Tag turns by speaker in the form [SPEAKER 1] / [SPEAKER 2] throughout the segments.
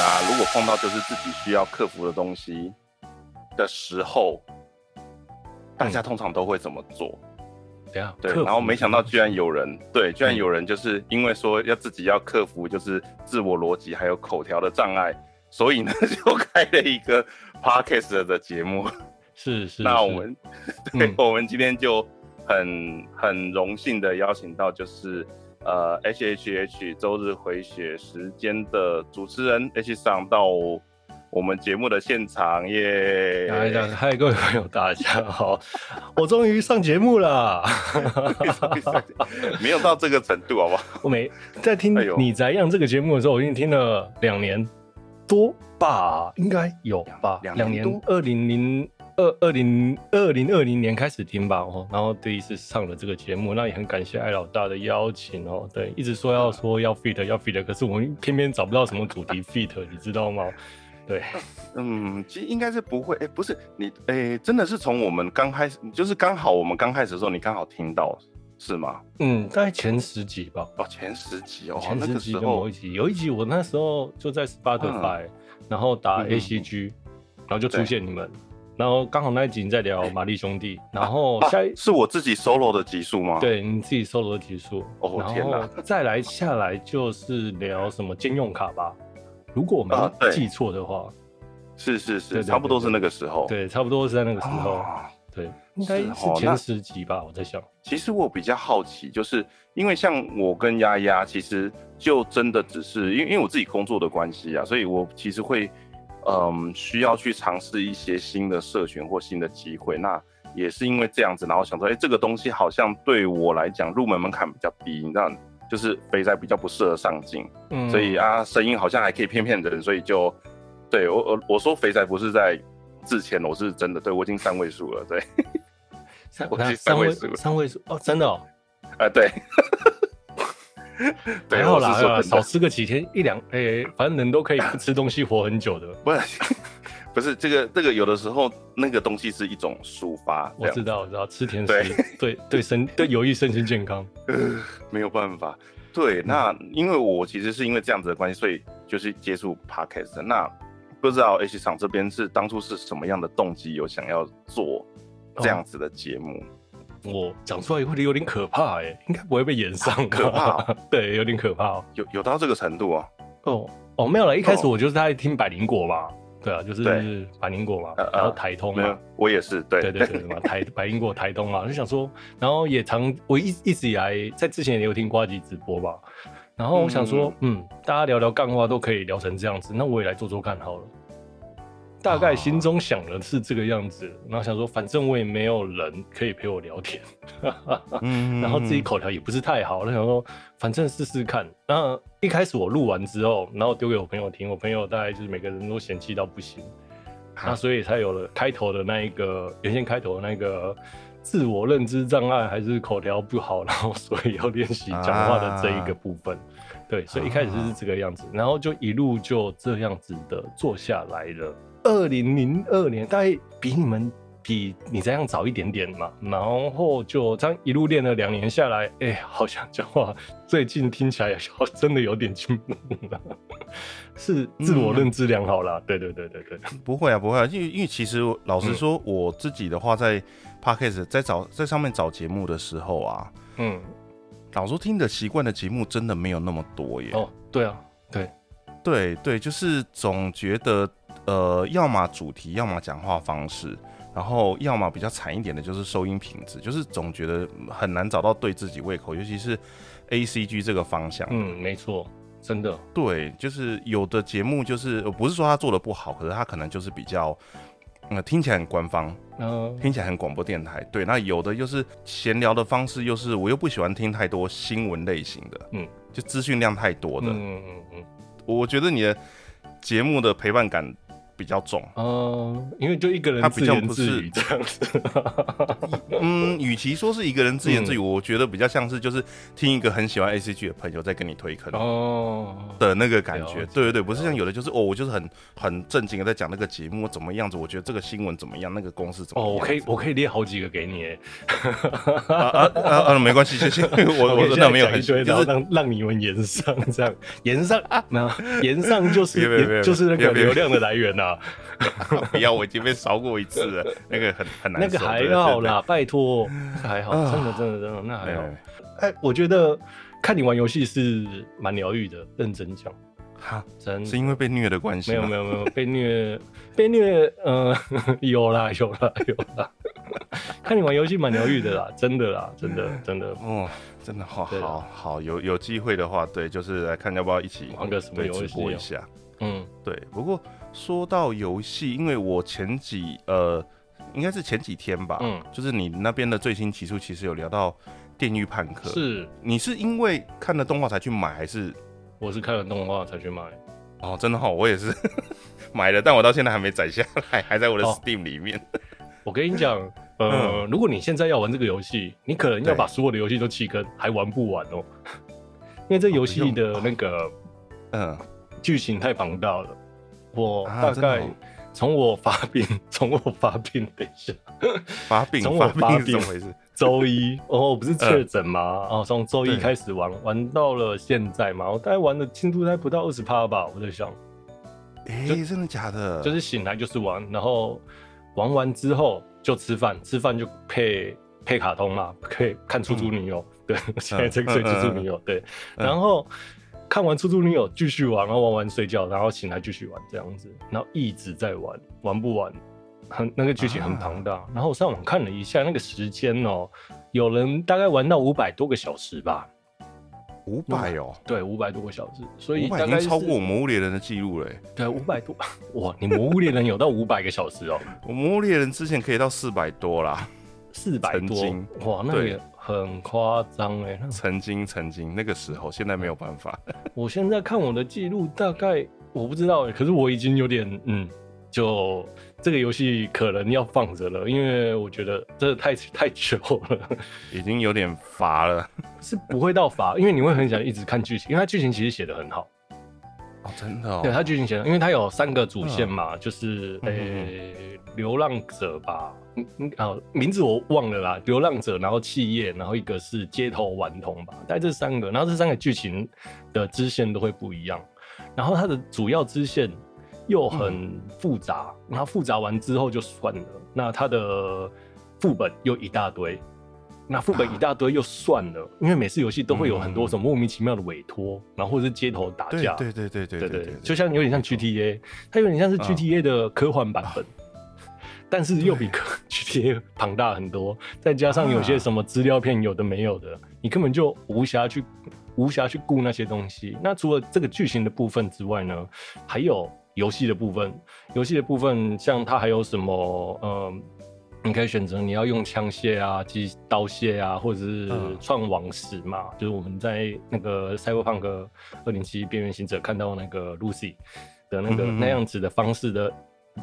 [SPEAKER 1] 啊碰到就是自己需要克服的东西的时候，大家通常都会怎么做？
[SPEAKER 2] 怎样？
[SPEAKER 1] 对
[SPEAKER 2] 克，服嗯
[SPEAKER 1] 然后没想到居然有人对，居然有人就是因为说要自己要克服就是自我逻辑还有口条的障碍，所以呢 就开了一个 podcast 的节目。
[SPEAKER 2] 是是。
[SPEAKER 1] 那
[SPEAKER 2] 是
[SPEAKER 1] 我 们对
[SPEAKER 2] 嗯，
[SPEAKER 1] 我们今天就很很荣幸的邀请到就是呃 H H H 周日回血时间的主持人 H 上到我们节目的现场 耶。
[SPEAKER 2] 来来，哎嗨，各位朋友，大家好，我终于上节目了。
[SPEAKER 1] 没有到这个程度，好不好？
[SPEAKER 2] 我每在听
[SPEAKER 1] 哎呦
[SPEAKER 2] 《你宅样》这个节目的时候，我已经听了两年多吧，应该有吧，
[SPEAKER 1] 两
[SPEAKER 2] 两
[SPEAKER 1] 两年
[SPEAKER 2] 年
[SPEAKER 1] 多，
[SPEAKER 2] 二零零二二零二零二零年开始听吧，哦，然后第一次上了这个节目，那也很感谢艾老大的邀请哦，对，一直说
[SPEAKER 1] 嗯
[SPEAKER 2] 要说要 fit 要 fit，可是我们偏偏找不到什么主题 fit，你知道吗？对，
[SPEAKER 1] 嗯，其实应该是不会，哎、不是你，哎、真的是从我们刚开始，就是刚好我们刚开始的时候，你刚好听到是吗？
[SPEAKER 2] 嗯，大概前十集吧，
[SPEAKER 1] 哦，前十集哦，
[SPEAKER 2] 前
[SPEAKER 1] 那
[SPEAKER 2] 十
[SPEAKER 1] 个
[SPEAKER 2] 集
[SPEAKER 1] 时
[SPEAKER 2] 跟
[SPEAKER 1] 候
[SPEAKER 2] 某一集，有一集我那时候就在 Spotify，、然后打
[SPEAKER 1] 嗯嗯嗯
[SPEAKER 2] ACG，、然后就出
[SPEAKER 1] 对
[SPEAKER 2] 现你们，然后刚好那一集你在聊玛丽兄弟，然后
[SPEAKER 1] 啊
[SPEAKER 2] 下一、
[SPEAKER 1] 是我自己 solo 的集数吗？，
[SPEAKER 2] 对你自己搜罗的集数，
[SPEAKER 1] 哦天
[SPEAKER 2] 然
[SPEAKER 1] 哪
[SPEAKER 2] 后再来下来就是聊什么兼用卡吧，如果我没
[SPEAKER 1] 啊对
[SPEAKER 2] 记错的话，
[SPEAKER 1] 是是是，
[SPEAKER 2] 对对
[SPEAKER 1] 差不多是那个时候。
[SPEAKER 2] 对，差不多是在那个时候，
[SPEAKER 1] 啊
[SPEAKER 2] 对，应该
[SPEAKER 1] 是
[SPEAKER 2] 是
[SPEAKER 1] 哦那
[SPEAKER 2] 前十集吧，我在想，
[SPEAKER 1] 其实我比较好奇，就是因为像我跟丫丫，其实就真的只是因为因为我自己工作的关系啊，所以我其实会嗯需要去尝试一些新的社群或新的机会。那也是因为这样子，然后想说，哎、这个东西好像对我来讲入门门槛比较低，你知道，就是肥仔比较不适合上镜，
[SPEAKER 2] 嗯，
[SPEAKER 1] 所以啊，声音好像还可以骗骗人，所以就对我我我说肥仔不是在自谦，我是真的，对我已经三位数了，对，
[SPEAKER 2] 三
[SPEAKER 1] 我已经
[SPEAKER 2] 三
[SPEAKER 1] 三位
[SPEAKER 2] 位
[SPEAKER 1] 数了
[SPEAKER 2] 三位数哦，真的哦。
[SPEAKER 1] 啊、对。 对，
[SPEAKER 2] 还好
[SPEAKER 1] 我
[SPEAKER 2] 啦，
[SPEAKER 1] 是
[SPEAKER 2] 还好
[SPEAKER 1] 说
[SPEAKER 2] 啦
[SPEAKER 1] 真的
[SPEAKER 2] 少吃个几天一两，哎、反正人都可以不吃东西活很久的。
[SPEAKER 1] 不是不 是这个这个有的时候那个东西是一种抒发， 这
[SPEAKER 2] 我
[SPEAKER 1] 样
[SPEAKER 2] 知道，我知道，吃甜食 对对身对有益身心健康。
[SPEAKER 1] 没有办法。对，
[SPEAKER 2] 嗯
[SPEAKER 1] 那因为我其实是因为这样子的关系，所以就是接触 podcast 的。那不知道 H 厂这边是当初是什么样的动机，有想要做
[SPEAKER 2] 哦
[SPEAKER 1] 这样子的节目？
[SPEAKER 2] 我讲出来会有点可怕哎、应该不会被延上吧？
[SPEAKER 1] 可怕
[SPEAKER 2] 对，有点可怕哦。
[SPEAKER 1] 有有到这个程度哦、
[SPEAKER 2] 哦哦，没有了，一开始
[SPEAKER 1] 哦
[SPEAKER 2] 我就是在听百灵果嘛，对啊，就是
[SPEAKER 1] 对
[SPEAKER 2] 百灵果嘛
[SPEAKER 1] 呃，呃
[SPEAKER 2] 然后台通
[SPEAKER 1] 没
[SPEAKER 2] 嘛
[SPEAKER 1] 有，，我也是，对
[SPEAKER 2] 对 对对嘛，台百灵果台通嘛，我就想说，然后也常我一一直以来在之前也有听瓜吉直播吧，然后我想说，嗯大家聊聊干话都可以聊成这样子，那我也来做做看好了。大概心中想的是这个样子，然后想说，反正我也没有人可以陪我聊天，
[SPEAKER 1] 嗯
[SPEAKER 2] 然后自己口条也不是太好，那想说反正试试看。那一开始我录完之后，然后丢给我朋友听，我朋友大概就是每个人都嫌弃到不行，那所以才有了开头的那一个原先开头的那个自我认知障碍还是口条不好，然后所以要练习讲话的这一个部分。对，所以一开始是这个样子，然后就一路就这样子的做下来了。二零零二年，大概比你们比你这样早一点点嘛，然后就这样一路练了两年下来，哎、好像讲话最近听起来好像真的有点进步了， 是自我认知良好啦。对对对对对，
[SPEAKER 3] 不会啊，不会啊，因为因为其实我老实说，
[SPEAKER 2] 嗯
[SPEAKER 3] 我自己的话在 podcast 在找在上面找节目的时候啊，
[SPEAKER 2] 嗯，
[SPEAKER 3] 老实说听的习惯的节目真的没有那么多耶。
[SPEAKER 2] 哦，对啊，对，
[SPEAKER 3] 对对，就是总觉得呃，要么主题，要么讲话方式，然后要么比较惨一点的就是收音品质，就是总觉得很难找到对自己胃口，尤其是 A C G 这个方向。
[SPEAKER 2] 嗯，没错，真的，
[SPEAKER 3] 对，就是有的节目就是呃不是说他做的不好，可是他可能就是比较。呃，听起来很官方，
[SPEAKER 2] 嗯、
[SPEAKER 3] 听起来很广播电台。对，那有的又是闲聊的方式，又是我又不喜欢听太多新闻类型的，
[SPEAKER 2] 嗯，
[SPEAKER 3] 就资讯量太多的。
[SPEAKER 2] 嗯嗯嗯
[SPEAKER 3] 我觉得你的节目的陪伴感比较重，
[SPEAKER 2] 嗯，呃，因为就一个人
[SPEAKER 3] 他
[SPEAKER 2] 自
[SPEAKER 3] 比较
[SPEAKER 2] 言
[SPEAKER 3] 不
[SPEAKER 2] 自
[SPEAKER 3] 是
[SPEAKER 2] 语这样子，
[SPEAKER 1] 嗯，与其说是一个人自言
[SPEAKER 2] 嗯
[SPEAKER 1] 自语，我觉得比较像是就是听一个很喜欢 A C G 的朋友在跟你推坑
[SPEAKER 2] 哦，
[SPEAKER 1] 的那个感
[SPEAKER 2] 了
[SPEAKER 1] 觉。
[SPEAKER 2] 解
[SPEAKER 1] 对对对，不是像有的就是哦，我就是很很正经的在讲那个节目怎么样子，我觉得这个新闻怎么样，那个公司怎么
[SPEAKER 2] 哦，
[SPEAKER 1] 样
[SPEAKER 2] 我
[SPEAKER 1] 子。
[SPEAKER 2] 可以我可以列好几个给你耶，
[SPEAKER 1] 啊啊啊啊！没关系， 谢谢。我
[SPEAKER 2] 可以
[SPEAKER 1] 我真
[SPEAKER 2] 现在
[SPEAKER 1] 的没有
[SPEAKER 2] 讲
[SPEAKER 1] 很
[SPEAKER 2] 一堆，
[SPEAKER 1] 就
[SPEAKER 2] 然后
[SPEAKER 1] 是
[SPEAKER 2] 让让你们延上这样，延上啊，那延上就
[SPEAKER 1] 别别别
[SPEAKER 2] 是
[SPEAKER 1] 别
[SPEAKER 2] 就是那
[SPEAKER 1] 别
[SPEAKER 2] 个
[SPEAKER 1] 别
[SPEAKER 2] 流量的来源啊呐、
[SPEAKER 1] 不要，我已经被烧过一次了，那个很很 难
[SPEAKER 2] 那
[SPEAKER 1] 受。
[SPEAKER 2] 个还
[SPEAKER 1] 对
[SPEAKER 2] 好，
[SPEAKER 1] 对对
[SPEAKER 2] 啦，拜托，那个还好，
[SPEAKER 1] 啊
[SPEAKER 2] 真的真的真的那还好
[SPEAKER 1] 对。
[SPEAKER 2] 哎，我觉得看你玩游戏是蛮疗愈的，认真讲，
[SPEAKER 1] 哈，
[SPEAKER 2] 真
[SPEAKER 1] 是因为被虐的关系
[SPEAKER 2] 嗯没有
[SPEAKER 1] 吗
[SPEAKER 2] 没有没有被虐被虐，呃， 有啦有啦有啦， 看你玩游戏蛮疗愈的啦，真的啦，真的真的。
[SPEAKER 1] 哦，真的好
[SPEAKER 2] 对啦
[SPEAKER 1] 好好，有有机会的话，对，就是来看要不要一起
[SPEAKER 2] 玩个什么
[SPEAKER 1] 对
[SPEAKER 2] 游
[SPEAKER 1] 直
[SPEAKER 2] 戏
[SPEAKER 1] 播一
[SPEAKER 2] 哦
[SPEAKER 1] 下。
[SPEAKER 2] 嗯，
[SPEAKER 1] 对，不过说到游戏，因为我前几呃，应该是前几天吧，
[SPEAKER 2] 嗯
[SPEAKER 1] 就是你那边的最新集数，其实有聊到《电狱判客》，
[SPEAKER 2] 是，
[SPEAKER 1] 你是因为看了动画才去买，还是
[SPEAKER 2] 我是看了动画才去买。
[SPEAKER 1] 哦，真的好、我也是 买了，但我到现在还没攒下来，还在我的
[SPEAKER 2] 哦
[SPEAKER 1] Steam 里面。
[SPEAKER 2] 我跟你讲，呃，如果你现在要玩这个游戏，你可能要
[SPEAKER 1] 嗯对
[SPEAKER 2] 把所有的游戏都弃坑，还玩不完哦，
[SPEAKER 1] 哦
[SPEAKER 2] 因为这游戏
[SPEAKER 1] 不
[SPEAKER 2] 的
[SPEAKER 1] 用
[SPEAKER 2] 那个
[SPEAKER 1] 嗯，
[SPEAKER 2] 剧情太庞大了。我
[SPEAKER 1] 啊
[SPEAKER 2] 大
[SPEAKER 1] 真的
[SPEAKER 2] 概
[SPEAKER 1] 哦
[SPEAKER 2] 从我发病， 从我发病，等一下，
[SPEAKER 1] 发病
[SPEAKER 2] 从我
[SPEAKER 1] 发
[SPEAKER 2] 发
[SPEAKER 1] 病是
[SPEAKER 2] 病
[SPEAKER 1] 怎么回 事？
[SPEAKER 2] 周一哦，我不是
[SPEAKER 1] 嗯
[SPEAKER 2] 确诊吗？哦，从周一开始玩，玩到了现在嘛，我大概玩的进度才不到二十趴吧，我在想，
[SPEAKER 1] 哎、真的假的？
[SPEAKER 2] 就是醒来就是玩，然后玩完之后就吃饭，吃饭就配配卡通嘛，可以看《出租女友》对，现在在追《出租女友》对，
[SPEAKER 1] 嗯
[SPEAKER 2] 然后看完《出租女友》继续玩，然后玩完睡觉，然后醒来继续玩这样子，然后一直在玩，玩不完，很那个剧情很庞
[SPEAKER 1] 啊
[SPEAKER 2] 大。然后我上网看了一下那个时间哦、有人大概玩到五百多个小时吧，
[SPEAKER 1] 五百哦，
[SPEAKER 2] 对，五百多个小时，所以
[SPEAKER 1] 五
[SPEAKER 2] 大
[SPEAKER 1] 百已
[SPEAKER 2] 概
[SPEAKER 1] 经超
[SPEAKER 2] 是
[SPEAKER 1] 过我《魔物猎人》的记录了、欸。
[SPEAKER 2] 对五百多哇，你《魔物猎人》有到五百个小时哦、
[SPEAKER 1] 我《魔物猎人》之前可以到四百多啦，
[SPEAKER 2] 四百
[SPEAKER 1] 曾
[SPEAKER 2] 多
[SPEAKER 1] 经，
[SPEAKER 2] 哇，那
[SPEAKER 1] 对
[SPEAKER 2] 也很夸张哎。那
[SPEAKER 1] 曾经曾经那个时候，现在没有办法。
[SPEAKER 2] 我现在看我的记录，大概我不知道哎，可是我已经有点嗯，就这个游戏可能要放着了，因为我觉得这太太久了，
[SPEAKER 1] 已经有点乏了。
[SPEAKER 2] 是 不会到乏，因为你会很想一直看剧情，因为它剧情其实写的很好，
[SPEAKER 1] 哦，真的哦
[SPEAKER 2] 对，它剧情写的，因为它有三个主线嘛，就是
[SPEAKER 1] 嗯
[SPEAKER 2] 诶、
[SPEAKER 1] 嗯
[SPEAKER 2] 流浪者吧。嗯嗯啊，名字我忘了啦，流浪者，然后企业，然后一个是街头顽童吧，大概这三个，然后这三个剧情的支线都会不一样，然后它的主要支线又
[SPEAKER 1] 嗯
[SPEAKER 2] 很复杂，然后复杂完之后就算了，那它的副本又一大堆，那副本一大堆又算了，因为每次游戏都会有很多种莫名其妙的委托，然后或者是街头打
[SPEAKER 1] 嗯对
[SPEAKER 2] 架，
[SPEAKER 1] 对对对对对
[SPEAKER 2] 对对
[SPEAKER 1] 对，
[SPEAKER 2] 就像有点像 GTA，它有点像是
[SPEAKER 1] 嗯
[SPEAKER 2] GTA 的科幻版 本，但是又比科 GTA 庞大很多，再加上有些
[SPEAKER 1] 啊
[SPEAKER 2] 什么资料片有的没有的，你根本就无暇去无暇去顾那些东西。那除了这个剧情的部分之外呢，还有游戏的部分。游戏的部分，像它还有什么，嗯。你可以选择你要用枪械啊、机刀械啊，或者是
[SPEAKER 1] 嗯
[SPEAKER 2] 创网石嘛，就是我们在那个《赛博朋克二零七边缘行者》看到那个 Lucy 的那个
[SPEAKER 1] 嗯嗯嗯
[SPEAKER 2] 那样子的方式的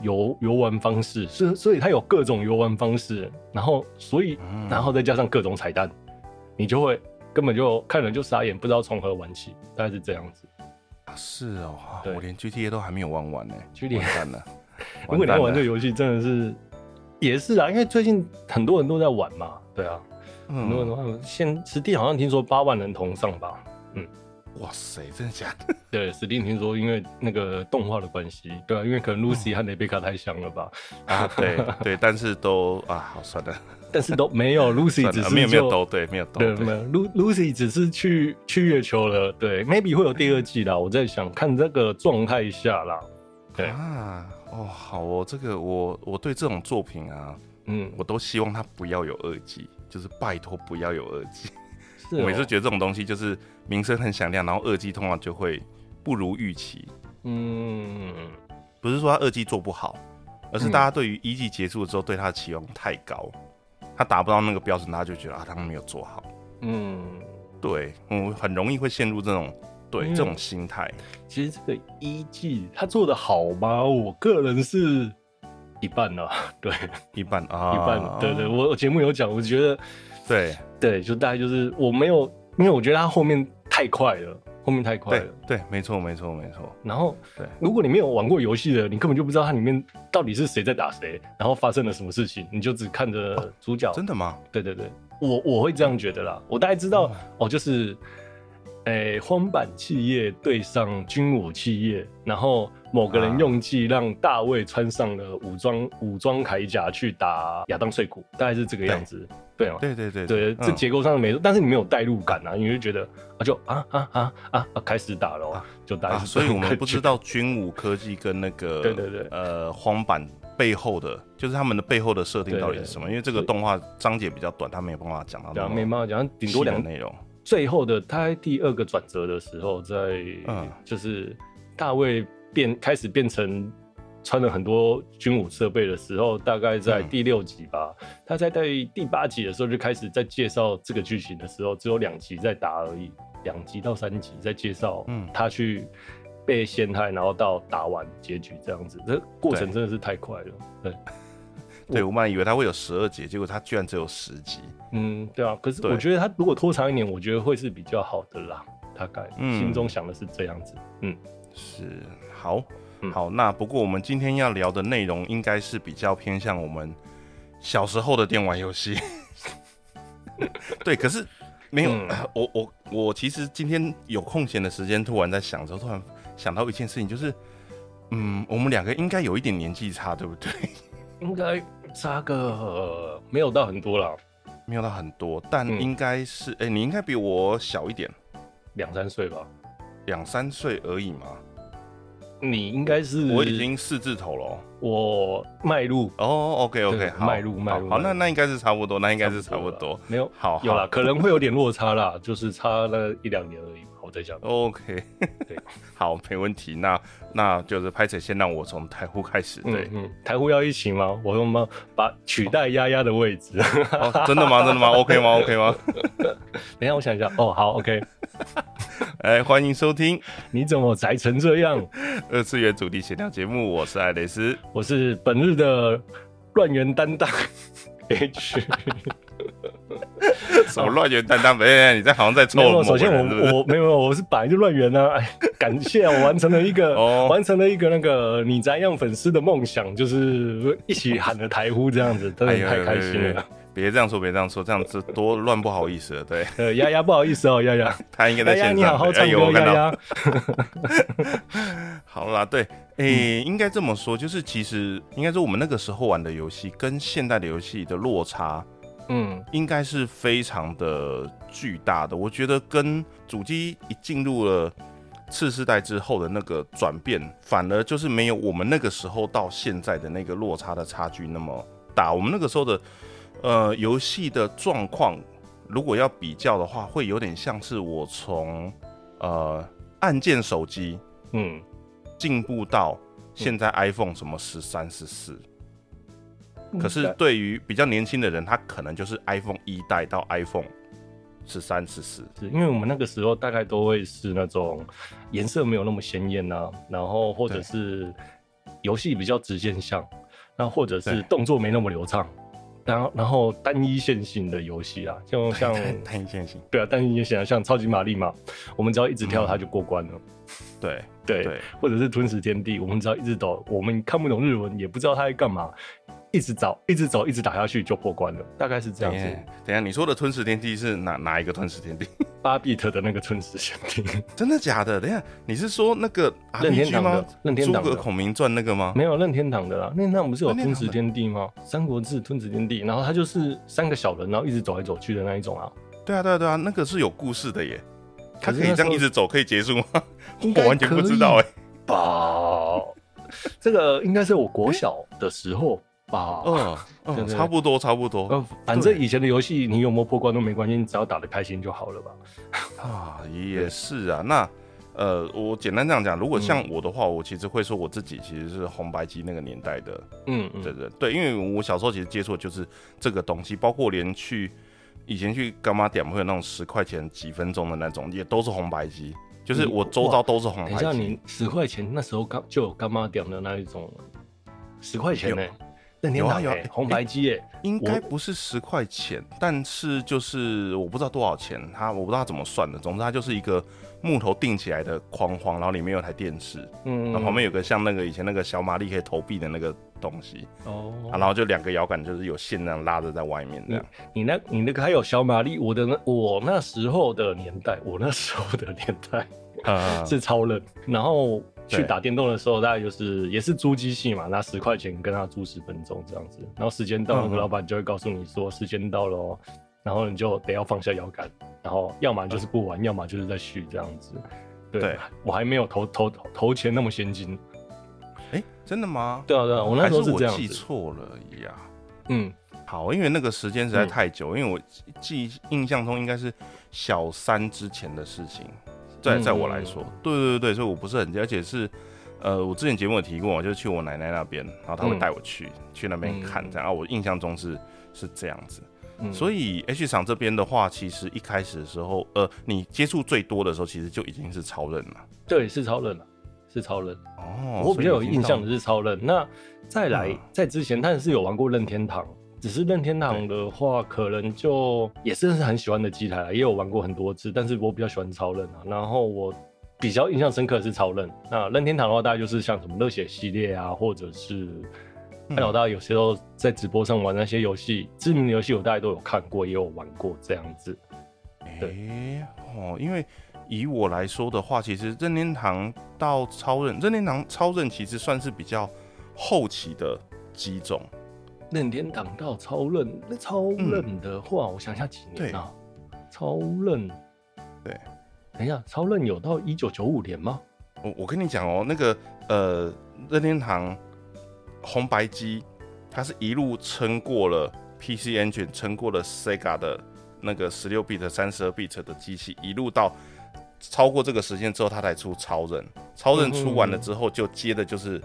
[SPEAKER 2] 游游玩方式，所以所以它有各种游玩方式，然后所以
[SPEAKER 1] 嗯
[SPEAKER 2] 然后再加上各种彩蛋，你就会根本就看了就傻眼，不知道从何玩起，大概是这样子。
[SPEAKER 1] 啊是哦，啊
[SPEAKER 2] 对
[SPEAKER 1] 我连 GTA 都还没有玩完呢，
[SPEAKER 2] GTA
[SPEAKER 1] 完蛋 了。
[SPEAKER 2] 如果你要玩这个
[SPEAKER 1] 个，
[SPEAKER 2] 游戏，真的是也是啊，因为最近很多人都在玩嘛，对啊，很多
[SPEAKER 1] 嗯，
[SPEAKER 2] 人都在玩。现实地好像听说八万人同上吧？
[SPEAKER 1] 哇塞，真的假的？
[SPEAKER 2] 对，史蒂听说因为那个动画的关系，对啊，因为可能
[SPEAKER 1] 嗯
[SPEAKER 2] Lucy 和雷贝卡太像了吧，
[SPEAKER 1] 啊， 对对，但是都啊，好算了，
[SPEAKER 2] 但是都 没有 Lucy
[SPEAKER 1] 算
[SPEAKER 2] 只
[SPEAKER 1] 了，
[SPEAKER 2] 是
[SPEAKER 1] 没有没有
[SPEAKER 2] 就
[SPEAKER 1] 都对，没有都
[SPEAKER 2] 对，
[SPEAKER 1] 对
[SPEAKER 2] 没有 Lu Lucy 只是去去月球了，对，maybe 会有第二季啦。我在想看这个状态下啦，对
[SPEAKER 1] 啊。哦，好哦，这个我我对这种作品啊，
[SPEAKER 2] 嗯，
[SPEAKER 1] 我都希望它不要有二季，就是拜托不要有二季。
[SPEAKER 2] 是、
[SPEAKER 1] 我
[SPEAKER 2] 哦，
[SPEAKER 1] 每次觉得这种东西就是名声很响亮，然后二季通常就会不如预期，
[SPEAKER 2] 嗯，
[SPEAKER 1] 不是说他二季做不好，而是
[SPEAKER 2] 嗯
[SPEAKER 1] 大家对于一季结束之后对他的期望太高，他达不到那个标准，大家就觉得啊，他们没有做好。
[SPEAKER 2] 嗯，
[SPEAKER 1] 对，嗯，很容易会陷入这种对、
[SPEAKER 2] 嗯
[SPEAKER 1] 这种心态。
[SPEAKER 2] 其实这个一季他做的好吗？我个人是一半呢、 对，一
[SPEAKER 1] 一半啊，
[SPEAKER 2] 半，对对，我我节目有讲，我觉得
[SPEAKER 1] 对
[SPEAKER 2] 对，就大概就是我没有，因为我觉得它后面太快了，后面太快
[SPEAKER 1] 对
[SPEAKER 2] 了。
[SPEAKER 1] 对，没错没错没错，
[SPEAKER 2] 然后，
[SPEAKER 1] 对
[SPEAKER 2] 如果你没有玩过游戏的，你根本就不知道它里面到底是谁在打谁，然后发生了什么事情，你就只看着主角。
[SPEAKER 1] 哦真的吗？
[SPEAKER 2] 对对对，我我会这样觉得啦。我大概知
[SPEAKER 1] 嗯
[SPEAKER 2] 道哦，就是，诶、荒坂企业对上军武企业，然后某个人
[SPEAKER 1] 啊
[SPEAKER 2] 用计让大卫穿上了武装武装铠甲去打亚当碎骨，大概是这个样子。对哦，
[SPEAKER 1] 对对对
[SPEAKER 2] 对，这
[SPEAKER 1] 嗯
[SPEAKER 2] 结构上没错，但是你没有代入感啊，你就觉得啊就啊啊啊啊啊开始打了哦，就打、
[SPEAKER 1] 啊，所以我们不知
[SPEAKER 2] 道。
[SPEAKER 1] 道军武科技跟那个
[SPEAKER 2] 对对对
[SPEAKER 1] 呃荒坂背后的，就是他们的背后的设定到底是什么？因为这个动画章节比较短，他没有办法讲到
[SPEAKER 2] 对
[SPEAKER 1] 那
[SPEAKER 2] 啊，
[SPEAKER 1] 么
[SPEAKER 2] 没办法讲，顶多
[SPEAKER 1] 细的
[SPEAKER 2] 两
[SPEAKER 1] 内容。
[SPEAKER 2] 最后的他在第二个转折的时候，在
[SPEAKER 1] 嗯
[SPEAKER 2] 就是大卫变开始变成穿了很多军武设备的时候，大概在
[SPEAKER 1] 嗯
[SPEAKER 2] 第六集吧。他在第第八集的时候就开始在介绍这个剧情的时候，只有两集在打而已，两集到三集在介绍
[SPEAKER 1] 嗯
[SPEAKER 2] 他去被陷害，然后到打完结局这样子，这过程
[SPEAKER 1] 对
[SPEAKER 2] 真的是太快了。对，
[SPEAKER 1] 对我本来以为他会有十二集，结果他居然只有十集。
[SPEAKER 2] 嗯，对啊。可是
[SPEAKER 1] 对
[SPEAKER 2] 我觉得他如果拖长一点，我觉得会是比较好的啦。大概
[SPEAKER 1] 嗯
[SPEAKER 2] 心中想的是这样子，嗯
[SPEAKER 1] 是好
[SPEAKER 2] 嗯，
[SPEAKER 1] 好，那不过我们今天要聊的内容应该是比较偏向我们小时候的电玩游戏。 对，可是没有，
[SPEAKER 2] 嗯
[SPEAKER 1] 我我我其实今天有空闲的时间，突然在想的时候，突然想到一件事情，就是，嗯，我们两个应该有一点年纪差，对不 对？
[SPEAKER 2] 应该差个、呃没有到很多啦，
[SPEAKER 1] 没有到很多，但
[SPEAKER 2] 嗯
[SPEAKER 1] 应该是，哎、你应该比我小一点，
[SPEAKER 2] 两三岁吧。
[SPEAKER 1] 两三岁而已嘛。
[SPEAKER 2] 你应该是
[SPEAKER 1] 我已经四字头了哦。
[SPEAKER 2] 我迈入
[SPEAKER 1] 哦，OK
[SPEAKER 2] 对
[SPEAKER 1] OK，好，
[SPEAKER 2] 迈入迈入
[SPEAKER 1] 好，好
[SPEAKER 2] 迈
[SPEAKER 1] 那
[SPEAKER 2] 入
[SPEAKER 1] 那应该是差不多，那应该是差不
[SPEAKER 2] 了
[SPEAKER 1] 多。
[SPEAKER 2] 没有
[SPEAKER 1] 好，
[SPEAKER 2] 有啦，
[SPEAKER 1] 好
[SPEAKER 2] 可能会有点落差啦， 就是差了一两年而已吧。我在
[SPEAKER 1] 哦
[SPEAKER 2] 想，
[SPEAKER 1] ，OK，
[SPEAKER 2] 对
[SPEAKER 1] 好，没问题。那那就是拍摄，先让我从台呼开始。对
[SPEAKER 2] 嗯，嗯，台呼要一起吗？我用吗？把取代丫丫的位置。
[SPEAKER 1] 哦，真的吗？真的吗？OK 吗？OK 吗？
[SPEAKER 2] 等一下，我想一下。哦，好，OK。
[SPEAKER 1] 哎，欢迎收听
[SPEAKER 2] 你怎么宅成这样？
[SPEAKER 1] 二次元主题闲聊节目，我是艾蕾斯。
[SPEAKER 2] 我是本日的乱源担当 H。
[SPEAKER 1] 什么乱源担当？哎，你在好像在臭
[SPEAKER 2] 哦没有，
[SPEAKER 1] 某
[SPEAKER 2] 首先
[SPEAKER 1] 个人是不是
[SPEAKER 2] 我我没有，没有我是本来就乱源啊，哎，感谢啊我完成了一 个、
[SPEAKER 1] 哦
[SPEAKER 2] 完成了一个那个你宅样粉丝的梦想，就是一起喊了台呼这样子，真
[SPEAKER 1] 哎
[SPEAKER 2] 的
[SPEAKER 1] 呦
[SPEAKER 2] 太开心了。！
[SPEAKER 1] 别这样说，别这样说，这样子多乱不好意思了。对
[SPEAKER 2] 呃，丫丫不好意思哦，丫丫，
[SPEAKER 1] 他应该
[SPEAKER 2] 丫
[SPEAKER 1] 在
[SPEAKER 2] 丫
[SPEAKER 1] 线
[SPEAKER 2] 你
[SPEAKER 1] 上。
[SPEAKER 2] 好好唱
[SPEAKER 1] 哎呦
[SPEAKER 2] 歌，
[SPEAKER 1] 我看
[SPEAKER 2] 丫
[SPEAKER 1] 到
[SPEAKER 2] 丫，
[SPEAKER 1] 好啦，对，诶、应该这么说，就是其实应该说我们那个时候玩的游戏跟现代的游戏的落差，
[SPEAKER 2] 嗯，
[SPEAKER 1] 应该是非常的巨大的。我觉得跟主机一进入了次世代之后的那个转变，反而就是没有我们那个时候到现在的那个落差的差距那么大。我们那个时候的呃游戏的状况，如果要比较的话，会有点像是我从呃按键手机。
[SPEAKER 2] 嗯，
[SPEAKER 1] 进步到现在 iPhone 什么十三、十四，可是
[SPEAKER 2] 嗯
[SPEAKER 1] 对于比较年轻的人，他可能就是 iPhone 一代到 iPhone 十三、十四。
[SPEAKER 2] 是因为我们那个时候大概都会是那种颜色没有那么鲜艳啊，然后或者
[SPEAKER 1] 对
[SPEAKER 2] 是游戏比较直线向，那或者是
[SPEAKER 1] 对
[SPEAKER 2] 动作没那么流畅，然后然后单一线性的游戏啊，就像
[SPEAKER 1] 单一线性，
[SPEAKER 2] 对啊，单一线性啊，像超级玛丽嘛，我们只要一直跳
[SPEAKER 1] 嗯
[SPEAKER 2] 它就过关了，
[SPEAKER 1] 对
[SPEAKER 2] 对，
[SPEAKER 1] 对
[SPEAKER 2] 或者是吞食天地，我们只要一直走，我们看不懂日文，也不知道它在干嘛，一直找，一直走，一直打下去就破关了，大概是这
[SPEAKER 1] 等
[SPEAKER 2] 样
[SPEAKER 1] 一下
[SPEAKER 2] 子。，
[SPEAKER 1] 等一下，你说的吞食天地是哪哪一个吞食天地？
[SPEAKER 2] 八 bit 的那个吞食天地。
[SPEAKER 1] 真的假的？等一下，你是说那个
[SPEAKER 2] 任天
[SPEAKER 1] RPG
[SPEAKER 2] 堂的
[SPEAKER 1] 吗？
[SPEAKER 2] 任天
[SPEAKER 1] 诸
[SPEAKER 2] 堂的
[SPEAKER 1] 葛孔明传那个吗？
[SPEAKER 2] 没有任天堂的啦，任天堂不是有
[SPEAKER 1] 任天
[SPEAKER 2] 吞
[SPEAKER 1] 堂的
[SPEAKER 2] 食天地吗？《三国志》吞食天地，然后他就是三个小人，然后一直走来走去的那一种啊。
[SPEAKER 1] 对啊，对啊，对啊，那个是有故事的耶。他
[SPEAKER 2] 可是
[SPEAKER 1] 可以
[SPEAKER 2] 那时
[SPEAKER 1] 这
[SPEAKER 2] 候
[SPEAKER 1] 样一直走，可以结束吗？
[SPEAKER 2] 应 该
[SPEAKER 1] 我完全不知道
[SPEAKER 2] 可
[SPEAKER 1] 哎。
[SPEAKER 2] 以吧？ 这个应该是我国小的时候吧。
[SPEAKER 1] 嗯
[SPEAKER 2] 对
[SPEAKER 1] 嗯，
[SPEAKER 2] 对
[SPEAKER 1] 差不多，差不多。
[SPEAKER 2] 呃，反正
[SPEAKER 1] 对
[SPEAKER 2] 以前的游戏你有没有破关都没关系，你只要打得开心就好了吧。
[SPEAKER 1] 啊，也是啊。那呃，我简单这样讲，如果
[SPEAKER 2] 嗯
[SPEAKER 1] 像我的话，我其实会说我自己其实是红白机那个年代的
[SPEAKER 2] 嗯
[SPEAKER 1] 的
[SPEAKER 2] 嗯，
[SPEAKER 1] 人，对，因为我小时候其实接触的就是这个东西，包括连去以前去干妈点会有那种十块钱几分钟的那种，也都是红白机，就是
[SPEAKER 2] 你
[SPEAKER 1] 我周遭都是红
[SPEAKER 2] 嗯等一
[SPEAKER 1] 白
[SPEAKER 2] 下，
[SPEAKER 1] 机
[SPEAKER 2] 你。十块钱那时候刚就有干妈点的那一种了，十块钱呢、欸
[SPEAKER 1] 有
[SPEAKER 2] 任天
[SPEAKER 1] 有啊
[SPEAKER 2] 堂
[SPEAKER 1] 有啊
[SPEAKER 2] 欸
[SPEAKER 1] 欸
[SPEAKER 2] 红白机耶，
[SPEAKER 1] 应该不是十块钱，但是就是我不知道多少钱，它我不知道它怎么算的。总之，它就是一个木头钉起来的框框，然后里面有台电视，
[SPEAKER 2] 嗯，
[SPEAKER 1] 然后旁边有个像那个以前那个小马力可以投币的那个东西，
[SPEAKER 2] 哦
[SPEAKER 1] 啊，然后就两个摇杆就是有线那样拉着在外面这样。
[SPEAKER 2] 你那，你那个还有小马力，我的那我那时候的年代，我那时候的年 代
[SPEAKER 1] 啊，
[SPEAKER 2] 嗯是超冷，然后去
[SPEAKER 1] 对
[SPEAKER 2] 打电动的时候，大概就是也是租机器嘛，拿十块钱跟他租十分钟这样子，然后时间到了，
[SPEAKER 1] 嗯嗯
[SPEAKER 2] 老板就会告诉你说时间到了哦，然后你就得要放下摇杆，然后要么就是不玩，要么就是在续这样子。对，
[SPEAKER 1] 对
[SPEAKER 2] 我还没有投投投投钱那么先进。
[SPEAKER 1] 哎，真的吗？
[SPEAKER 2] 对啊，对啊，我那
[SPEAKER 1] 还
[SPEAKER 2] 时
[SPEAKER 1] 是
[SPEAKER 2] 候是
[SPEAKER 1] 我
[SPEAKER 2] 这样
[SPEAKER 1] 记
[SPEAKER 2] 子。
[SPEAKER 1] 错了呀？
[SPEAKER 2] 嗯，
[SPEAKER 1] 好，因为那个时间实在
[SPEAKER 2] 嗯
[SPEAKER 1] 太久，因为我记印象中应该是小三之前的事情，在
[SPEAKER 2] 嗯
[SPEAKER 1] 在我来说，对对对，所以我不是很，而且是，呃，我之前节目有提过，就是去我奶奶那边，然后她会
[SPEAKER 2] 嗯
[SPEAKER 1] 带我去、去那边看，这样啊，我印象中是是这样子，
[SPEAKER 2] 嗯
[SPEAKER 1] 所以 H 厂这边的话，其实一开始的时候，呃，你接触最多的时候，其实就已经是超人了。
[SPEAKER 2] 对是超冷啊，是超冷。
[SPEAKER 1] 哦，
[SPEAKER 2] 我比较有印象的
[SPEAKER 1] 的
[SPEAKER 2] 是超人。那再来，
[SPEAKER 1] 嗯
[SPEAKER 2] 在之前，但是有玩过任天堂，只是任天堂的话，可能就也是很喜欢的机台啦，也有玩过很多次，但是我比较喜欢超人啊。然后我比较印象深刻的是超人。那任天堂的话，大概就是像什么热血系列啊，或者是。
[SPEAKER 1] 嗯
[SPEAKER 2] 看老大有时候在直播上玩那些游戏，知名的游戏我大概都有看过，也有玩过这样子。对
[SPEAKER 1] 诶，哎哦，因为以我来说的话，其实任天堂到超任，任天堂超任其实算是比较后期的机种，
[SPEAKER 2] 任天堂到超任，那超任的话，我想一下几年啊？超任，
[SPEAKER 1] 对，
[SPEAKER 2] 等一下，超任有到一九九五年吗？
[SPEAKER 1] 我我跟你讲哦，那个呃，任天堂红白机，它是一路撑过了 PC Engine，撑过了 Sega 的那个十六 bit、三十二 bit 的机器，一路到超过这个时间之后，它才出超人。超
[SPEAKER 2] 嗯
[SPEAKER 1] 人出完了之后，就接的就是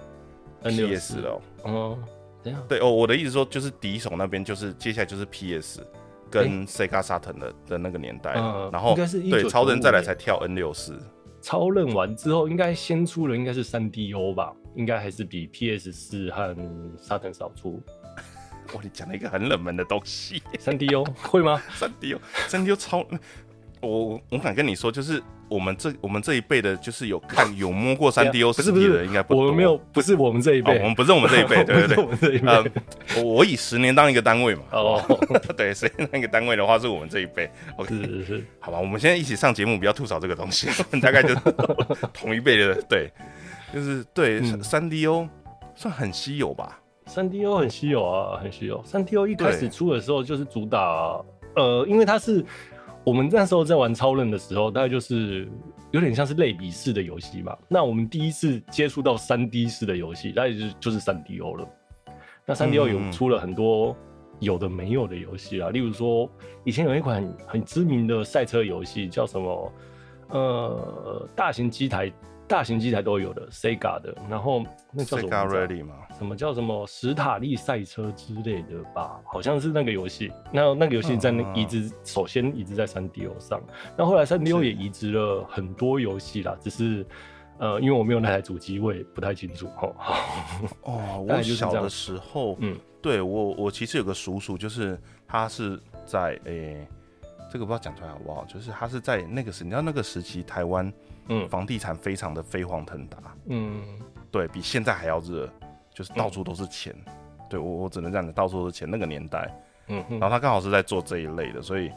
[SPEAKER 2] 64
[SPEAKER 1] PS 了哦、
[SPEAKER 2] 嗯，等一下，
[SPEAKER 1] 对哦，我的意思说就是敌手那边就是接下来就是 PS 跟 Sega Saturn 的的那个年代了，
[SPEAKER 2] 嗯
[SPEAKER 1] 然后
[SPEAKER 2] 应该是
[SPEAKER 1] 对
[SPEAKER 2] 1995
[SPEAKER 1] 超人再来
[SPEAKER 2] 年
[SPEAKER 1] 才跳 N 六四。
[SPEAKER 2] 超任完之后，应该先出的应该是三 DO 吧？应该还是比 PS 四和沙腾少出。
[SPEAKER 1] 哇，你讲了一个很冷门的东西，
[SPEAKER 2] 三 DO 会吗？
[SPEAKER 1] 三 D 哦，三 D 哦超，我我敢跟你说，就是我们这我们这一辈的，就是有看有摸过三 D
[SPEAKER 2] 等
[SPEAKER 1] O
[SPEAKER 2] 一下不
[SPEAKER 1] 实
[SPEAKER 2] 是
[SPEAKER 1] 体
[SPEAKER 2] 不
[SPEAKER 1] 的，
[SPEAKER 2] 是，
[SPEAKER 1] 应该不多
[SPEAKER 2] 我们没有，不是我们这一
[SPEAKER 1] 哦
[SPEAKER 2] 辈，
[SPEAKER 1] 我们不是我们这一 辈，对对
[SPEAKER 2] 不是
[SPEAKER 1] 对
[SPEAKER 2] 我，们这一
[SPEAKER 1] 呃
[SPEAKER 2] 辈。，
[SPEAKER 1] 我我以十年当一个单位嘛，
[SPEAKER 2] 哦，
[SPEAKER 1] 对，所以那个单位的话是我们这一辈，OK，
[SPEAKER 2] 是是是，
[SPEAKER 1] 好吧，我们现在一起上节目，不要吐槽这个东西，我们大概就是 同一辈的，对，就是对
[SPEAKER 2] 嗯
[SPEAKER 1] 三 D O 算很稀有吧，
[SPEAKER 2] 三 D O 很稀有啊，很稀有。三 D O 一开始
[SPEAKER 1] 对
[SPEAKER 2] 出的时候就是主打，呃，因为它是我们那时候在玩超人的时候，大概就是有点像是类比式的游戏嘛。那我们第一次接触到三 D 式的游戏，那也就是就是三 D O 了。那三 D O
[SPEAKER 1] 嗯
[SPEAKER 2] 有出了很多有的没有的游戏啊，例如说以前有一款很很知名的赛车游戏叫什么？呃，大型机台。大型机台都有的，Sega 的，然后那叫什么名
[SPEAKER 1] Sega
[SPEAKER 2] 字啊
[SPEAKER 1] Rally 嘛，
[SPEAKER 2] 什么叫什么史塔利赛车之类的吧，好像是那个游戏。那那个游戏在
[SPEAKER 1] 嗯
[SPEAKER 2] 那
[SPEAKER 1] 嗯嗯
[SPEAKER 2] 移植，首先移植在三 D O 上，那后来三 D O
[SPEAKER 1] 是
[SPEAKER 2] 也移植了很多游戏啦，只是呃，因为我没有那台主机，我也不太清楚哦。
[SPEAKER 1] 哦，
[SPEAKER 2] 大概
[SPEAKER 1] 我
[SPEAKER 2] 就是这样
[SPEAKER 1] 小的时候，
[SPEAKER 2] 嗯
[SPEAKER 1] 对我我其实有个叔叔，就是他是在诶、这个不知道讲出来好不好，就是他是在那个时，你知道那个时期台湾
[SPEAKER 2] 嗯
[SPEAKER 1] 房地产非常的飞黄腾达，
[SPEAKER 2] 嗯，
[SPEAKER 1] 对比现在还要热，就是到处都是钱，对我我只能这样讲，到处都是钱那个年代，
[SPEAKER 2] 嗯
[SPEAKER 1] 然后他刚好是在做这一类的，所以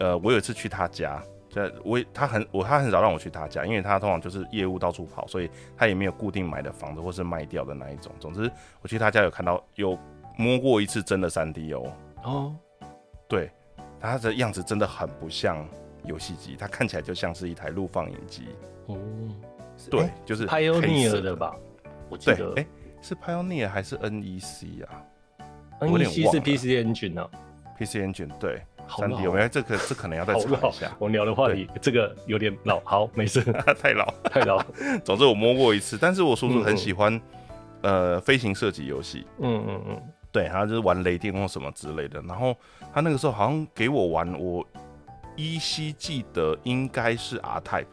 [SPEAKER 1] 呃，我有一次去他家，在我也他很我他很少让我去他家，因为他通常就是业务到处跑，所以他也没有固定买的房子或是卖掉的那一种。总之，我去他家有看到有摸过一次真的三 D 哦，
[SPEAKER 2] 哦，
[SPEAKER 1] 对，他的样子真的很不像游戏机，它看起来就像是一台录放影机，
[SPEAKER 2] 哦，
[SPEAKER 1] 对，
[SPEAKER 2] 诶
[SPEAKER 1] 就是
[SPEAKER 2] 拍欧
[SPEAKER 1] 黑
[SPEAKER 2] 尼
[SPEAKER 1] 色
[SPEAKER 2] 尔哎的？吧？我记
[SPEAKER 1] 对，
[SPEAKER 2] 得
[SPEAKER 1] 哎、是 Pioneer 还是 NEC 啊我有
[SPEAKER 2] ，N
[SPEAKER 1] 点
[SPEAKER 2] C
[SPEAKER 1] 忘
[SPEAKER 2] 是
[SPEAKER 1] 了
[SPEAKER 2] P C Engine 啊，
[SPEAKER 1] ？PC Engine 对，
[SPEAKER 2] 好
[SPEAKER 1] 三
[SPEAKER 2] 老哦
[SPEAKER 1] D 有没有？这个这可能要再
[SPEAKER 2] 好
[SPEAKER 1] 查
[SPEAKER 2] 老
[SPEAKER 1] 一下，，
[SPEAKER 2] 我们聊的话题这个有点老，好，没事，
[SPEAKER 1] 太老。
[SPEAKER 2] 太 老，
[SPEAKER 1] 总之我摸过一次，但是我叔叔很喜欢，呃，飞行射击游戏，
[SPEAKER 2] 嗯嗯嗯，
[SPEAKER 1] 对，他就是玩雷电或什么之类的。然后他那个时候好像给我玩，我依稀记得应该是 R Type，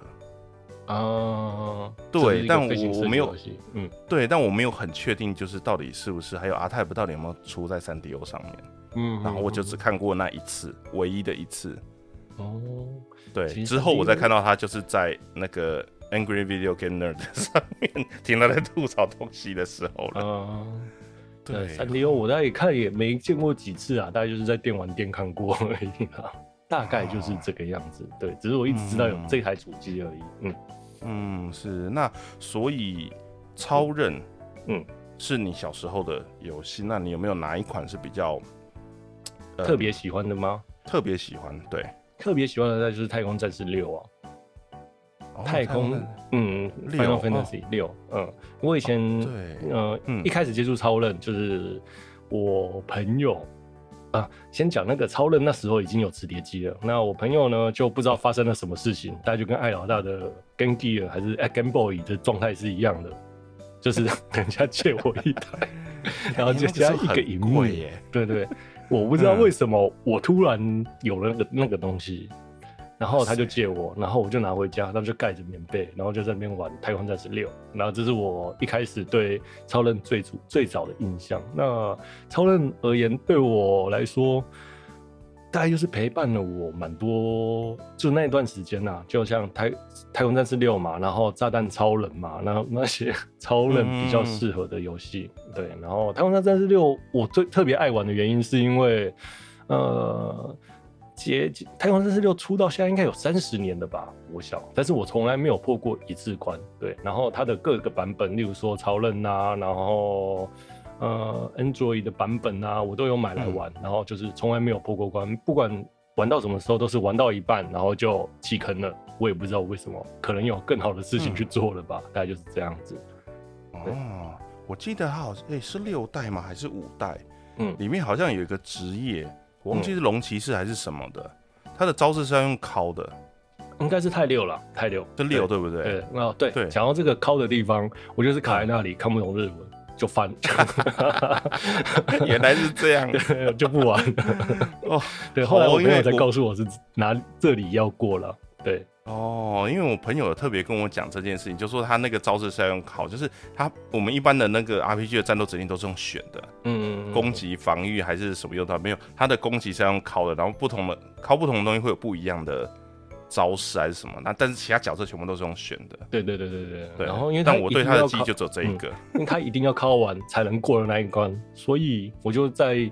[SPEAKER 2] 啊，
[SPEAKER 1] 对
[SPEAKER 2] 这是一个
[SPEAKER 1] 但
[SPEAKER 2] 飞行
[SPEAKER 1] 我
[SPEAKER 2] 射击
[SPEAKER 1] 没有
[SPEAKER 2] 游戏，嗯，
[SPEAKER 1] 对，但我没有很确定，就是到底是不是还有阿泰不到底有没有出在三 D O 上面。
[SPEAKER 2] 嗯，
[SPEAKER 1] 然后我就
[SPEAKER 2] 嗯
[SPEAKER 1] 只看过那一次，唯一的一次。
[SPEAKER 2] 哦，
[SPEAKER 1] 对
[SPEAKER 2] 其，实
[SPEAKER 1] 之后我
[SPEAKER 2] 3D
[SPEAKER 1] 再看到他就是在那个 Angry Video Game Nerd 上
[SPEAKER 2] 嗯
[SPEAKER 1] 面 听他在吐槽东西的时候了。
[SPEAKER 2] 啊，
[SPEAKER 1] 对，
[SPEAKER 2] 三 D O 我大概也看也没见过几次啊，大概就是在电玩店看过而已啦，大概就是这个样子。对，只是我一直知道有
[SPEAKER 1] 嗯
[SPEAKER 2] 这台主机而已。嗯，
[SPEAKER 1] 嗯，是那所以超任，
[SPEAKER 2] 嗯，
[SPEAKER 1] 是你小时候的游戏，那你有没有哪一款是比较、呃
[SPEAKER 2] 特别喜欢的吗？
[SPEAKER 1] 特别喜欢？对，
[SPEAKER 2] 特别喜欢的那就是《太空战士六》啊，
[SPEAKER 1] 哦
[SPEAKER 2] 太空
[SPEAKER 1] 战，
[SPEAKER 2] 嗯，《
[SPEAKER 1] 六
[SPEAKER 2] Final
[SPEAKER 1] 哦
[SPEAKER 2] Fantasy 六》嗯，我以前
[SPEAKER 1] 对
[SPEAKER 2] 呃
[SPEAKER 1] 嗯
[SPEAKER 2] 一开始接触超任就是我朋友。啊，先讲那个超任，那时候已经有磁碟机了。那我朋友呢，就不知道发生了什么事情，大家就跟艾老大的 Game Gear 还是 Game Boy 的状态是一样的，就是 人家借我一台，然后就
[SPEAKER 1] 哎那
[SPEAKER 2] 加
[SPEAKER 1] 个时候
[SPEAKER 2] 一个
[SPEAKER 1] 很
[SPEAKER 2] 荧幕
[SPEAKER 1] 贵耶。
[SPEAKER 2] 对对，我不知道
[SPEAKER 1] 嗯
[SPEAKER 2] 为什么我突然有了那个那个东西，然后他就借我，然后我就拿回家，然后就盖着棉被，然后就在那边玩《太空战士六》，然后这是我一开始对超人最主最早的印象。那超人而言，对我来说，大概就是陪伴了我蛮多，就那一段时间呐、啊就像太太空战士六嘛，然后炸弹超人嘛，然后那些超人比较适合的游戏，对。然后太空战士六，我最特别爱玩的原因是因为，呃，接近太空战士六出到现在应该有三十年了吧，我想，但是我从来没有破过一次关。对，然后它的各个版本，例如说超人啊，然后呃 Android 的版本啊，我都有买来玩，然后就是从来没有破过关，不管。玩到什么时候都是玩到一半，然后就弃坑了。我也不知道为什么，可能有更好的事情去做了吧，大概就是这样子。
[SPEAKER 1] 哦，我记得他好像诶、哎是六代吗？还是五代？
[SPEAKER 2] 嗯
[SPEAKER 1] 里面好像有一个职业，我忘记是龙骑士还是什么的。他的招式是要用敲的，
[SPEAKER 2] 应该是太六了，太六，
[SPEAKER 1] 是六对不对？
[SPEAKER 2] 对，哦，对，
[SPEAKER 1] 对
[SPEAKER 2] 讲到这个高的地方，我就是卡在那里，看不懂日文 就翻，
[SPEAKER 1] 原来是这样
[SPEAKER 2] 对就不玩了。
[SPEAKER 1] 哦
[SPEAKER 2] 对，后来我
[SPEAKER 1] 哦因
[SPEAKER 2] 朋
[SPEAKER 1] 为
[SPEAKER 2] 友才
[SPEAKER 1] 我
[SPEAKER 2] 告诉我是哪这里要过了。对，
[SPEAKER 1] 哦，因为我朋友有特别跟我讲这件事情，就说他那个招式是要用考，就是他我们一般的那个 RPG 的战斗指令都是用选的，
[SPEAKER 2] 嗯，
[SPEAKER 1] 攻击、防御还是什么用到没有，他的攻击是要用考的，然后不同的考不同的东西会有不一样的招式还是什么，那但是其他角色全部都是用选的。
[SPEAKER 2] 对对对对对
[SPEAKER 1] 对，
[SPEAKER 2] 然后因为
[SPEAKER 1] 但
[SPEAKER 2] 它
[SPEAKER 1] 我
[SPEAKER 2] 一
[SPEAKER 1] 对
[SPEAKER 2] 定
[SPEAKER 1] 他的
[SPEAKER 2] 要嗯
[SPEAKER 1] 记忆
[SPEAKER 2] 靠
[SPEAKER 1] 就只有这一个，
[SPEAKER 2] 因为他一定要靠完才能过的那一关，所以我就在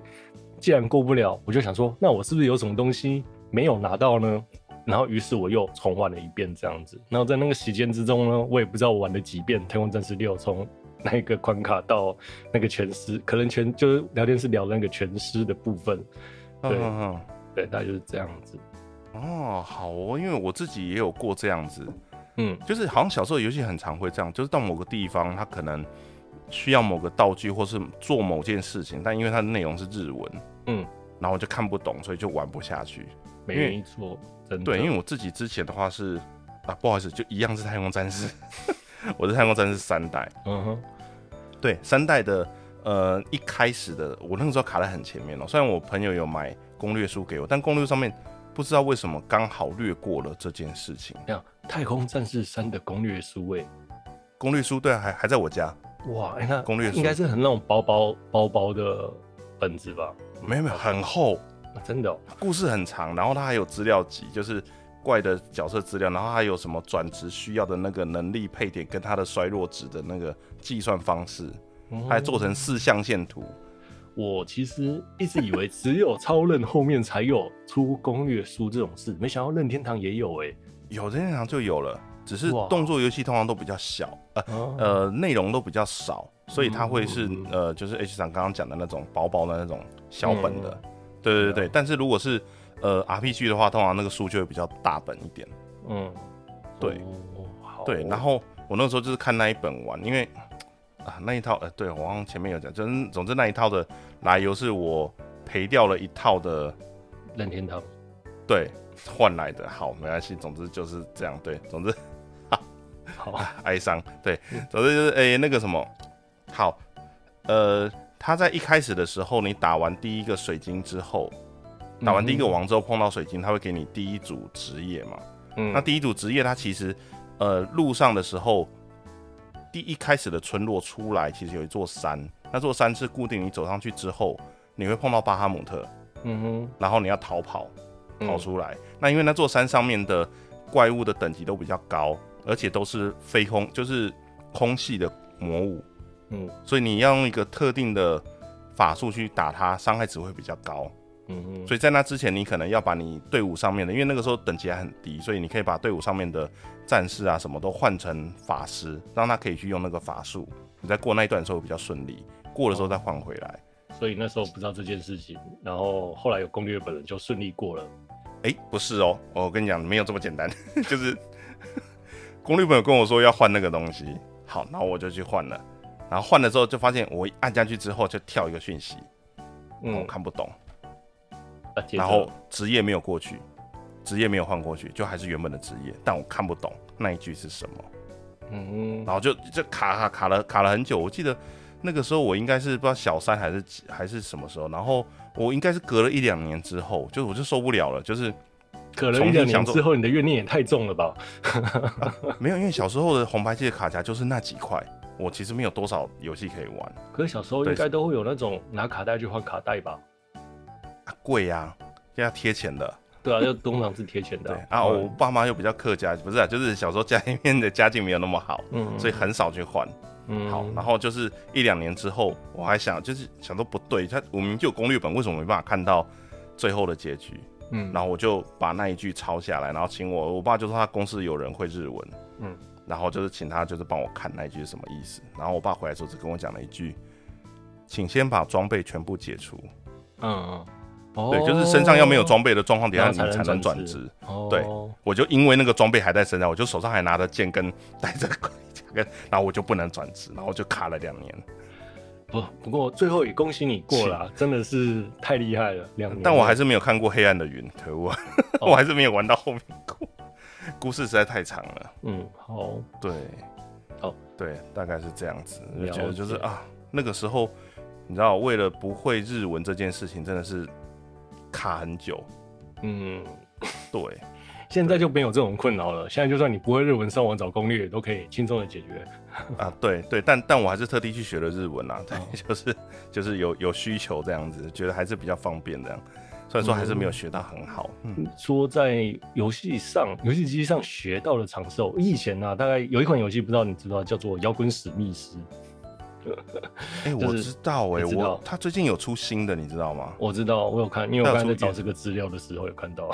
[SPEAKER 2] 既然过不了，我就想说，那我是不是有什么东西没有拿到呢？然后于是我又重玩了一遍这样子。然后在那个时间之中呢，我也不知道我玩了几遍《太空战士六》，从那个关卡到那个全尸，可能全就是聊天室聊的那个全尸的部分，对
[SPEAKER 1] 嗯嗯嗯
[SPEAKER 2] 对，大概就是这样子。
[SPEAKER 1] 哦，好哦，因为我自己也有过这样子，
[SPEAKER 2] 嗯
[SPEAKER 1] 就是好像小时候游戏很常会这样，就是到某个地方，它可能需要某个道具或是做某件事情，但因为它的内容是日文，
[SPEAKER 2] 嗯，
[SPEAKER 1] 然后我就看不懂，所以就玩不下去。因为
[SPEAKER 2] 没错，真的
[SPEAKER 1] 对，因为我自己之前的话是啊，不好意思，就一样是太空战士，我是太空战士三代，
[SPEAKER 2] 嗯哼
[SPEAKER 1] 对，三代的呃一开始的我那个时候卡在很前面哦、虽然我朋友有买攻略书给我，但攻略上面不知道为什么刚好略过了这件事情。
[SPEAKER 2] 这样《太空战士三》的攻略书位。
[SPEAKER 1] 攻略书对啊、还还在我家，
[SPEAKER 2] 哇，欸、那
[SPEAKER 1] 攻略书
[SPEAKER 2] 应该是很那种薄薄薄薄的本子吧？
[SPEAKER 1] 没有没有很厚，
[SPEAKER 2] 啊真的、哦，
[SPEAKER 1] 故事很长，然后它还有资料集，就是怪的角色资料，然后还有什么转职需要的那个能力配点跟它的衰弱值的那个计算方式，它还做成四象限图。
[SPEAKER 2] 嗯我其实一直以为只有超任后面才有出攻略书这种事，没想到任天堂也有哎、
[SPEAKER 1] 有的现场就有了，只是
[SPEAKER 2] 哇
[SPEAKER 1] 动作游戏通常都比较小，呃
[SPEAKER 2] 哦
[SPEAKER 1] 呃，内容都比较少，所以它会是
[SPEAKER 2] 嗯
[SPEAKER 1] 呃，就是 H 厂刚刚讲的那种薄薄的那种小本的
[SPEAKER 2] 嗯，
[SPEAKER 1] 对对对
[SPEAKER 2] 对
[SPEAKER 1] 对。但是如果是呃 RPG 的话，通常那个书就会比较大本一点。
[SPEAKER 2] 嗯，
[SPEAKER 1] 对
[SPEAKER 2] 哦好
[SPEAKER 1] 对，然后我那时候就是看那一本玩，因为啊那一套，呃，对我好像前面有讲，就是总之那一套的来由是我赔掉了一套的，
[SPEAKER 2] 任天堂，
[SPEAKER 1] 对，换来的。好，没关系，总之就是这样，对，总之
[SPEAKER 2] 好，
[SPEAKER 1] 哀伤，对，总之就是诶、那个什么，好，呃，他在一开始的时候，你打完第一个水晶之后， 打
[SPEAKER 2] 嗯
[SPEAKER 1] 完第一个王之后碰到水晶，他会给你第一组职业嘛，
[SPEAKER 2] 嗯，
[SPEAKER 1] 那第一组职业它其实，呃路上的时候，第一开始的村落出来，其实有一座山，那座山是固定你走上去之后，你会碰到巴哈姆特，
[SPEAKER 2] 嗯哼，
[SPEAKER 1] 然后你要逃跑，
[SPEAKER 2] 嗯
[SPEAKER 1] 跑出来。那因为那座山上面的怪物的等级都比较高，而且都是飞空，就是空系的魔物，
[SPEAKER 2] 嗯
[SPEAKER 1] 所以你要用一个特定的法术去打它，伤害值会比较高。
[SPEAKER 2] 嗯哼，
[SPEAKER 1] 所以在那之前，你可能要把你队伍上面的，因为那个时候等级还很低，所以你可以把队伍上面的战士啊什么都换成法师，让他可以去用那个法术。你在过那一段的时候会比较顺利，过的时候再换回来。
[SPEAKER 2] 所以那时候不知道这件事情，然后后来有攻略本人就顺利过了。
[SPEAKER 1] 哎、不是哦，我跟你讲，没有这么简单， 就是攻略本有跟我说要换那个东西，好，那我就去换了。然后换了之后就发现，我一按下去之后就跳一个讯息，我
[SPEAKER 2] 嗯，
[SPEAKER 1] 看不懂，
[SPEAKER 2] 那接着
[SPEAKER 1] 然后职业没有过去，职业没有换过去，就还是原本的职业，但我看不懂那一句是什么。
[SPEAKER 2] 嗯哼，
[SPEAKER 1] 然后就就卡卡卡了卡了很久。我记得那个时候我应该是不知道小三还是几还是什么时候，然后我应该是隔了一两年之后，就是我就受不了了，就是
[SPEAKER 2] 可能
[SPEAKER 1] 重
[SPEAKER 2] 一
[SPEAKER 1] 新
[SPEAKER 2] 两年
[SPEAKER 1] 想
[SPEAKER 2] 之后，你的怨念也太重了吧？
[SPEAKER 1] 没有，因为小时候的红白机的卡夹就是那几块，我其实没有多少游戏可以玩，
[SPEAKER 2] 可是小时候应该都会有那种拿卡带去换卡带吧？
[SPEAKER 1] 啊贵呀、要贴钱的，
[SPEAKER 2] 对啊，就嗯通常是贴钱的
[SPEAKER 1] 对啊，我爸妈又比较客家，不是、啊，就是小时候家里面的家境没有那么好，
[SPEAKER 2] 嗯
[SPEAKER 1] 所以很少去换。
[SPEAKER 2] 嗯
[SPEAKER 1] 好，然后就是一两年之后，我还想就是想说不对，他我们就有攻略本，为什么没办法看到最后的结局？
[SPEAKER 2] 嗯
[SPEAKER 1] 然后我就把那一句抄下来，然后请我我爸就说他公司有人会日文，
[SPEAKER 2] 嗯
[SPEAKER 1] 嗯，然后就是请他就是帮我看那一句是什么意思。然后我爸回来之后只跟我讲了一句，请先把装备全部解除，
[SPEAKER 2] 嗯嗯，
[SPEAKER 1] 对，就是身上要没有
[SPEAKER 2] 哦，
[SPEAKER 1] 装备的状况底下
[SPEAKER 2] 然
[SPEAKER 1] 你
[SPEAKER 2] 后才
[SPEAKER 1] 才能转
[SPEAKER 2] 转
[SPEAKER 1] 职。
[SPEAKER 2] 对
[SPEAKER 1] 对我就因为那个装备还在身上，我就手上还拿着剑跟带着盔甲跟，然后我就不能转职，然后就卡了两年。
[SPEAKER 2] 不不过最后也恭喜你过了啊，真的是太厉害了，两年。
[SPEAKER 1] 但我还是没有看过《黑暗的云》，可恶， 我还是没有玩到后面过，故事实在太长了。
[SPEAKER 2] 嗯好，
[SPEAKER 1] 对，
[SPEAKER 2] 好，
[SPEAKER 1] 对，大概是这样子。就觉
[SPEAKER 2] 哦了
[SPEAKER 1] 得就是
[SPEAKER 2] 解
[SPEAKER 1] 啊，那个时候你知道，为了不会日文这件事情，真的是卡很久。
[SPEAKER 2] 嗯，
[SPEAKER 1] 对，
[SPEAKER 2] 现在就没有这种困扰了。现在就算你不会日文，上网找攻略也都可以轻松的解决。
[SPEAKER 1] 啊，对对，但但我还是特地去学了日文啊，
[SPEAKER 2] 哦
[SPEAKER 1] 对， 就是就是有有需求这样子，觉得还是比较方便这样。虽然说还是没有学到很好，嗯，
[SPEAKER 2] 说在游戏上、游戏机上学到的长寿，以前啊，大概有一款游戏，不知道你知不知道，叫做《摇滚史密斯》。
[SPEAKER 1] 哎、
[SPEAKER 2] 就
[SPEAKER 1] 我
[SPEAKER 2] 是
[SPEAKER 1] 知道哎、
[SPEAKER 2] 你知道
[SPEAKER 1] 我他最近有出新的，你知道吗？
[SPEAKER 2] 我知道，我有看，因为我
[SPEAKER 1] 那有
[SPEAKER 2] 刚才在
[SPEAKER 1] 出
[SPEAKER 2] 找
[SPEAKER 1] 电
[SPEAKER 2] 这个资料的时候有看到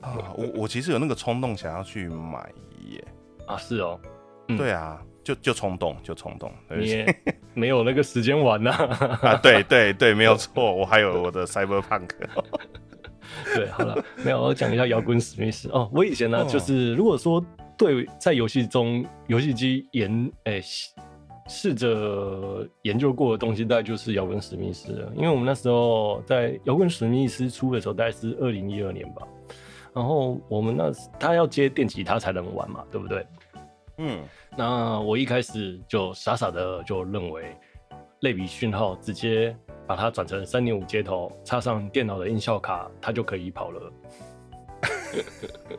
[SPEAKER 1] 啊，我我其实有那个冲动想要去买耶，
[SPEAKER 2] 啊，是哦，嗯
[SPEAKER 1] 对啊，就就冲动，就冲动，对不
[SPEAKER 2] 你
[SPEAKER 1] 起
[SPEAKER 2] 也 没有那个时间玩呐、
[SPEAKER 1] 啊，对对对，没有错，我还有我的 Cyberpunk，
[SPEAKER 2] 对，好了，没有，我讲一下摇滚史密斯哦。我以前呢、
[SPEAKER 1] 哦
[SPEAKER 2] 就是如果说对在游戏中游戏机研诶试试着研究过的东西，大概就是摇滚史密斯了。因为我们那时候在摇滚史密斯出的时候，大概是二零一二年吧。然后我们那时他要接电吉他才能玩嘛，对不对？
[SPEAKER 1] 嗯，
[SPEAKER 2] 那我一开始就傻傻的就认为类比讯号直接把它转成三点五接头，插上电脑的音效卡，它就可以跑了。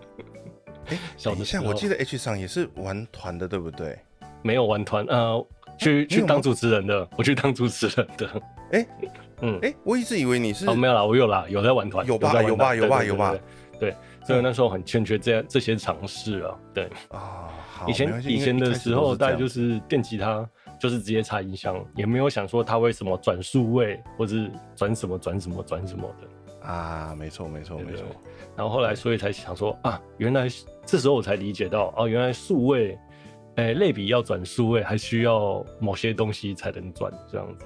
[SPEAKER 2] 小
[SPEAKER 1] 等
[SPEAKER 2] 的
[SPEAKER 1] 一
[SPEAKER 2] 时
[SPEAKER 1] 下，
[SPEAKER 2] 候
[SPEAKER 1] 我记得 H 上也是玩团的，对不对？
[SPEAKER 2] 没有玩团，呃，去
[SPEAKER 1] 没有
[SPEAKER 2] 去
[SPEAKER 1] 吗
[SPEAKER 2] 当主持人的，我去当主持人的。
[SPEAKER 1] 诶
[SPEAKER 2] 嗯，
[SPEAKER 1] 哎、我一直以为你是
[SPEAKER 2] 哦，没有啦，我有啦，有在玩团，
[SPEAKER 1] 有吧
[SPEAKER 2] 在玩团
[SPEAKER 1] 有吧
[SPEAKER 2] 对
[SPEAKER 1] 有吧
[SPEAKER 2] 对对
[SPEAKER 1] 有吧
[SPEAKER 2] 对对，对所以那时候很欠缺这样这些尝试啊。对，
[SPEAKER 1] 啊，好
[SPEAKER 2] 以
[SPEAKER 1] 没
[SPEAKER 2] 前
[SPEAKER 1] 关系
[SPEAKER 2] 以
[SPEAKER 1] 因为
[SPEAKER 2] 前
[SPEAKER 1] 一
[SPEAKER 2] 的
[SPEAKER 1] 开始
[SPEAKER 2] 时
[SPEAKER 1] 都
[SPEAKER 2] 候，
[SPEAKER 1] 是这
[SPEAKER 2] 大概
[SPEAKER 1] 样
[SPEAKER 2] 就是电吉他，就是直接插音箱，也没有想说它会什么转数位，或是转什么转什么转什么的。
[SPEAKER 1] 啊，没错没错
[SPEAKER 2] 对
[SPEAKER 1] 没
[SPEAKER 2] 对
[SPEAKER 1] 错，
[SPEAKER 2] 然后后来，所以才想说啊，原来是这时候我才理解到，哦，原来数位，诶、类比要转数位，还需要某些东西才能转这样子。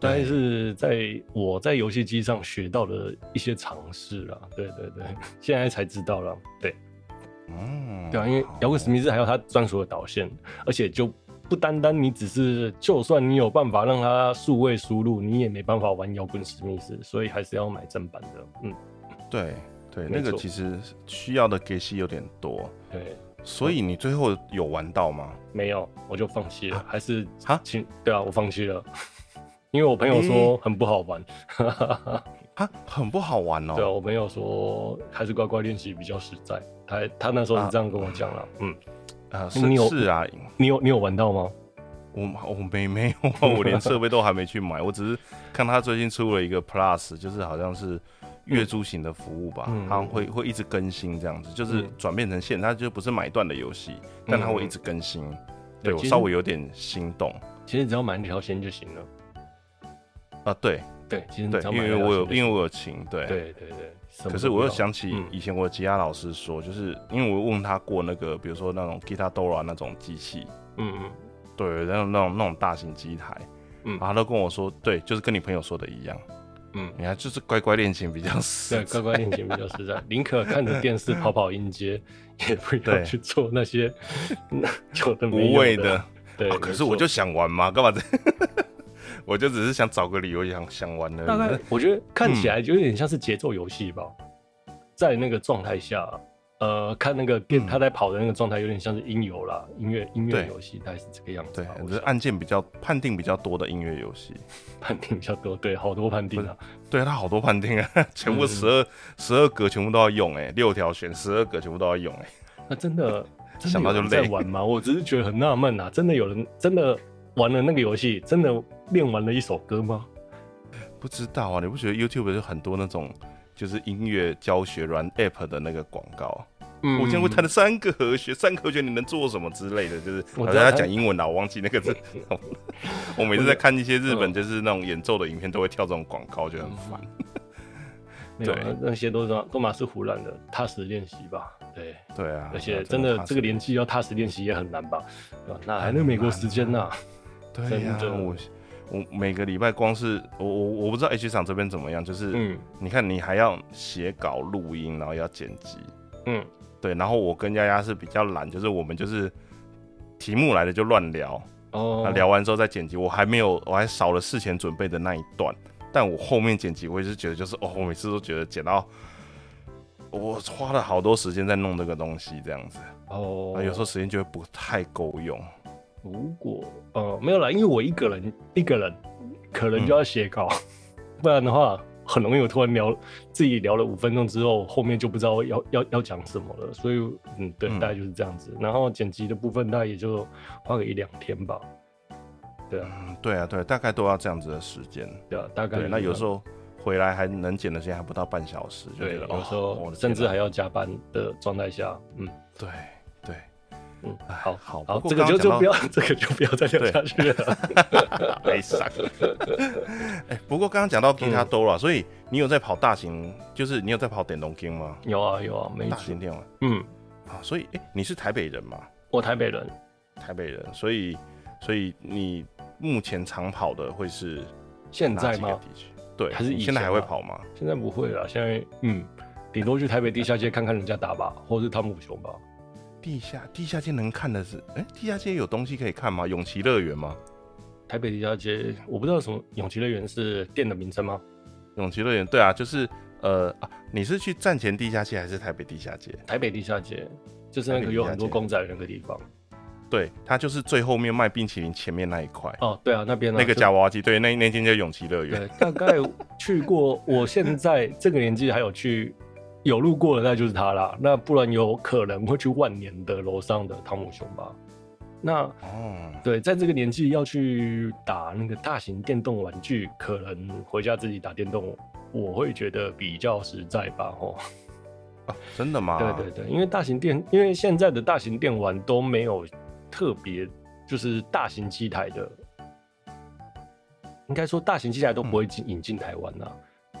[SPEAKER 1] 对
[SPEAKER 2] 但是在我在游戏机上学到的一些常识啦，对对对，现在才知道了，对。
[SPEAKER 1] 嗯，
[SPEAKER 2] 对啊，因为
[SPEAKER 1] 好
[SPEAKER 2] 摇滚史密斯还有他专属的导线，而且就不单单你只是，就算你有办法让它数位输入，你也没办法玩摇滚史密斯，所以还是要买正版的。嗯，
[SPEAKER 1] 对对，
[SPEAKER 2] 没
[SPEAKER 1] 那个
[SPEAKER 2] 错
[SPEAKER 1] 其实需要的给息有点多，
[SPEAKER 2] 对，
[SPEAKER 1] 所
[SPEAKER 2] 嗯
[SPEAKER 1] 以你最后有玩到吗？
[SPEAKER 2] 没有我就放弃了，还是
[SPEAKER 1] 啊
[SPEAKER 2] 请对啊，我放弃了， 因为我朋友说很不好玩，
[SPEAKER 1] 啊，很不好玩哦。
[SPEAKER 2] 对啊，我
[SPEAKER 1] 啊
[SPEAKER 2] 朋友说还是乖乖练习比较实在，他他那时候是这样跟我讲了，嗯，
[SPEAKER 1] 呃，
[SPEAKER 2] 你你
[SPEAKER 1] 是
[SPEAKER 2] 有
[SPEAKER 1] 是啊，
[SPEAKER 2] 你有你有玩到吗？
[SPEAKER 1] 我我没没有 啊，我连设备都还没去买，我只是看他最近出了一个 Plus，就是好像是月租型的服务吧，
[SPEAKER 2] 嗯
[SPEAKER 1] 它会会一直更新这样子，就是
[SPEAKER 2] 嗯
[SPEAKER 1] 转变成线，它就不是买断的游戏，但它会一直更新。对我
[SPEAKER 2] 其实
[SPEAKER 1] 稍微有点心动
[SPEAKER 2] 其实只要买那条线就行了。
[SPEAKER 1] 啊，对
[SPEAKER 2] 对，其实你
[SPEAKER 1] 对
[SPEAKER 2] 只要，买
[SPEAKER 1] 因为
[SPEAKER 2] 那条
[SPEAKER 1] 我
[SPEAKER 2] 线
[SPEAKER 1] 有
[SPEAKER 2] 就行
[SPEAKER 1] 因为我有情对。
[SPEAKER 2] 对对对，什么
[SPEAKER 1] 可
[SPEAKER 2] 都
[SPEAKER 1] 是
[SPEAKER 2] 不
[SPEAKER 1] 我又
[SPEAKER 2] 要
[SPEAKER 1] 想起
[SPEAKER 2] 嗯
[SPEAKER 1] 以前我的吉他老师说，就是因为我问他过那个，比如说那种 Guitar Dora 那种机器，
[SPEAKER 2] 嗯嗯，
[SPEAKER 1] 对，那种那种那种大型机台，嗯，
[SPEAKER 2] 嗯
[SPEAKER 1] 然后他都跟我说，对，就是跟你朋友说的一样，
[SPEAKER 2] 嗯
[SPEAKER 1] 你还就是乖乖练琴比较
[SPEAKER 2] 对，
[SPEAKER 1] 实在
[SPEAKER 2] 乖乖练琴比较实在，宁可看着电视跑跑音阶， 也不要
[SPEAKER 1] 对
[SPEAKER 2] 去做那些 有的没
[SPEAKER 1] 无
[SPEAKER 2] 有
[SPEAKER 1] 谓
[SPEAKER 2] 的。
[SPEAKER 1] 的。
[SPEAKER 2] 对、
[SPEAKER 1] 啊可是我就想玩嘛，干嘛这？ 我就只是想找个理由想想玩而已。
[SPEAKER 2] 大概我觉得看
[SPEAKER 1] 嗯
[SPEAKER 2] 起来就有点像是节奏游戏吧，在那个状态下，呃，看那个电
[SPEAKER 1] 嗯
[SPEAKER 2] 他在跑的那个状态，有点像是音游啦，音乐音乐
[SPEAKER 1] 对
[SPEAKER 2] 游戏，大概是这个样子
[SPEAKER 1] 对
[SPEAKER 2] 吧。，
[SPEAKER 1] 我
[SPEAKER 2] 我
[SPEAKER 1] 觉得
[SPEAKER 2] 想
[SPEAKER 1] 按键比较判定比较多的音乐游戏，
[SPEAKER 2] 判定比较多，对，好多判定啊，
[SPEAKER 1] 对它好多判定啊， 全
[SPEAKER 2] 嗯
[SPEAKER 1] 部十二十二格全部都要用哎、六条选十二格全部都要用哎、
[SPEAKER 2] 那 真的真的
[SPEAKER 1] 想到
[SPEAKER 2] 有
[SPEAKER 1] 就
[SPEAKER 2] 人在
[SPEAKER 1] 累
[SPEAKER 2] 玩吗？我只是觉得很纳闷啊，真的有人真的玩了那个游戏，真的练完了一首歌吗？
[SPEAKER 1] 不知道啊，你不觉得 YouTube 就很多那种就是音乐教学软 App 的那个广告？啊
[SPEAKER 2] 嗯
[SPEAKER 1] 我今天会弹了三个和弦，三个和弦你能做什么之类的，就是
[SPEAKER 2] 我
[SPEAKER 1] 好
[SPEAKER 2] 知道
[SPEAKER 1] 像他
[SPEAKER 2] 他
[SPEAKER 1] 讲英文啊啦，我忘记那 个字。我每次在看一些日本就是那种演奏的影片，都会跳这种广告，就很烦。
[SPEAKER 2] 嗯没有
[SPEAKER 1] 对
[SPEAKER 2] 那那些都是都嘛是胡乱的，踏实练习吧。对，
[SPEAKER 1] 对啊，
[SPEAKER 2] 而且真的这个年纪要踏实练习也很难吧？
[SPEAKER 1] 嗯
[SPEAKER 2] 对吧？哪来的美国时间呐、
[SPEAKER 1] 对呀、
[SPEAKER 2] 真的
[SPEAKER 1] 我我每个礼拜光是我我我不知道 H 厂这边怎么样，就是、
[SPEAKER 2] 嗯
[SPEAKER 1] 你看你还要写稿、录音，然后要剪辑，
[SPEAKER 2] 嗯，
[SPEAKER 1] 对，然后我跟丫丫是比较懒，就是我们就是题目来了就乱聊，
[SPEAKER 2] 哦
[SPEAKER 1] 那，啊聊完之后再剪辑，我还没有，我还少了事前准备的那一段，但我后面剪辑，我也是觉得就是哦，我每次都觉得剪到我花了好多时间在弄这个东西，这样子，
[SPEAKER 2] 哦
[SPEAKER 1] 啊，有时候时间就会不太够用。
[SPEAKER 2] 如果呃没有啦，因为我一个人一个人可能
[SPEAKER 1] 嗯
[SPEAKER 2] 就要写稿， 不然的话很容易我突然聊自己聊了五分钟之后，后面就不知道要要要讲什么了。所以嗯，对，
[SPEAKER 1] 嗯
[SPEAKER 2] 大概就是这样子。然后剪辑的部分大概也就花个一两天吧。对啊，
[SPEAKER 1] 嗯，对啊，对啊大概都要这样子的时间。
[SPEAKER 2] 对啊，大概
[SPEAKER 1] 对，
[SPEAKER 2] 就
[SPEAKER 1] 那
[SPEAKER 2] 是这
[SPEAKER 1] 有
[SPEAKER 2] 样
[SPEAKER 1] 时候回来还能剪的时间还不到半小时，就
[SPEAKER 2] 对，
[SPEAKER 1] 觉得
[SPEAKER 2] 有时
[SPEAKER 1] 哦，我
[SPEAKER 2] 候
[SPEAKER 1] 的
[SPEAKER 2] 甚
[SPEAKER 1] 天
[SPEAKER 2] 至
[SPEAKER 1] 啊
[SPEAKER 2] 还要加班的状态下，嗯
[SPEAKER 1] 对对。
[SPEAKER 2] 嗯，
[SPEAKER 1] 哎
[SPEAKER 2] 好
[SPEAKER 1] 好
[SPEAKER 2] 好，
[SPEAKER 1] 不过
[SPEAKER 2] 这个
[SPEAKER 1] 刚刚
[SPEAKER 2] 就
[SPEAKER 1] 讲
[SPEAKER 2] 就
[SPEAKER 1] 到
[SPEAKER 2] 不要，这个就不要再聊
[SPEAKER 1] 对
[SPEAKER 2] 下去 了。
[SPEAKER 1] 悲伤。 哎、不过刚刚讲到 Guitar
[SPEAKER 2] 嗯
[SPEAKER 1] Dora，、所以你有在跑大型，就是你有在跑电动 game 吗？
[SPEAKER 2] 有啊有啊，没
[SPEAKER 1] 大
[SPEAKER 2] 错
[SPEAKER 1] 型，电玩
[SPEAKER 2] 嗯，
[SPEAKER 1] 啊，所以哎、你是台北人嘛？
[SPEAKER 2] 我台北人，
[SPEAKER 1] 台北人，所以所以你目前常跑的会是
[SPEAKER 2] 现
[SPEAKER 1] 哪
[SPEAKER 2] 在
[SPEAKER 1] 几个
[SPEAKER 2] 吗？
[SPEAKER 1] 地区？对，
[SPEAKER 2] 还是以
[SPEAKER 1] 你现在
[SPEAKER 2] 前
[SPEAKER 1] 还
[SPEAKER 2] 啊
[SPEAKER 1] 会
[SPEAKER 2] 吗
[SPEAKER 1] 跑吗？
[SPEAKER 2] 现在不会了，现在嗯，顶多去台北地下街看看人家打吧，或者是汤姆熊吧。
[SPEAKER 1] 地下地下街能看的是，哎、地下街有东西可以看吗？永琪乐园吗？
[SPEAKER 2] 台北地下街，我不知道什么永琪乐园是店的名称吗？
[SPEAKER 1] 永琪乐园，对啊，就是呃、啊，你是去站前地下街还是台北地下街？
[SPEAKER 2] 台北地下街就是那
[SPEAKER 1] 台
[SPEAKER 2] 个
[SPEAKER 1] 北地
[SPEAKER 2] 有
[SPEAKER 1] 下
[SPEAKER 2] 很多
[SPEAKER 1] 街
[SPEAKER 2] 公仔的那个地方。
[SPEAKER 1] 对，它就是最后面卖冰淇淋前面那一块，
[SPEAKER 2] 哦，对啊，那边啊
[SPEAKER 1] 那个
[SPEAKER 2] 就
[SPEAKER 1] 夹娃娃机，对，那那间叫永琪乐园
[SPEAKER 2] 对。，大概去过，我现在这个年纪还有去有路过的，那就是它啦。那不然有可能会去万年的楼上的汤姆熊吧。那
[SPEAKER 1] 哦，
[SPEAKER 2] 对，在这个年纪要去打那个大型电动玩具，可能回家自己打电动，我会觉得比较实在吧，吼。
[SPEAKER 1] 啊真的吗？
[SPEAKER 2] 对对对，因为大型电，因为现在的大型电玩都没有特别就是大型机台的，应该说大型机台都不会进引进台湾啦、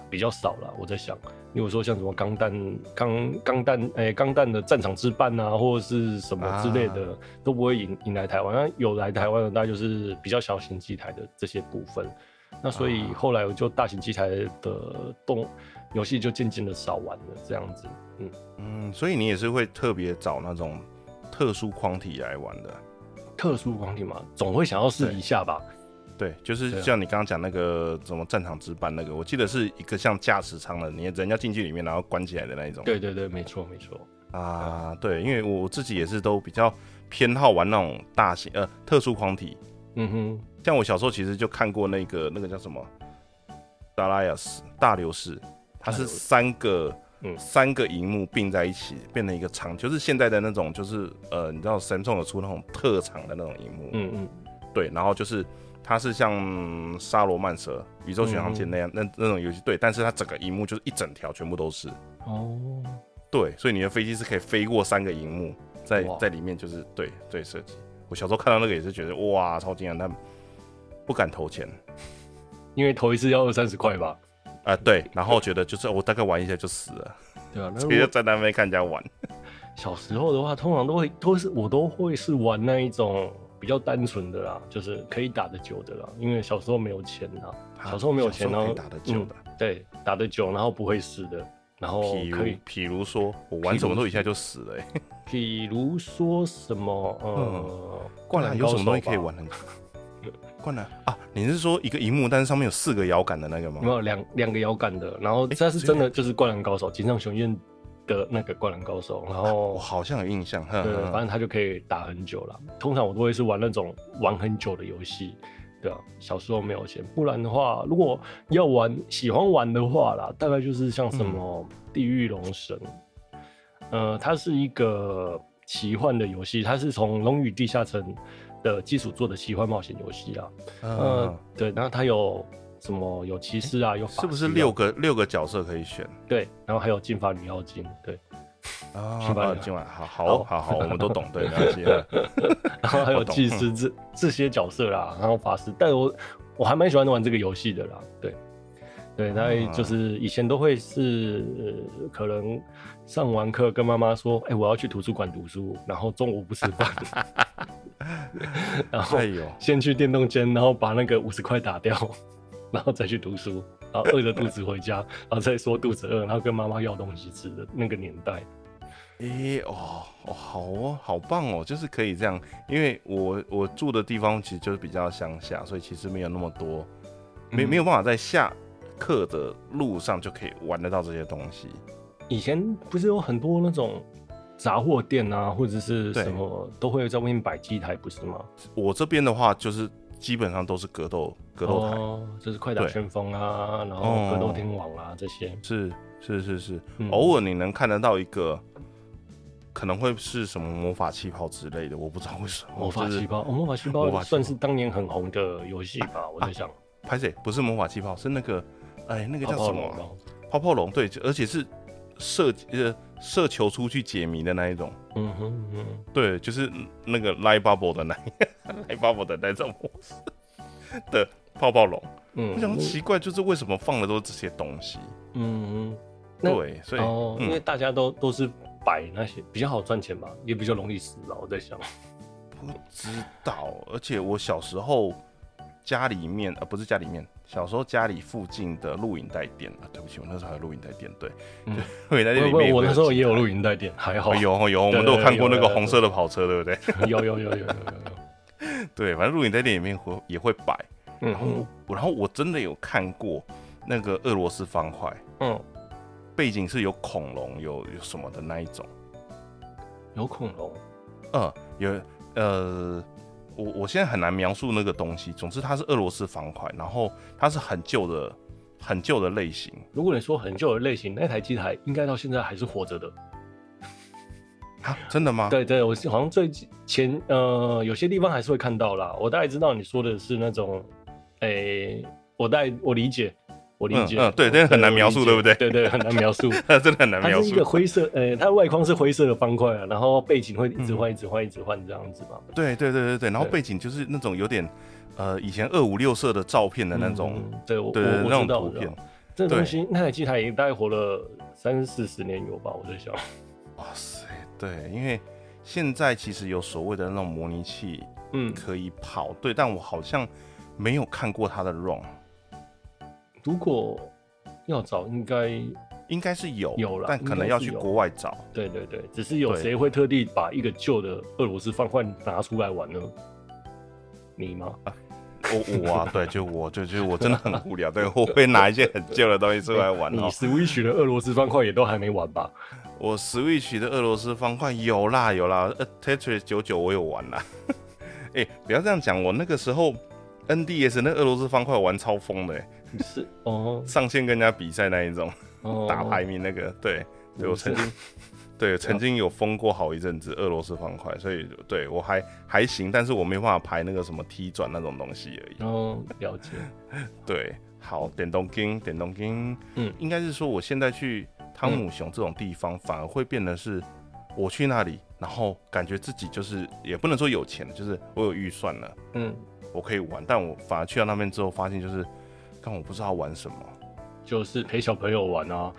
[SPEAKER 2] 比较少啦。我在想，例如说像什么钢弹、钢钢弹，哎、钢弹的战场之伴啊，或者是什么之类
[SPEAKER 1] 啊
[SPEAKER 2] 的，都不会引引来台湾。那有来台湾的，那就是比较小型机台的这些部分。那所以
[SPEAKER 1] 啊
[SPEAKER 2] 后来我就大型机台的动游戏就渐渐的少玩了，这样子，嗯。
[SPEAKER 1] 嗯，所以你也是会特别找那种特殊框体来玩的。
[SPEAKER 2] 特殊光体嘛，总会想要试一下吧。
[SPEAKER 1] 对，就
[SPEAKER 2] 对
[SPEAKER 1] 是
[SPEAKER 2] 啊
[SPEAKER 1] 像你刚刚讲那个什么战场值班那个，我记得是一个像驾驶舱的，你人要进去里面，然后关起来的那一种。
[SPEAKER 2] 对对对，没错没错。
[SPEAKER 1] 啊，对，因为我自己也是都比较偏好玩那种大型呃特殊框体，
[SPEAKER 2] 嗯哼，
[SPEAKER 1] 像我小时候其实就看过那个那个叫什么达拉亚斯大流士，它
[SPEAKER 2] 大流
[SPEAKER 1] 是
[SPEAKER 2] 士
[SPEAKER 1] 三个
[SPEAKER 2] 嗯
[SPEAKER 1] 三个荧幕并在一起，变成一个长，就是现在的那种，就是呃，你知道 Samsung 有出那种特长的那种荧幕，
[SPEAKER 2] 嗯嗯，
[SPEAKER 1] 对，然后就是它是像嗯沙罗曼蛇、宇宙巡航
[SPEAKER 2] 嗯
[SPEAKER 1] 舰那样、那那种游戏，对，但是它整个荧幕就是一整条全部都是，
[SPEAKER 2] 哦，
[SPEAKER 1] 对，所以你的飞机是可以飞过三个荧幕，在
[SPEAKER 2] 哇
[SPEAKER 1] 在里面就是对对设计。我小时候看到那个也是觉得哇超惊讶，但不敢投钱
[SPEAKER 2] 因为头一次要二三十块吧，
[SPEAKER 1] 啊、对，然后觉得就是哦我大概玩一下就死 了，
[SPEAKER 2] 对啊，那
[SPEAKER 1] 直
[SPEAKER 2] 如
[SPEAKER 1] 接
[SPEAKER 2] 果
[SPEAKER 1] 在那边看人家玩。
[SPEAKER 2] 小时候的话，通常都会都是我都会是玩那一种比较单纯的啦，就是可以打得久的啦，因为小时候没有钱啦，啊小时候没有钱，
[SPEAKER 1] 小时
[SPEAKER 2] 然
[SPEAKER 1] 候可
[SPEAKER 2] 后
[SPEAKER 1] 以打得久的，
[SPEAKER 2] 嗯对，打得久，然后不会死的，然后
[SPEAKER 1] 譬
[SPEAKER 2] 可以
[SPEAKER 1] 如，譬如说，我玩什么都一下就死了、欸。
[SPEAKER 2] 比如说什么呃，
[SPEAKER 1] 灌
[SPEAKER 2] 篮
[SPEAKER 1] 篮有什么东西可以
[SPEAKER 2] 高手吧？
[SPEAKER 1] 玩很 久？灌篮啊，你是说一个荧幕，但是上面有四个摇杆的那个吗
[SPEAKER 2] 有没？有两两个摇杆的？然后
[SPEAKER 1] 诶
[SPEAKER 2] 这是
[SPEAKER 1] 只有
[SPEAKER 2] 真的
[SPEAKER 1] 两
[SPEAKER 2] 就是《灌篮高手》井上雄彦的那个《灌篮高手》，然
[SPEAKER 1] 我
[SPEAKER 2] 后
[SPEAKER 1] 好像有印象，哼
[SPEAKER 2] 对，
[SPEAKER 1] 哼
[SPEAKER 2] 反正他就可以打很久了。通常我都会是玩那种玩很久的游戏，对啊，小时候没有钱，不然的话，如果要玩喜欢玩的话啦，大概就是像
[SPEAKER 1] 嗯
[SPEAKER 2] 什么《地狱龙神》呃，它是一个奇幻的游戏，它是从《龙与地下城》的基础做的奇幻冒险游戏啦。
[SPEAKER 1] 嗯
[SPEAKER 2] 呃
[SPEAKER 1] 嗯，
[SPEAKER 2] 对，然后它有什么有骑士啊，有法
[SPEAKER 1] 是不是
[SPEAKER 2] 师啊
[SPEAKER 1] 六个六个角色可以选
[SPEAKER 2] 对？然后还有金发女妖精，对，
[SPEAKER 1] 啊？
[SPEAKER 2] 是哦吧
[SPEAKER 1] 啊今晚好好好好，我们都懂，对，没关系。
[SPEAKER 2] 然后还有
[SPEAKER 1] 我懂
[SPEAKER 2] 祭司这这些角色啦，然后法师，但我我还蛮喜欢玩这个游戏的啦，对。对，那
[SPEAKER 1] 啊
[SPEAKER 2] 就是以前都会是、呃可能上完课跟妈妈说，哎、我要去图书馆读书，然后中午不吃 饭，然后
[SPEAKER 1] 哎呦，
[SPEAKER 2] 先去电动间，然后把那个五十块打掉，然后再去读书，然后饿着肚子回家，然后再说肚子饿，然后跟妈妈要东西吃的那个年代。
[SPEAKER 1] 诶、哦哦，好哦，好棒哦，就是可以这样，因为我我住的地方其实就是比较乡下，所以其实没有那么多，
[SPEAKER 2] 嗯
[SPEAKER 1] 没没有办法在下课的路上就可以玩得到这些东西。
[SPEAKER 2] 以前不是有很多那种杂货店啊，或者是
[SPEAKER 1] 对
[SPEAKER 2] 什么都会在外面摆机台，不是吗？
[SPEAKER 1] 我这边的话，就是基本上都是格斗格斗台，
[SPEAKER 2] 哦，就是快打
[SPEAKER 1] 对
[SPEAKER 2] 旋风啊，然后格斗天王啊这些。
[SPEAKER 1] 是是是是，
[SPEAKER 2] 嗯
[SPEAKER 1] 偶尔你能看得到一个，可能会是什么魔法气泡之类的，我不知道为什么。
[SPEAKER 2] 魔法气泡，哦魔法气
[SPEAKER 1] 魔法气
[SPEAKER 2] 泡
[SPEAKER 1] 泡
[SPEAKER 2] 算是当年很红的游戏吧，我在想。
[SPEAKER 1] 拍谁？不是魔法气泡，是那个，哎，那个
[SPEAKER 2] 泡
[SPEAKER 1] 叫
[SPEAKER 2] 泡
[SPEAKER 1] 什么
[SPEAKER 2] 龙
[SPEAKER 1] 啊、
[SPEAKER 2] 咯，
[SPEAKER 1] 泡泡龙，对，而且是射呃射球出去解谜的那一种，
[SPEAKER 2] 嗯哼嗯哼，
[SPEAKER 1] 对，就是那个 light bubble 的那 light bubble 的那种模式的泡泡龙。
[SPEAKER 2] 嗯，
[SPEAKER 1] 我想说奇怪，就是为什么放的都是这些东西？
[SPEAKER 2] 嗯，那
[SPEAKER 1] 对，所以
[SPEAKER 2] 哦，因
[SPEAKER 1] 嗯
[SPEAKER 2] 为大家都都是摆那些比较好赚钱吧，也比较容易死吧，我在想。
[SPEAKER 1] 不知道，而且我小时候家里面呃不是家里面，小时候家里附近的录影带店啊，对不起，我那时候还有录影带店，对，
[SPEAKER 2] 嗯
[SPEAKER 1] 就录影带店里
[SPEAKER 2] 不
[SPEAKER 1] 面，
[SPEAKER 2] 不，我那时候也有录
[SPEAKER 1] 影
[SPEAKER 2] 影带店，还好
[SPEAKER 1] 带，有哦有，我
[SPEAKER 2] 对
[SPEAKER 1] 们都有看过
[SPEAKER 2] 有
[SPEAKER 1] 那个
[SPEAKER 2] 有
[SPEAKER 1] 红色的跑车，对不对？
[SPEAKER 2] 有有有有有有有，
[SPEAKER 1] 对，反正录影带店里面会也会摆，
[SPEAKER 2] 嗯
[SPEAKER 1] 然后我然后我真的有看过那个俄罗斯方块，
[SPEAKER 2] 嗯，
[SPEAKER 1] 背景是有恐龙有有什么的那一种，
[SPEAKER 2] 有恐龙，
[SPEAKER 1] 嗯，有呃，我我现在很难描述那个东西。总之，它是俄罗斯方块，然后它是很旧的、很旧的类型。
[SPEAKER 2] 如果你说很旧的类型，那台机台应该到现在还是活着的。
[SPEAKER 1] 啊，真的吗？，
[SPEAKER 2] 对对，我好像最近前呃有些地方还是会看到啦。我大概知道你说的是那种，诶、我大概我理解，我理解，
[SPEAKER 1] 嗯嗯对但是很难描述
[SPEAKER 2] 我理解
[SPEAKER 1] 对不对
[SPEAKER 2] 对对，很难描述。
[SPEAKER 1] 真的 很难
[SPEAKER 2] 它
[SPEAKER 1] 描
[SPEAKER 2] 是一个
[SPEAKER 1] 述。
[SPEAKER 2] 灰色，呃，它外框是灰色的方块啊，然后背景会一直
[SPEAKER 1] 嗯
[SPEAKER 2] 换、一直换、一直换这样子嘛。
[SPEAKER 1] 对对对对对，然后
[SPEAKER 2] 对
[SPEAKER 1] 背景就是那种有点呃以前二五六色的照片的那种，
[SPEAKER 2] 嗯对我
[SPEAKER 1] 对对对
[SPEAKER 2] 我
[SPEAKER 1] 那
[SPEAKER 2] 我知道
[SPEAKER 1] 种图
[SPEAKER 2] 我知道
[SPEAKER 1] 片。
[SPEAKER 2] 这东西，那台机台也大概活了三四十年有吧，我在想。
[SPEAKER 1] 哇塞，对，因为现在其实有所谓的那种模拟器
[SPEAKER 2] 嗯，
[SPEAKER 1] 可以跑，对，但我好像没有看过它的 ROM。
[SPEAKER 2] 如果要找，应该
[SPEAKER 1] 应该是有，
[SPEAKER 2] 有啦
[SPEAKER 1] 但可能要去
[SPEAKER 2] 应该是有
[SPEAKER 1] 国外找。
[SPEAKER 2] 对对对，只是有
[SPEAKER 1] 对
[SPEAKER 2] 谁会特地把一个旧的俄罗斯方块拿出来玩呢？你吗？
[SPEAKER 1] 我我 啊，对，就我就就我真的很无聊，对，我会拿一些很旧的东西出来玩
[SPEAKER 2] 你
[SPEAKER 1] 哦。
[SPEAKER 2] Switch 的俄罗斯方块也都还没 玩吧？
[SPEAKER 1] 我 Switch 的俄罗斯方块有啦有啦，呃 Tetris 九九我有玩啦。 哎、不要这样讲，我那个时候 NDS 那俄罗斯方块玩超疯的、欸，
[SPEAKER 2] 是哦，
[SPEAKER 1] 上线跟人家比赛那一种。
[SPEAKER 2] 哦
[SPEAKER 1] 打排名那个，对对我
[SPEAKER 2] 是
[SPEAKER 1] 曾经。对，曾经有封过好一阵子俄罗斯方块，所以对我还还行，但是我没办法排那个什么踢转那种东西而已。
[SPEAKER 2] 哦，了解，
[SPEAKER 1] 对，好，点东京，点东京，
[SPEAKER 2] 嗯
[SPEAKER 1] 应该是说我现在去汤姆熊这种地方，反而会变得是我去那里，然后感觉自己就是也不能说有钱了，就是我有预算了，
[SPEAKER 2] 嗯，
[SPEAKER 1] 我可以玩，但我反而去到那边之后，发现就是，但我不知道玩什么，
[SPEAKER 2] 就是陪小朋友玩啊，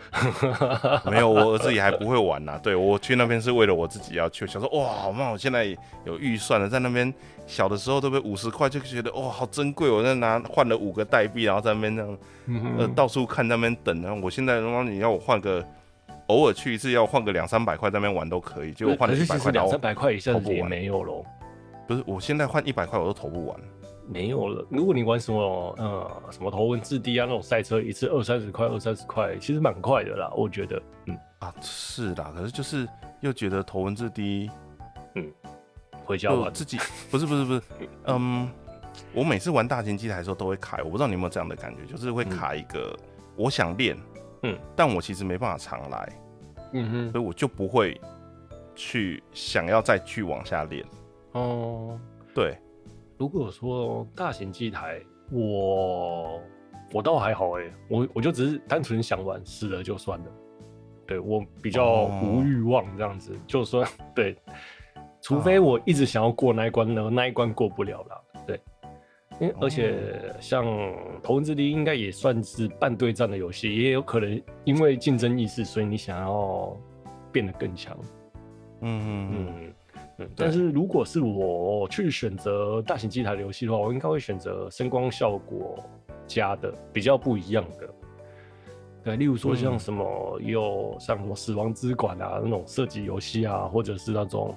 [SPEAKER 1] 没有，我儿子也还不会玩呐、对我去那边是为了我自己要去，想说哇，那我现在有预算了，在那边小的时候对不对？五十块就觉得哇好珍贵，我在拿换了五个代币，然后在那边这样呃
[SPEAKER 2] 嗯
[SPEAKER 1] 到处看在那边等。啊然后我现在他妈你要我换个，偶尔去一次要换个两三百块在那边玩都可以，结果换
[SPEAKER 2] 可
[SPEAKER 1] 了
[SPEAKER 2] 是
[SPEAKER 1] 一百
[SPEAKER 2] 其实
[SPEAKER 1] 块，然
[SPEAKER 2] 两
[SPEAKER 1] 后
[SPEAKER 2] 三百块一下
[SPEAKER 1] 投不
[SPEAKER 2] 子也
[SPEAKER 1] 完
[SPEAKER 2] 没有喽，
[SPEAKER 1] 不是我现在换一百块我都投不完，
[SPEAKER 2] 没有了。如果你玩什么呃什么头文字 D 啊那种赛车，一次二三十块，二三十块，其实蛮快的啦，我觉得。嗯，
[SPEAKER 1] 啊，是啦，可是就是又觉得头文字 D
[SPEAKER 2] 回家
[SPEAKER 1] 就
[SPEAKER 2] 玩。
[SPEAKER 1] 自己 不是不是不是，嗯，我每次玩大型机台的时候都会卡，我不知道你有没有这样的感觉，就是会卡一个、我想练，
[SPEAKER 2] 嗯，
[SPEAKER 1] 但我其实没办法常来，
[SPEAKER 2] 嗯
[SPEAKER 1] 所以我就不会去想要再去往下练。
[SPEAKER 2] 哼，哦，
[SPEAKER 1] 对，
[SPEAKER 2] 如果说大型机台，我我倒还好哎、我我就只是单纯想玩，死了就算了。对我比较
[SPEAKER 1] 哦
[SPEAKER 2] 无欲望这样子，就算对，除非我一直想要过那一关呢，那一关过不了啦。对，因为而且像《头文字 D》应该也算是半对战的游戏，也有可能因为竞争意识，所以你想要变得更强。
[SPEAKER 1] 嗯嗯
[SPEAKER 2] 嗯，嗯，但是如果是我去选择大型机台的游戏的话，我应该会选择声光效果加的比较不一样的。对，例如说像
[SPEAKER 1] 嗯
[SPEAKER 2] 什么有像什么死亡之管啊那种射击游戏啊，或者是那种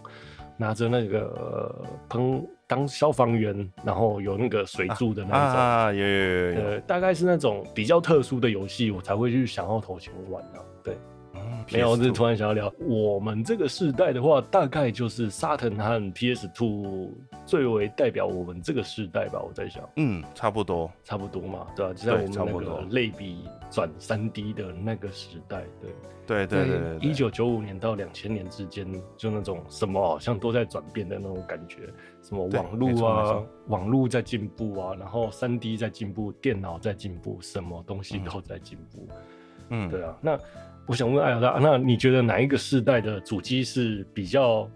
[SPEAKER 2] 拿着那个喷当消防员，然后有那个水柱的
[SPEAKER 1] 嗯
[SPEAKER 2] 那一种，
[SPEAKER 1] 啊，有有有有有，
[SPEAKER 2] 呃，大概是那种比较特殊的游戏，我才会去想要投钱玩啊。对。
[SPEAKER 1] 嗯
[SPEAKER 2] 没有，我只是
[SPEAKER 1] PS2
[SPEAKER 2] 突然想要聊，我们这个世代的话，大概就是沙腾和 PS Two 最为代表我们这个世代吧。我在想，
[SPEAKER 1] 嗯，差不多。
[SPEAKER 2] 差不多嘛，对吧、就在我们
[SPEAKER 1] 差不
[SPEAKER 2] 那
[SPEAKER 1] 多
[SPEAKER 2] 个类比转三 D 的那个时代，对
[SPEAKER 1] 对对对对对，
[SPEAKER 2] 一九九五年到两千年之间，就那种什么好像都在转变的那种感觉，什么
[SPEAKER 1] 对
[SPEAKER 2] 网
[SPEAKER 1] 没
[SPEAKER 2] 络
[SPEAKER 1] 错没
[SPEAKER 2] 啊
[SPEAKER 1] 错，
[SPEAKER 2] 网络在进步啊，然后三 D 在进步，电脑在进步，什么东西都在进步。
[SPEAKER 1] 嗯
[SPEAKER 2] 对啊，那我想问艾尔达，那你觉得哪一个世代的主机是比较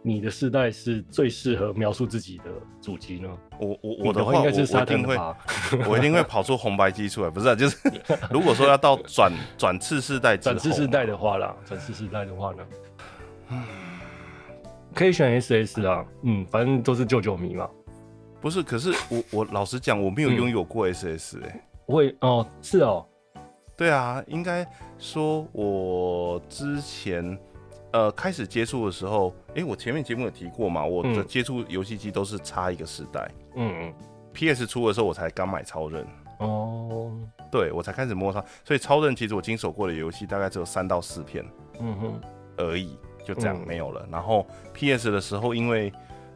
[SPEAKER 2] 你的世代是最适合描述自己的主机呢？
[SPEAKER 1] 我我
[SPEAKER 2] 你
[SPEAKER 1] 我
[SPEAKER 2] 的
[SPEAKER 1] 的
[SPEAKER 2] 话
[SPEAKER 1] 话，我
[SPEAKER 2] 应该是
[SPEAKER 1] 我
[SPEAKER 2] 沙
[SPEAKER 1] 一
[SPEAKER 2] 丁
[SPEAKER 1] 定
[SPEAKER 2] 的
[SPEAKER 1] 会
[SPEAKER 2] 吧，
[SPEAKER 1] 我一定会跑出红白机出来。不是、啊，就是 如果说要到转转次世代之
[SPEAKER 2] 展
[SPEAKER 1] 后，
[SPEAKER 2] 示世代的话啦，展示世代的话呢， 可以选 SS 啦，嗯，反正都是舅舅迷嘛。
[SPEAKER 1] 不是，可是我我老实讲，我没有
[SPEAKER 2] 嗯
[SPEAKER 1] 拥有过 SS 哎、
[SPEAKER 2] 会哦，是哦，
[SPEAKER 1] 对啊，应该说我之前呃开始接触的时候，诶、我前面节目有提过嘛，我的
[SPEAKER 2] 嗯
[SPEAKER 1] 接触游戏机都是差一个时代、
[SPEAKER 2] 嗯
[SPEAKER 1] p s 出的时候我才刚买超任，
[SPEAKER 2] 嗯，哦，
[SPEAKER 1] 对我才开始摸它，所以超任其实我经手过的游戏大概只有三到四片
[SPEAKER 2] 嗯哼，
[SPEAKER 1] 而已，就这样、
[SPEAKER 2] 嗯
[SPEAKER 1] 没有了。然后 PS 的时候，因为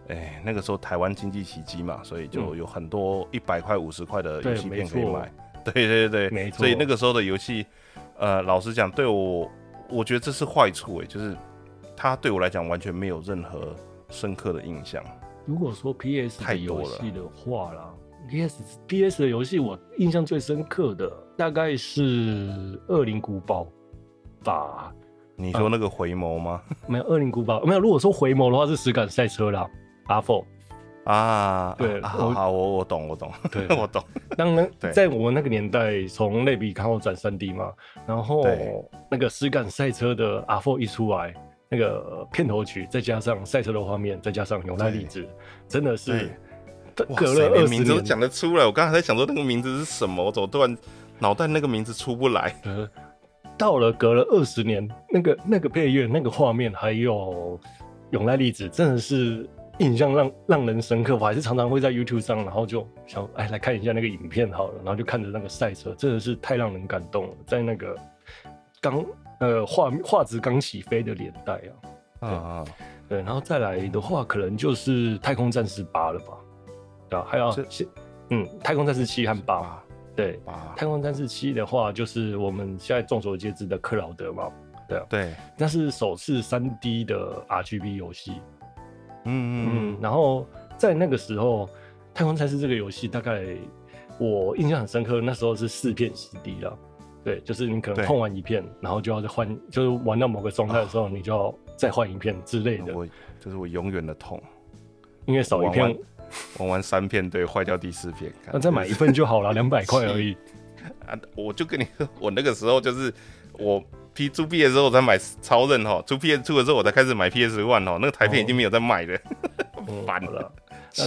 [SPEAKER 1] 哎、那个时候台湾经济奇迹嘛，所以就
[SPEAKER 2] 嗯
[SPEAKER 1] 有很多一百块、五十块的游
[SPEAKER 2] 对
[SPEAKER 1] 戏
[SPEAKER 2] 没
[SPEAKER 1] 片可以
[SPEAKER 2] 错
[SPEAKER 1] 买。 对对对，
[SPEAKER 2] 没错
[SPEAKER 1] 所以那个时候的游戏，呃，老实讲，对我，我觉得这是坏处、哎，就是它对我来讲完全没有任何深刻的印象。
[SPEAKER 2] 如果说 PS 的
[SPEAKER 1] 太多
[SPEAKER 2] 游
[SPEAKER 1] 了
[SPEAKER 2] 戏的话啦，PS PS 的游戏我印象最深刻的大概是《恶灵古堡》吧，
[SPEAKER 1] 你
[SPEAKER 2] 嗯
[SPEAKER 1] 说那个回眸 吗？
[SPEAKER 2] 没有《恶灵古堡》没有。如果说回眸的话是《实感赛车》啦，阿 f
[SPEAKER 1] 啊，
[SPEAKER 2] 对
[SPEAKER 1] 啊
[SPEAKER 2] 我
[SPEAKER 1] 好好，我我懂，我懂，
[SPEAKER 2] 对
[SPEAKER 1] 我懂。
[SPEAKER 2] 当然
[SPEAKER 1] 对，
[SPEAKER 2] 在我那个年代，从类比看后转三 D 嘛，然后
[SPEAKER 1] 对
[SPEAKER 2] 那个《实感赛车》的阿 f 一出来，那个片头曲，再加上赛车的画面，再加上牛奶
[SPEAKER 1] 对
[SPEAKER 2] 荔枝，真的是
[SPEAKER 1] 对哇
[SPEAKER 2] 隔
[SPEAKER 1] 塞
[SPEAKER 2] 了二
[SPEAKER 1] 连
[SPEAKER 2] 十
[SPEAKER 1] 名字都
[SPEAKER 2] 年。
[SPEAKER 1] 讲得出来，我刚才在想说那个名字是什么，我怎么突然脑袋那个名字出不来？
[SPEAKER 2] 呃，到了隔了二十年，那个那个配乐、那个画面，还有永濑粒子，真的是印象让让人深刻。我还是常常会在 YouTube 上，然后就想哎来看一下那个影片好了，然后就看着那个赛车，真的是太让人感动了。在那个刚呃画画质刚起飞的年代啊，
[SPEAKER 1] 啊啊，
[SPEAKER 2] 对，然后再来的话，可能就是太空战士八了吧，对啊，还有
[SPEAKER 1] 这
[SPEAKER 2] 是嗯，太空战士七和八。
[SPEAKER 1] 啊
[SPEAKER 2] 对，
[SPEAKER 1] 吧？
[SPEAKER 2] 太空战士七的话，就是我们现在众所皆知的克劳德嘛，
[SPEAKER 1] 对，
[SPEAKER 2] 那是首次三 D 的 RGB 游戏。
[SPEAKER 1] 嗯
[SPEAKER 2] 嗯
[SPEAKER 1] 嗯，
[SPEAKER 2] 然后在那个时候，太空战士这个游戏大概我印象很深刻，那时候是四片 CD 了。对，就是你可
[SPEAKER 1] 对
[SPEAKER 2] 能碰完一片，然后就要再换，就是玩到某个状态的时候，你就要再换一片之类的
[SPEAKER 1] 嗯，，我这是我永远的痛，
[SPEAKER 2] 因为少一
[SPEAKER 1] 玩
[SPEAKER 2] 片
[SPEAKER 1] 完，玩完三片对，坏掉第四片，
[SPEAKER 2] 那再买一份就好了，两百块而已。
[SPEAKER 1] 啊！我就跟你说，我那个时候就是我 P 出 P 的时候我才买超任哈，出 P S 出的时候我才开始买 P S One 哦，那个台片已经没有在卖了，
[SPEAKER 2] 嗯
[SPEAKER 1] 烦
[SPEAKER 2] 好了。那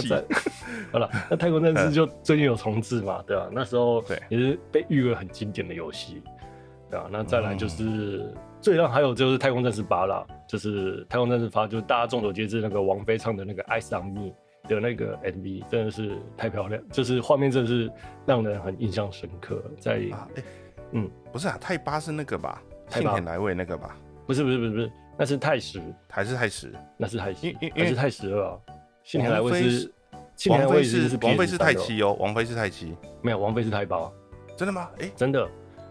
[SPEAKER 1] 气
[SPEAKER 2] 在 好了，那太空战士就最近有重置嘛，对吧、那时候
[SPEAKER 1] 嗯对
[SPEAKER 2] 也是被誉为很经典的游戏，对吧、那再来
[SPEAKER 1] 嗯
[SPEAKER 2] 就是、最让还有就是太空战士八啦，就是太空战士八，就是大家众所皆知那个王菲唱的那个《Eyes on Me》的那个 MV，真的是太漂亮，就是画面真的是让人很印象深刻。在、
[SPEAKER 1] 啊！哎，
[SPEAKER 2] 嗯，
[SPEAKER 1] 不是啊，泰巴是那个吧？
[SPEAKER 2] 泰
[SPEAKER 1] 幸
[SPEAKER 2] 巴
[SPEAKER 1] 田来未那个吧？
[SPEAKER 2] 不是不是不是不是，那是太史，
[SPEAKER 1] 还是太史？
[SPEAKER 2] 那是太史
[SPEAKER 1] 因因，
[SPEAKER 2] 那
[SPEAKER 1] 因为
[SPEAKER 2] 是太史二啊。幸田来
[SPEAKER 1] 王
[SPEAKER 2] 未
[SPEAKER 1] 菲
[SPEAKER 2] 是
[SPEAKER 1] 是，
[SPEAKER 2] 幸田来
[SPEAKER 1] 王
[SPEAKER 2] 未
[SPEAKER 1] 菲
[SPEAKER 2] 已经
[SPEAKER 1] 是王菲是
[SPEAKER 2] 太
[SPEAKER 1] 太七哦，王菲是太七，
[SPEAKER 2] 没有王菲是太八。
[SPEAKER 1] 真的吗？哎，
[SPEAKER 2] 真的，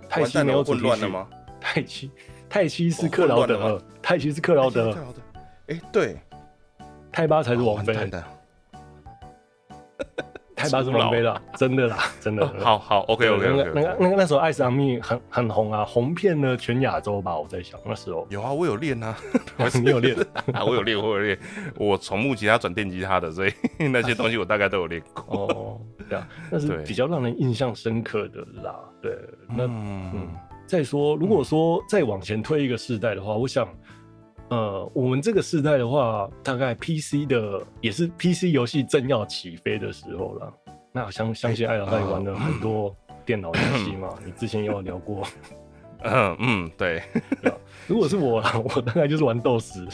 [SPEAKER 2] 泰
[SPEAKER 1] 完
[SPEAKER 2] 西
[SPEAKER 1] 蛋
[SPEAKER 2] 没
[SPEAKER 1] 了，
[SPEAKER 2] 有
[SPEAKER 1] 我
[SPEAKER 2] 主
[SPEAKER 1] 混
[SPEAKER 2] 题
[SPEAKER 1] 乱了
[SPEAKER 2] 曲
[SPEAKER 1] 吗？？哦
[SPEAKER 2] 泰西，泰西是克劳
[SPEAKER 1] 我混乱了
[SPEAKER 2] 德，泰西是克劳德
[SPEAKER 1] 哎，对哎，对，
[SPEAKER 2] 泰巴才是
[SPEAKER 1] 哦
[SPEAKER 2] 王
[SPEAKER 1] 完
[SPEAKER 2] 菲，
[SPEAKER 1] 蛋了
[SPEAKER 2] 泰巴是王菲啦，真的啦，真的。
[SPEAKER 1] 好好，OK
[SPEAKER 2] 对
[SPEAKER 1] OK
[SPEAKER 2] 那
[SPEAKER 1] OK，
[SPEAKER 2] 个那个那个那时候《爱上蜜》很很红啊，红遍了全亚洲吧，我在想那时候
[SPEAKER 1] 有啊， 我有练啊，
[SPEAKER 2] 你 有练，
[SPEAKER 1] 啊，我有练，我有练，我从木吉他转电吉他的，所以 那些东西我大概都有练过。
[SPEAKER 2] 哦，对啊，那是
[SPEAKER 1] 对
[SPEAKER 2] 比较让人印象深刻的啦。对， 那
[SPEAKER 1] 嗯
[SPEAKER 2] 嗯，再说，如果说再往前推一个世代的话，我想，呃，我们这个世代的话，大概 PC 的也是 PC 游戏正要起飞的时候了。那相相信艾老大也玩了很多电脑游戏嘛，你之前也有聊过。
[SPEAKER 1] 嗯嗯，对，
[SPEAKER 2] 如果是我啦，我大概就是玩斗士。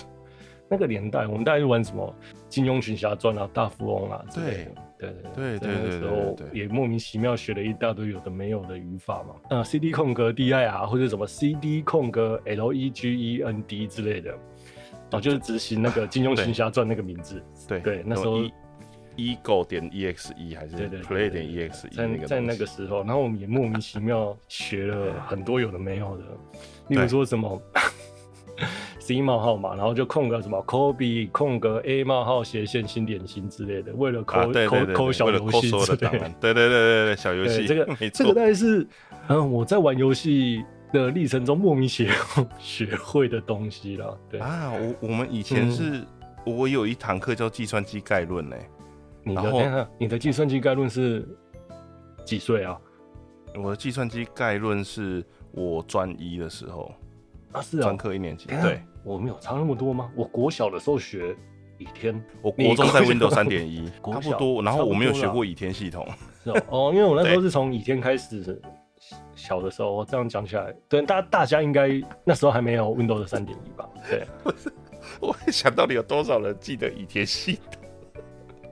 [SPEAKER 2] 那个年代，我们大概就玩什么《金庸群侠传》啊、《大富翁》啊之类的。对
[SPEAKER 1] 对对
[SPEAKER 2] 对在那
[SPEAKER 1] 对
[SPEAKER 2] 时候
[SPEAKER 1] 对对
[SPEAKER 2] 也莫名其妙学了一大堆有的没有的语法嘛。呃，CD 空格 DI 啊，或者什么 CD 空格 E LEGEND 之类的，哦，就是执行那个《金庸群侠传》那个名字。
[SPEAKER 1] 对
[SPEAKER 2] 对那时候
[SPEAKER 1] ego 点 exe 1还是
[SPEAKER 2] 对对对
[SPEAKER 1] play
[SPEAKER 2] 对
[SPEAKER 1] 点
[SPEAKER 2] 对
[SPEAKER 1] exe 1
[SPEAKER 2] 在
[SPEAKER 1] 那个
[SPEAKER 2] 在那
[SPEAKER 1] 东
[SPEAKER 2] 个
[SPEAKER 1] 西
[SPEAKER 2] 时候，然后我们也莫名其妙学了很多有的没有的，例
[SPEAKER 1] 对
[SPEAKER 2] 如说什么 C 冒号码，然后就空个什么 Kobe 空格 A 冒号斜线新点心之类的，为了抠
[SPEAKER 1] 啊，对
[SPEAKER 2] 抠
[SPEAKER 1] 对对，
[SPEAKER 2] 抠
[SPEAKER 1] 对
[SPEAKER 2] 小
[SPEAKER 1] 为了
[SPEAKER 2] 游
[SPEAKER 1] 抠
[SPEAKER 2] 戏
[SPEAKER 1] 所有
[SPEAKER 2] 之
[SPEAKER 1] 的档
[SPEAKER 2] 类的
[SPEAKER 1] 案，。对对对对对，小游
[SPEAKER 2] 对，
[SPEAKER 1] 戏，
[SPEAKER 2] 这
[SPEAKER 1] 没
[SPEAKER 2] 个这
[SPEAKER 1] 错
[SPEAKER 2] 个大，概是嗯我在玩游戏的历程中莫名其妙学会的东西了。对，
[SPEAKER 1] 啊，我我们以前是，我有一堂课叫计算机概论呢，
[SPEAKER 2] 你的
[SPEAKER 1] 然后
[SPEAKER 2] 等一下你的计算机概论是几岁啊？
[SPEAKER 1] 我的计算机概论是我专一的时候，
[SPEAKER 2] 啊，是啊
[SPEAKER 1] 专，科一年级，
[SPEAKER 2] 等一下
[SPEAKER 1] 对，，
[SPEAKER 2] 我们有差那么多吗？我国小的时候学倚天，
[SPEAKER 1] 我国中在
[SPEAKER 2] 你国
[SPEAKER 1] Windows
[SPEAKER 2] 小
[SPEAKER 1] 三点一，
[SPEAKER 2] 国
[SPEAKER 1] 差不
[SPEAKER 2] 小
[SPEAKER 1] 多。然
[SPEAKER 2] 差
[SPEAKER 1] 后
[SPEAKER 2] 不
[SPEAKER 1] 我没有
[SPEAKER 2] 多
[SPEAKER 1] 学
[SPEAKER 2] 啦
[SPEAKER 1] 过倚天系统，
[SPEAKER 2] 是哦，哦，因为我那时
[SPEAKER 1] 对
[SPEAKER 2] 候是从倚天开始，小的时候这样讲起来，对，大大家应该那时候还没有 Windows 三点一吧？对，
[SPEAKER 1] 我也想到底有多少人记得倚天系统。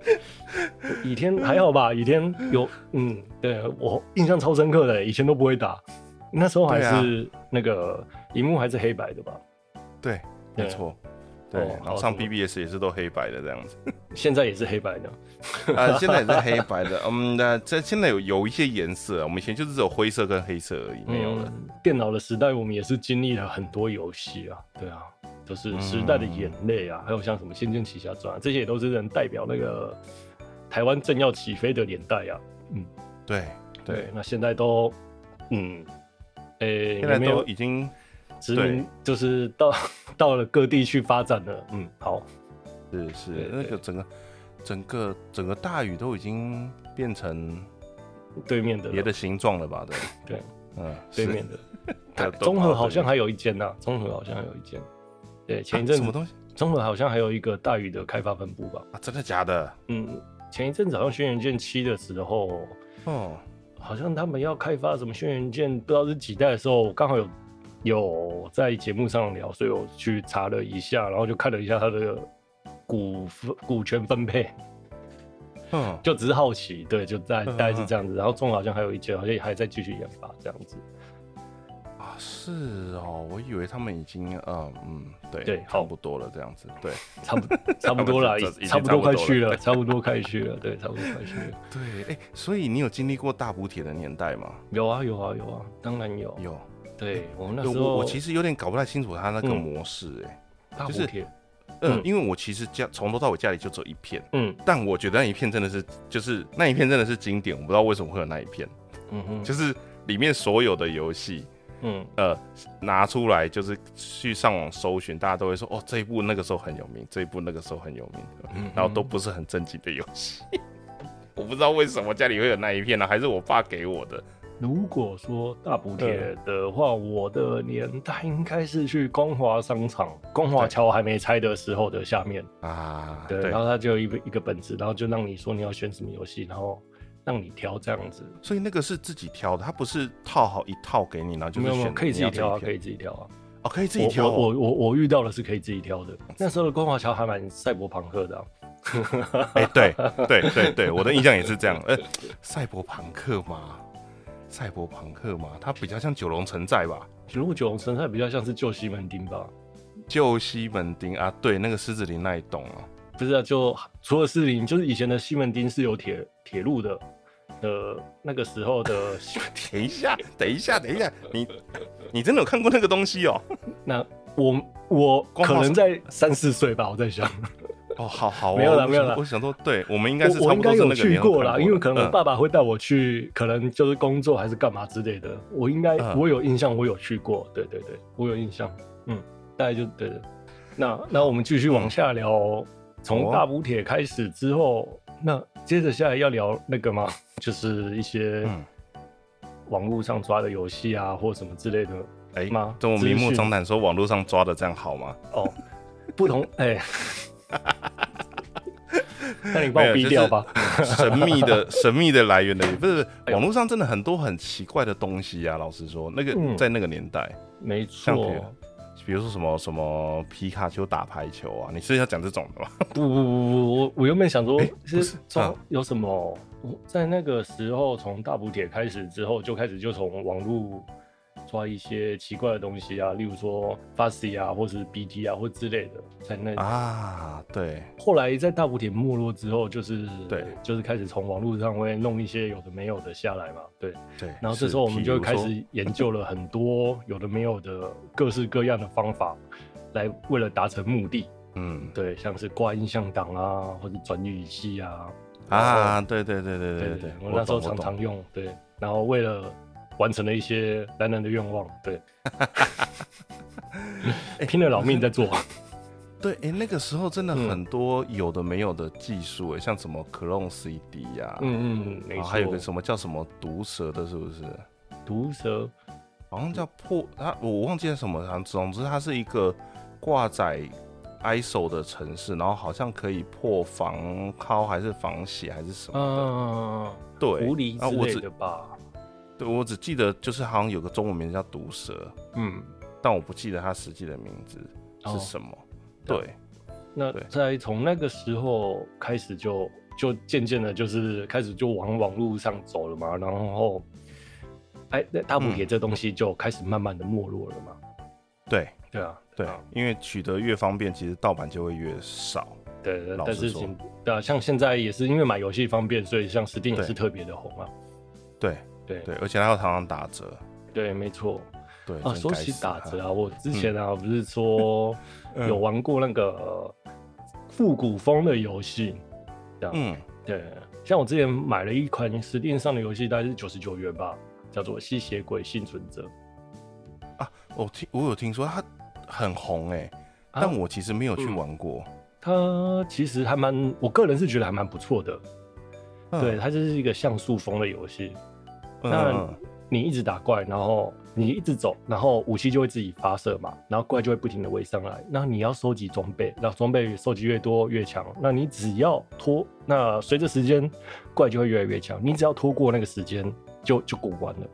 [SPEAKER 2] 倚天还好吧？倚天有，嗯，对我印象超深刻的，以前都不会打，那时候还
[SPEAKER 1] 啊
[SPEAKER 2] 是、那个荧幕还是黑白的吧？
[SPEAKER 1] 对，没
[SPEAKER 2] 对
[SPEAKER 1] 错。对，
[SPEAKER 2] 哦
[SPEAKER 1] 然后上
[SPEAKER 2] 好什么
[SPEAKER 1] BBS 也是都黑白的这样 子，
[SPEAKER 2] 现在也是黑白的，
[SPEAKER 1] 啊，现在也是黑白的，嗯，那这现在有有一些颜色啊，我们以前就是只有灰色跟黑色而已，没有了。
[SPEAKER 2] 嗯电脑的时代，我们也是经历了很多游戏啊，对啊，就是
[SPEAKER 1] 嗯
[SPEAKER 2] 时代的眼泪啊，还有像什么《仙剑奇侠传》啊，这些也都是能代表那个台湾正要起飞的年代啊。
[SPEAKER 1] 对对，
[SPEAKER 2] 那现在都，嗯，诶、
[SPEAKER 1] 现在
[SPEAKER 2] 也没有
[SPEAKER 1] 都已经
[SPEAKER 2] 殖
[SPEAKER 1] 对
[SPEAKER 2] 民，就是到到了各地去发展了。嗯，好，
[SPEAKER 1] 是是
[SPEAKER 2] 对
[SPEAKER 1] 那
[SPEAKER 2] 对
[SPEAKER 1] 个整个整个整个大雨都已经变成
[SPEAKER 2] 对面的
[SPEAKER 1] 别的形状了吧？对，
[SPEAKER 2] 对
[SPEAKER 1] 嗯，
[SPEAKER 2] 对
[SPEAKER 1] 是
[SPEAKER 2] 面的，
[SPEAKER 1] 大家都
[SPEAKER 2] 综
[SPEAKER 1] 跑
[SPEAKER 2] 合
[SPEAKER 1] 到
[SPEAKER 2] 好
[SPEAKER 1] 对
[SPEAKER 2] 像
[SPEAKER 1] 面
[SPEAKER 2] 还有一间呐、综合好像还有一间。对，前一
[SPEAKER 1] 啊
[SPEAKER 2] 阵
[SPEAKER 1] 什么
[SPEAKER 2] 子
[SPEAKER 1] 东西
[SPEAKER 2] 综合好像还有一个大宇的开发分部吧。
[SPEAKER 1] 啊？真的假的？
[SPEAKER 2] 嗯，前一阵子好像《轩辕剑七》的时候，
[SPEAKER 1] 哦，
[SPEAKER 2] 好像他们要开发什么《轩辕剑》，不知道是几代的时候，我刚好有有在节目上聊，所以我去查了一下，然后就看了一下它的股分股权分配，
[SPEAKER 1] 嗯，
[SPEAKER 2] 就只是好奇，对，就大
[SPEAKER 1] 嗯嗯
[SPEAKER 2] 大概是这样子。然后中好像还有一间，好像也还在继续研发这样子。
[SPEAKER 1] 啊，是哦，我以为他们已经呃嗯，对
[SPEAKER 2] 对
[SPEAKER 1] 差
[SPEAKER 2] 好
[SPEAKER 1] 不多了这样子，对
[SPEAKER 2] 差不 差不多啦，
[SPEAKER 1] 这这已经
[SPEAKER 2] 差不多快去
[SPEAKER 1] 差不多
[SPEAKER 2] 了，
[SPEAKER 1] 了
[SPEAKER 2] 差不多快去了，对，差不多快去了。
[SPEAKER 1] 对，哎、所以你有经历过大补铁的年代吗？
[SPEAKER 2] 有啊，有啊，有啊，当然有。
[SPEAKER 1] 有，
[SPEAKER 2] 对我们那
[SPEAKER 1] 对
[SPEAKER 2] 时
[SPEAKER 1] 我
[SPEAKER 2] 候，
[SPEAKER 1] 我其
[SPEAKER 2] 实
[SPEAKER 1] 实有点搞不太清楚它那个
[SPEAKER 2] 嗯
[SPEAKER 1] 模式、哎、就
[SPEAKER 2] 大补
[SPEAKER 1] 是
[SPEAKER 2] 贴，
[SPEAKER 1] 嗯
[SPEAKER 2] 嗯，
[SPEAKER 1] 因为我其实家从头到尾家里就只有一片，
[SPEAKER 2] 嗯
[SPEAKER 1] 但我觉得那一片真的是，就是那一片真的是经典，我不知道为什么会有那一片，
[SPEAKER 2] 嗯嗯，
[SPEAKER 1] 就是里面所有的游戏，
[SPEAKER 2] 嗯
[SPEAKER 1] 呃，拿出来就是去上网搜寻，大家都会说哦，这一部那个时候很有名，这一部那个时候很有名，
[SPEAKER 2] 嗯
[SPEAKER 1] 然后都不是很正经的游戏。 我不知道为什么家里会有那一片呢、啊还是我爸给我的？
[SPEAKER 2] 如果说大
[SPEAKER 1] 嗯
[SPEAKER 2] 补贴的话，我的年代应该是去光华商场、光华桥还没拆的时候的下面，
[SPEAKER 1] 啊，
[SPEAKER 2] 对，然后他就有一个一个本子，然后就让你说你要选什么游戏，然后让你挑这样子，
[SPEAKER 1] 所以那个是自己挑的，它不是套好一套给你，然后就是
[SPEAKER 2] 没有没有
[SPEAKER 1] 选
[SPEAKER 2] 可以自己挑啊，
[SPEAKER 1] 啊，
[SPEAKER 2] 可以自己挑啊，
[SPEAKER 1] 哦，可以自己
[SPEAKER 2] 我
[SPEAKER 1] 挑哦、
[SPEAKER 2] 我我我我遇到的是可以自己挑的，那时候的光华桥还蛮赛博朋克的啊、
[SPEAKER 1] 哎、对对对对，我的印象也是这样。呃， 赛博朋克嘛，赛博朋克嘛，它比较像九龙城寨吧，
[SPEAKER 2] 如果九龙城寨比较像是旧西门町吧，
[SPEAKER 1] 旧西门町啊，对，那个狮子林那一栋啊。
[SPEAKER 2] 不是啊，就除了四零，就是以前的西门町是有铁铁路的，呃，那个时候的西门
[SPEAKER 1] 等一下，等一下，等一下，你你真的有看过那个东西哦？
[SPEAKER 2] 那我我
[SPEAKER 1] 光
[SPEAKER 2] 可
[SPEAKER 1] 华
[SPEAKER 2] 能在三四岁吧，我在想，
[SPEAKER 1] 哦，好好、哦，
[SPEAKER 2] 没有啦
[SPEAKER 1] 我
[SPEAKER 2] 没有
[SPEAKER 1] 想
[SPEAKER 2] 啦
[SPEAKER 1] 我想说，对，我们应该是差
[SPEAKER 2] 我我
[SPEAKER 1] 不
[SPEAKER 2] 应
[SPEAKER 1] 多
[SPEAKER 2] 该
[SPEAKER 1] 是
[SPEAKER 2] 有
[SPEAKER 1] 那个
[SPEAKER 2] 去
[SPEAKER 1] 年
[SPEAKER 2] 过
[SPEAKER 1] 啦，
[SPEAKER 2] 啦，因为可能
[SPEAKER 1] 嗯、
[SPEAKER 2] 爸爸会带我去，可能就是工作还是干嘛之类的，我应该、
[SPEAKER 1] 嗯
[SPEAKER 2] 我有印象，我有去过，对对对，我有印象，嗯，大概就对的。那那我们继续
[SPEAKER 1] 嗯
[SPEAKER 2] 往下聊，
[SPEAKER 1] 好
[SPEAKER 2] 从
[SPEAKER 1] 啊
[SPEAKER 2] 大补铁开始之后，那接着下来要聊那个吗？就是一些
[SPEAKER 1] 嗯
[SPEAKER 2] 网络上抓的游戏啊，或什么之类的
[SPEAKER 1] 哎、
[SPEAKER 2] 吗？
[SPEAKER 1] 这么明目
[SPEAKER 2] 资讯
[SPEAKER 1] 张胆说网络上抓的这样好 吗？
[SPEAKER 2] 哦，不同哎。 那你帮我
[SPEAKER 1] 没有
[SPEAKER 2] 逼掉吧。
[SPEAKER 1] 就是神秘 的神秘的来源的，不是
[SPEAKER 2] 哎呦
[SPEAKER 1] 网络上真的很多很奇怪的东西啊。老实说，那个、
[SPEAKER 2] 嗯哦
[SPEAKER 1] 在那个年代，
[SPEAKER 2] 没
[SPEAKER 1] 像比
[SPEAKER 2] 错
[SPEAKER 1] 如，比如说什么什么皮卡丘打排球啊，你是要讲这种的吗？
[SPEAKER 2] 不不不不，我我原本想说
[SPEAKER 1] 哎不是
[SPEAKER 2] 是从
[SPEAKER 1] 啊
[SPEAKER 2] 有什么，我在那个时候从大补帖开始之后，就开始就从网络抓一些奇怪的东西啊，例如说 Fussy 啊，或是 BT 啊，或之类的，在那
[SPEAKER 1] 啊，对，
[SPEAKER 2] 后来在大补帖没落之后，就是
[SPEAKER 1] 对
[SPEAKER 2] 就是开始从网络上会弄一些有的没有的下来嘛，对。
[SPEAKER 1] 对。
[SPEAKER 2] 然后
[SPEAKER 1] 是
[SPEAKER 2] 这时候我们
[SPEAKER 1] 比
[SPEAKER 2] 就
[SPEAKER 1] 如
[SPEAKER 2] 开
[SPEAKER 1] 说
[SPEAKER 2] 始研究了很多有的没有的各式各样的方法，来为了达成目的。
[SPEAKER 1] 嗯
[SPEAKER 2] 对，像是挂音像档啊，或者转语器啊。
[SPEAKER 1] 啊，对对对对
[SPEAKER 2] 对
[SPEAKER 1] 对
[SPEAKER 2] 对
[SPEAKER 1] 对
[SPEAKER 2] 对，，我那时候
[SPEAKER 1] 懂
[SPEAKER 2] 常
[SPEAKER 1] 懂
[SPEAKER 2] 常用。对，然后为了完成了一些男人的愿望， 对，拼了老命在做。
[SPEAKER 1] 对，哎、那个时候真的
[SPEAKER 2] 嗯
[SPEAKER 1] 很多有的没有的技术，哎，像什么 Clone CD 呀、
[SPEAKER 2] 嗯嗯，没
[SPEAKER 1] 然哦
[SPEAKER 2] 错。嗯
[SPEAKER 1] 后还有个什么叫什么毒蛇的，是不是？
[SPEAKER 2] 毒蛇？
[SPEAKER 1] 好像叫破，它我忘记了什么，它总之它是一个挂载 ISO 的城市，然后好像可以破防敲还是防血还是什么的，
[SPEAKER 2] 嗯，
[SPEAKER 1] 对，
[SPEAKER 2] 狐狸
[SPEAKER 1] 啊，我
[SPEAKER 2] 之类
[SPEAKER 1] 只
[SPEAKER 2] 的吧？
[SPEAKER 1] 对我只记得就是好像有个中文名字叫毒蛇，
[SPEAKER 2] 嗯，
[SPEAKER 1] 但我不记得它实际的名字
[SPEAKER 2] 哦
[SPEAKER 1] 是什么。
[SPEAKER 2] 对
[SPEAKER 1] 对，
[SPEAKER 2] 那
[SPEAKER 1] 对
[SPEAKER 2] 在从那个时候开始就，就渐渐的，就是开始就往网络上走了嘛，然后，哎，那大补贴这东西就开始慢慢的没落了嘛。
[SPEAKER 1] 对，
[SPEAKER 2] 对啊，
[SPEAKER 1] 嗯对
[SPEAKER 2] 啊，
[SPEAKER 1] 因为取得越方便，其实盗版就会越少。
[SPEAKER 2] 对，
[SPEAKER 1] 老
[SPEAKER 2] 但
[SPEAKER 1] 实
[SPEAKER 2] 是
[SPEAKER 1] 说
[SPEAKER 2] 请对啊，像现在也是因为买游戏方便，所以像 Steam 也
[SPEAKER 1] 对
[SPEAKER 2] 是特别的红啊。
[SPEAKER 1] 对
[SPEAKER 2] 对
[SPEAKER 1] 对，而且它要常常打折。
[SPEAKER 2] 对，没错。
[SPEAKER 1] 对
[SPEAKER 2] 啊，
[SPEAKER 1] 真
[SPEAKER 2] 说
[SPEAKER 1] 该
[SPEAKER 2] 起
[SPEAKER 1] 死嗯
[SPEAKER 2] 打
[SPEAKER 1] 它
[SPEAKER 2] 折啊，我之前啊、不 是说有玩过那个呃复古风的游戏，这样。
[SPEAKER 1] 嗯，
[SPEAKER 2] 对，像我之前买了一款 Steam 上的游戏，大概是九十九元吧，叫做《吸血鬼幸存者》
[SPEAKER 1] 我听我有听说它很红哎、
[SPEAKER 2] 啊。
[SPEAKER 1] 但我其实没有去
[SPEAKER 2] 嗯
[SPEAKER 1] 玩过。
[SPEAKER 2] 它其实还蛮，我个人是觉得还蛮不错的。
[SPEAKER 1] 嗯
[SPEAKER 2] 对，，它就是一个像素风的游戏，
[SPEAKER 1] 嗯
[SPEAKER 2] 那
[SPEAKER 1] 嗯
[SPEAKER 2] 你一直打怪，然后你一直走，然后武器就会自己发射嘛，然后怪就会不停的围上来。那你要收集装备，那装备收集越多越强。那你只要拖，那随着时间怪就会越来越强。你只要拖过那个时间，就就过关了。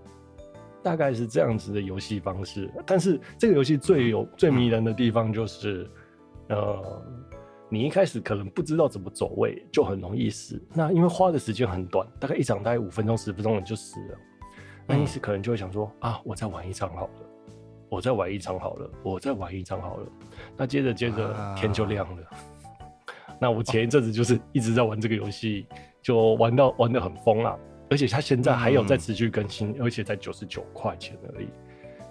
[SPEAKER 2] 大概是这样子的游戏方式。但是这个游戏最有最迷人的地方就是，呃。你一开始可能不知道怎么走位，就很容易死。那因为花的时间很短，大概一场大概五分钟、十分钟你就死了。那你是可能就会想说啊，我再玩一场好了。我再玩一张好了，我再玩一张好了。那接着接着天就亮了。 那我前一阵子就是一直在玩这个游戏，就玩到玩的很疯啊啦，而且它现在还有在持续更新，而且才九十九块钱而已。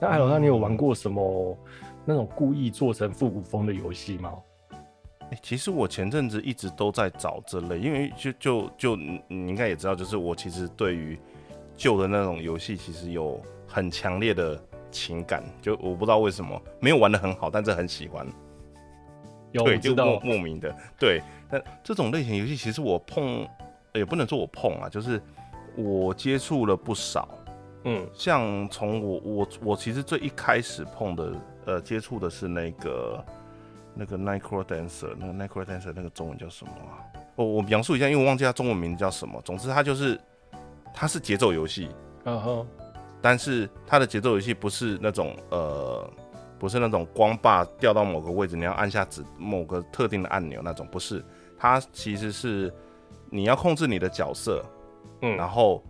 [SPEAKER 2] 那艾罗娜，你有玩过什么那种故意做成复古风的游戏吗？
[SPEAKER 1] 欸其实我前阵子一直都在找这类，因为就就就你你应该也知道，就是我其实对于旧的那种游戏，其实有很强烈的情感，就我不知道为什么没有玩的很好，但是很喜欢，
[SPEAKER 2] 有，我
[SPEAKER 1] 对，就
[SPEAKER 2] 知
[SPEAKER 1] 莫
[SPEAKER 2] 道，
[SPEAKER 1] 莫名的，对。但这种类型游戏，其实我碰也不能说我碰啊，就是我接触了不少，
[SPEAKER 2] 嗯，
[SPEAKER 1] 像从我我我其实最一开始碰的呃接触的是那个那个 Nicro Dancer，那个 Nicro Dancer 那个中文叫什么啊？我我描述一下，因为我忘记它中文名字叫什么。总之，它就是它是节奏游戏，
[SPEAKER 2] 然后
[SPEAKER 1] 但是它的节奏游戏不是那种呃，不是那种光霸掉到某个位置，你要按下指某个特定的按钮那种，不是。它其实是你要控制你的角色，
[SPEAKER 2] 嗯
[SPEAKER 1] 然后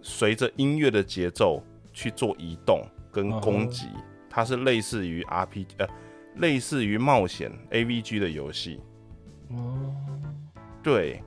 [SPEAKER 1] 随着音乐的节奏去做移动跟攻击，它是类似于 RPG 呃，类似于冒险 AVG 的游戏。
[SPEAKER 2] 嗯，
[SPEAKER 1] 对，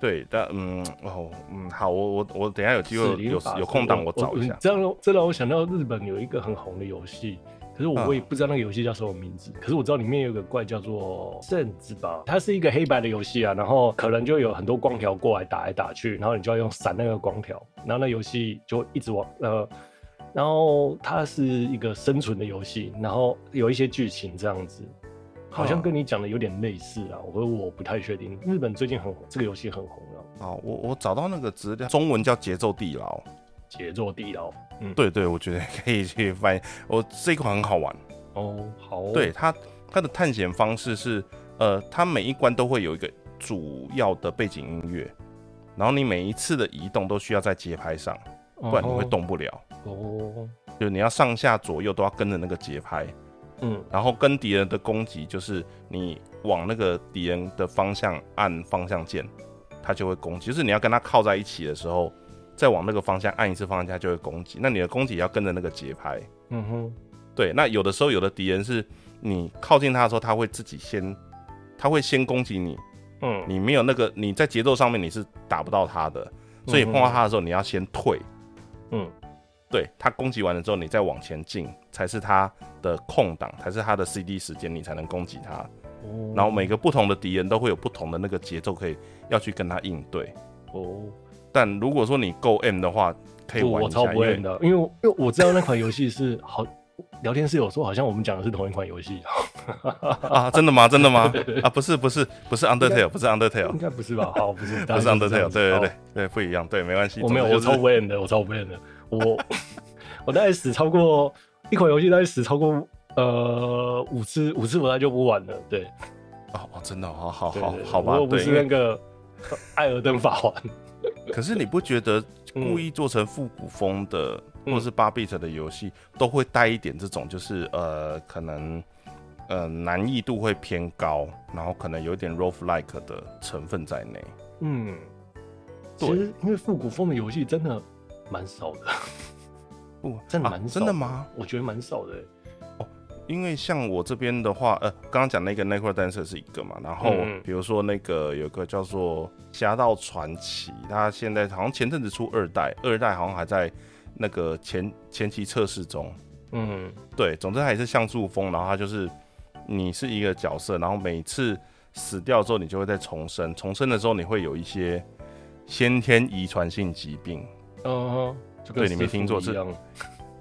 [SPEAKER 1] 对，但嗯哦嗯好，我我我等一下有机会
[SPEAKER 2] 死
[SPEAKER 1] 有
[SPEAKER 2] 灵
[SPEAKER 1] 有
[SPEAKER 2] 法
[SPEAKER 1] 有
[SPEAKER 2] 则
[SPEAKER 1] 空档我找一
[SPEAKER 2] 你
[SPEAKER 1] 下。
[SPEAKER 2] 这样让这让我想到日本有一个很红的游戏，可是
[SPEAKER 1] 嗯
[SPEAKER 2] 我我也不知道那个游戏叫什么名字，可是我知道里面有个怪叫做圣子吧，它是一个黑白的游戏啊，然后可能就有很多光条过来打来打去，然后你就要用闪那个光条，然后那游戏就一直往呃。然后它是一个生存的游戏，然后有一些剧情这样子，好像
[SPEAKER 1] 嗯
[SPEAKER 2] 跟你讲的有点类似啊，我我不太确定。日本最近很红，这个游戏很红啊了，
[SPEAKER 1] 好，哦我我找到那个资料，中文叫节奏地牢。
[SPEAKER 2] 节奏地牢。嗯，
[SPEAKER 1] 对对，我觉得可以去翻译。我这一款很好玩，
[SPEAKER 2] 哦，好哦
[SPEAKER 1] 对它它的探险方式是，呃，它每一关都会有一个主要的背景音乐，然后你每一次的移动都需要在节拍上，不然你会动不了。
[SPEAKER 2] 哦。
[SPEAKER 1] 就是你要上下左右都要跟着那个节拍，
[SPEAKER 2] 嗯，
[SPEAKER 1] 然后跟敌人的攻击就是你往那个敌人的方向按方向键，他就会攻击。就是你要跟他靠在一起的时候，再往那个方向按一次方向键，他就会攻击。那你的攻击也要跟着那个节拍。
[SPEAKER 2] 嗯哼，
[SPEAKER 1] 对，那有的时候有的敌人是你靠近他的时候，他会自己先，他会先攻击你。
[SPEAKER 2] 嗯，
[SPEAKER 1] 你没有那个你在节奏上面你是打不到他的，所以碰到他的时候你要先退。
[SPEAKER 2] 嗯，
[SPEAKER 1] 对他攻击完了之后，你再往前进，才是他的空档，才是他的 CD 时间，你才能攻击他。
[SPEAKER 2] 哦
[SPEAKER 1] 然后每个不同的敌人都会有不同的那个节奏，可以要去跟他应对。
[SPEAKER 2] 哦，
[SPEAKER 1] 但如果说你够 M 的话，可以
[SPEAKER 2] 不
[SPEAKER 1] 玩
[SPEAKER 2] 我
[SPEAKER 1] 一下，
[SPEAKER 2] 超不认
[SPEAKER 1] 因为
[SPEAKER 2] 的，因为我因为我知道那款游戏是好，聊天室有说好像我们讲的是同一款 游戏，
[SPEAKER 1] 啊，真的吗？真的 吗？啊，不是，不是，不是 Undertale，不是 Undertale，
[SPEAKER 2] 应该不是吧？好，不是，
[SPEAKER 1] 不是 Undertale，对对，
[SPEAKER 2] 啊大概就是这样
[SPEAKER 1] 对
[SPEAKER 2] 子
[SPEAKER 1] 对，不一样，对，没关系。
[SPEAKER 2] 好我没有，
[SPEAKER 1] 总
[SPEAKER 2] 我
[SPEAKER 1] 之就
[SPEAKER 2] 超
[SPEAKER 1] 是
[SPEAKER 2] 不认的，我超不认的，我 我大概死超过一款游戏，大概死超过呃五次，五次我大概就不玩了，对，
[SPEAKER 1] 哦，哦真的哦，好好
[SPEAKER 2] 对
[SPEAKER 1] 好
[SPEAKER 2] 对
[SPEAKER 1] 好吧
[SPEAKER 2] 我又，不
[SPEAKER 1] 对，
[SPEAKER 2] 是
[SPEAKER 1] 因为
[SPEAKER 2] 那个呃艾尔登法环，
[SPEAKER 1] 可是你不觉得
[SPEAKER 2] 嗯
[SPEAKER 1] 故意做成复古风的，
[SPEAKER 2] 嗯
[SPEAKER 1] 或者是八 bit 的游戏，都会带一点这种，就是呃，可能呃难易度会偏高，然后可能有一点 rogue like 的成分在内。
[SPEAKER 2] 嗯，
[SPEAKER 1] 对
[SPEAKER 2] 其实因为复古风的游戏真的蛮少的，
[SPEAKER 1] 不，
[SPEAKER 2] 真的
[SPEAKER 1] 啊
[SPEAKER 2] 蛮、少
[SPEAKER 1] 真的吗？？
[SPEAKER 2] 我觉得蛮少的欸。
[SPEAKER 1] 因为像我这边的话，呃，刚刚讲那个 Necro Dancer 是一个嘛，然后
[SPEAKER 2] 嗯嗯
[SPEAKER 1] 比如说那个有个叫做《侠盗传奇》，它现在好像前阵子出二代，二代好像还在那个前前期测试中。
[SPEAKER 2] 嗯，
[SPEAKER 1] 对，总之它也是像素风，然后它就是你是一个角色，然后每次死掉之后你就会再重生，重生的时候你会有一些先天遗传性疾病，
[SPEAKER 2] 哦，就跟
[SPEAKER 1] 对你没听错
[SPEAKER 2] 师傅一样，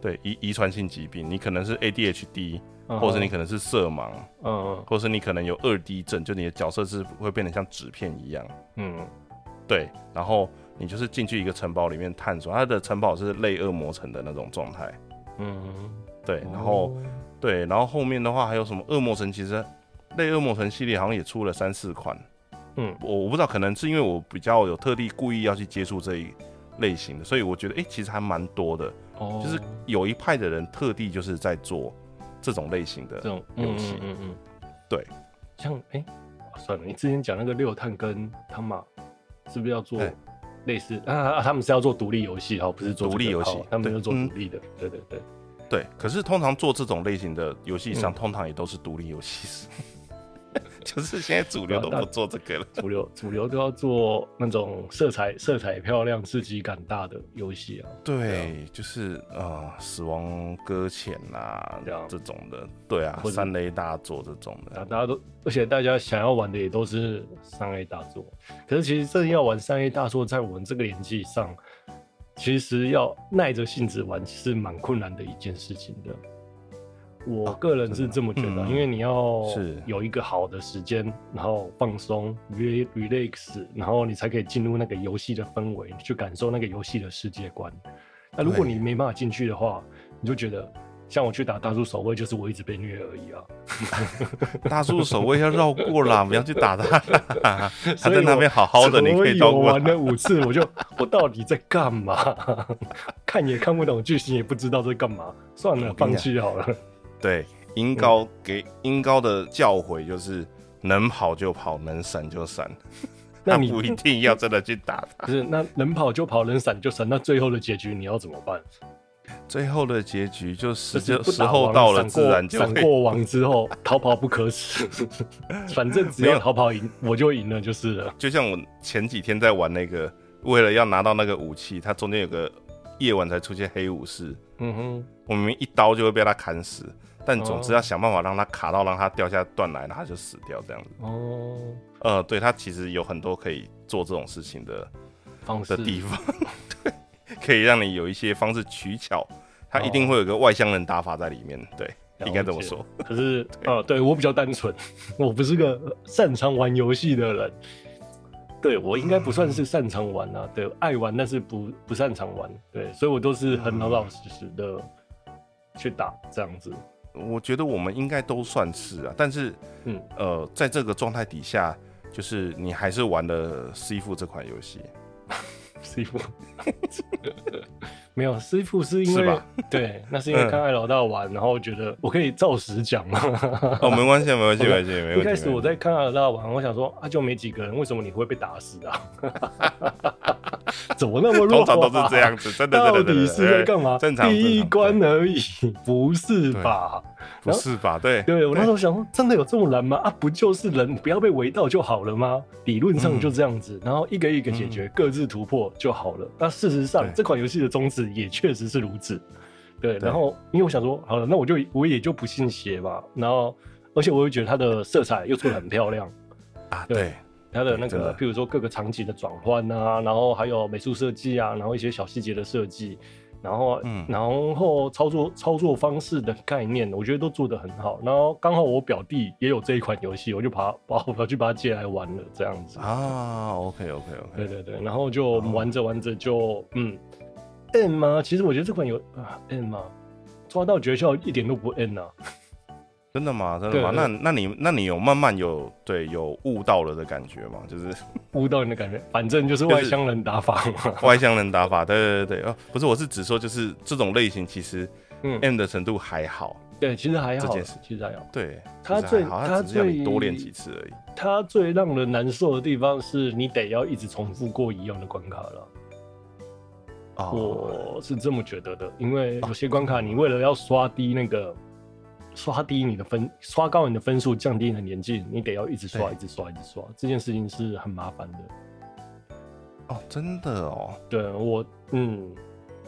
[SPEAKER 1] 对遗遗传性疾病，你可能是 ADHD，
[SPEAKER 2] 嗯
[SPEAKER 1] 或者是你，可能是色盲，
[SPEAKER 2] 嗯
[SPEAKER 1] 或者是你可能有二 D 症，就你的角色是会变得像纸片一样，
[SPEAKER 2] 嗯
[SPEAKER 1] 对，然后你就是进去一个城堡里面探索，它的城堡是类恶魔城的那种状态，
[SPEAKER 2] 嗯，
[SPEAKER 1] 对，然后。对，然后后面的话还有什么恶魔城？其实类恶魔城系列好像也出了三四款。
[SPEAKER 2] 嗯
[SPEAKER 1] 我我不知道，可能是因为我比较有特地故意要去接触这一类型的，所以我觉得哎、诶其实还蛮多的。
[SPEAKER 2] 哦，
[SPEAKER 1] 就是有一派的人特地就是在做这种类型
[SPEAKER 2] 这
[SPEAKER 1] 的。
[SPEAKER 2] 种
[SPEAKER 1] 游戏
[SPEAKER 2] 嗯嗯嗯，嗯
[SPEAKER 1] 对，
[SPEAKER 2] 像哎，算了，你之前讲那个六探跟他玛是不是要做
[SPEAKER 1] 对？
[SPEAKER 2] 啊类似啊啊，他们是要做独立游戏，哈，不是做
[SPEAKER 1] 独立
[SPEAKER 2] 这个
[SPEAKER 1] 游戏
[SPEAKER 2] 好他们
[SPEAKER 1] 对
[SPEAKER 2] 是做
[SPEAKER 1] 嗯
[SPEAKER 2] 独立的，对对对，
[SPEAKER 1] 对，可是通常做这种类型的游戏
[SPEAKER 2] 嗯
[SPEAKER 1] 上，通常也都是独立游戏， 就是现在主流都不做这 个了。
[SPEAKER 2] 主流主流都要做那种色彩色彩漂亮、刺激感大的游戏啊。
[SPEAKER 1] 对，就是啊、呃死亡搁浅啦
[SPEAKER 2] 对啊
[SPEAKER 1] 这种的，对啊，
[SPEAKER 2] 或者
[SPEAKER 1] 三雷大作这种的
[SPEAKER 2] 啊，，大家都，而且大家想要玩的也都是三 A 大作。可是其实真的要玩三 A 大作，在我们这个年纪上，其实要耐着性子玩是蛮困难的一件事情的。
[SPEAKER 1] 哦
[SPEAKER 2] 我个人是这么觉得，啊
[SPEAKER 1] 嗯
[SPEAKER 2] 因为你要
[SPEAKER 1] 是
[SPEAKER 2] 有一个好的时间，然后放松、re- relax，然后你才可以进入那个游戏的氛围，去感受那个游戏的世界观。那如果
[SPEAKER 1] 对
[SPEAKER 2] 你没办法进去的话，你就觉得像我去打大叔守卫，就是我一直被虐而已 啊。
[SPEAKER 1] 大树守卫要绕过 啦，不要去打他啦，他
[SPEAKER 2] 所以
[SPEAKER 1] 在那边好好的，你可以绕
[SPEAKER 2] 我
[SPEAKER 1] 过
[SPEAKER 2] 玩
[SPEAKER 1] 他
[SPEAKER 2] 了。五次，我就 我到底在干嘛？看也看不懂，剧情也不知道在干嘛，算了，
[SPEAKER 1] 我跟你
[SPEAKER 2] 放
[SPEAKER 1] 讲
[SPEAKER 2] 弃好了。
[SPEAKER 1] 对，音高给音高的教诲就是能跑就跑，能闪就闪，
[SPEAKER 2] 那
[SPEAKER 1] 他
[SPEAKER 2] 你
[SPEAKER 1] 不一定要真的去打他。
[SPEAKER 2] 不是，那能跑就跑，能闪就闪，那最后的结局你要怎么办？
[SPEAKER 1] 最后的结局就时
[SPEAKER 2] 就是
[SPEAKER 1] 就
[SPEAKER 2] 不
[SPEAKER 1] 时
[SPEAKER 2] 打
[SPEAKER 1] 候
[SPEAKER 2] 王
[SPEAKER 1] 到了，
[SPEAKER 2] 闪
[SPEAKER 1] 自
[SPEAKER 2] 过
[SPEAKER 1] 然就
[SPEAKER 2] 闪
[SPEAKER 1] 会
[SPEAKER 2] 过王之后，逃跑不可耻。反正只
[SPEAKER 1] 没
[SPEAKER 2] 要
[SPEAKER 1] 有
[SPEAKER 2] 逃跑赢，我就赢了就是了。
[SPEAKER 1] 就像我前几天在玩那个，为了要拿到那个武器，它中间有个夜晚才出现黑武士，
[SPEAKER 2] 嗯哼，
[SPEAKER 1] 我明明一刀就会被他砍死，但你总之
[SPEAKER 2] 哦
[SPEAKER 1] 要想办法让他卡到，让他掉下断崖，然后他就死掉这样子。
[SPEAKER 2] 哦，
[SPEAKER 1] 呃，对，他其实有很多可以做这种事情的
[SPEAKER 2] 方
[SPEAKER 1] 的
[SPEAKER 2] 式
[SPEAKER 1] 地方，
[SPEAKER 2] 嗯
[SPEAKER 1] 对， 可以让你有一些方式取巧，他一定会有个外乡人打法在里面，对，
[SPEAKER 2] 了
[SPEAKER 1] 应该这么
[SPEAKER 2] 解
[SPEAKER 1] 说。
[SPEAKER 2] 可是呃，对我比较单纯， 我不是个擅长玩游戏的人。对我应该不算
[SPEAKER 1] 嗯
[SPEAKER 2] 是擅长玩啊，对，爱玩但是不不擅长玩，对，所以我都是很老
[SPEAKER 1] 嗯
[SPEAKER 2] 老实实的去打这样子。
[SPEAKER 1] 我觉得我们应该都算是啊，但是，
[SPEAKER 2] 嗯
[SPEAKER 1] 呃，在这个状态底下，就是你还是玩了《C 父》这款游 戏，
[SPEAKER 2] 师傅没有师傅是因
[SPEAKER 1] 是
[SPEAKER 2] 为
[SPEAKER 1] 吧
[SPEAKER 2] 对，那是因为
[SPEAKER 1] 嗯
[SPEAKER 2] 看艾老大玩，然后觉得我可以照实讲嘛。
[SPEAKER 1] 哦，没关系，没关系，没关系，没
[SPEAKER 2] 一
[SPEAKER 1] 关系。
[SPEAKER 2] 开始
[SPEAKER 1] 没
[SPEAKER 2] 我
[SPEAKER 1] 关系
[SPEAKER 2] 在看阿拉玩，我想说啊，就没几个人，为什么你会被打死啊？ 怎么那么弱、
[SPEAKER 1] 通
[SPEAKER 2] 啊？
[SPEAKER 1] 常都是这，样 子，真的，
[SPEAKER 2] 到
[SPEAKER 1] 真的，真的
[SPEAKER 2] 底
[SPEAKER 1] 哎
[SPEAKER 2] 是在干嘛？
[SPEAKER 1] 正常，
[SPEAKER 2] 第
[SPEAKER 1] 正
[SPEAKER 2] 一
[SPEAKER 1] 常
[SPEAKER 2] 关而已， 不是吧？
[SPEAKER 1] 不是吧？对，
[SPEAKER 2] 对我那时候想说，真的有这么难吗？啊，不就是人不要被围到就好了吗？理论上
[SPEAKER 1] 嗯
[SPEAKER 2] 就这样子，然后一个一个解决，各自突破就好了。那事实上
[SPEAKER 1] 对，
[SPEAKER 2] 这款游戏的宗旨也确实是如此。对，
[SPEAKER 1] 对
[SPEAKER 2] 然后因为我想说，好了，那我就我也就不信邪吧。然后，而且我又觉得它的色彩又做的很漂亮，
[SPEAKER 1] 啊，
[SPEAKER 2] 对
[SPEAKER 1] 对，
[SPEAKER 2] 它的那
[SPEAKER 1] 真的
[SPEAKER 2] 个，譬如说各个场景的转换啊，然后还有美术设计啊，然后一些小细节的设计，然后、
[SPEAKER 1] 嗯
[SPEAKER 2] 然后操作操作方式的概念，我觉得都做得很好。然后刚好我表弟也有这一款游戏，我就把把我去把它借来玩了，这样子。
[SPEAKER 1] 啊，OK，OK，OK，
[SPEAKER 2] 对对对，然后就玩着玩着就嗯，N 吗？其实我觉得这款有啊 N 吗？抓到诀窍一点都不 N 啊。
[SPEAKER 1] 真的吗？真的
[SPEAKER 2] 对
[SPEAKER 1] 吗？
[SPEAKER 2] 对
[SPEAKER 1] 那那你那你有慢慢有对有悟到了的感觉吗？就是
[SPEAKER 2] 悟到你的感觉，反正就是
[SPEAKER 1] 就是
[SPEAKER 2] 外乡人打法嘛。
[SPEAKER 1] 外乡人打法，对对对对，哦，不是，我是只说就是这种类型，其实
[SPEAKER 2] 嗯，
[SPEAKER 1] M 的程度还好，
[SPEAKER 2] 对，其实还好
[SPEAKER 1] 这件事，
[SPEAKER 2] 其实还好。
[SPEAKER 1] 对，
[SPEAKER 2] 他
[SPEAKER 1] 其实
[SPEAKER 2] 最
[SPEAKER 1] 还好，他
[SPEAKER 2] 他
[SPEAKER 1] 只是要你多
[SPEAKER 2] 最
[SPEAKER 1] 练几次而已。
[SPEAKER 2] 它最让人难受的地方是你得要一直重复过一样的关卡了，
[SPEAKER 1] 哦，
[SPEAKER 2] 我是这么觉得的。因为有些关卡，你为了要刷低那个、刷低你的分、刷高你的分数、降低你的年纪，你得要一直刷、
[SPEAKER 1] 对
[SPEAKER 2] 一直刷、一直刷，这件事情是很麻烦的。
[SPEAKER 1] 哦，真的哦，
[SPEAKER 2] 对我，嗯，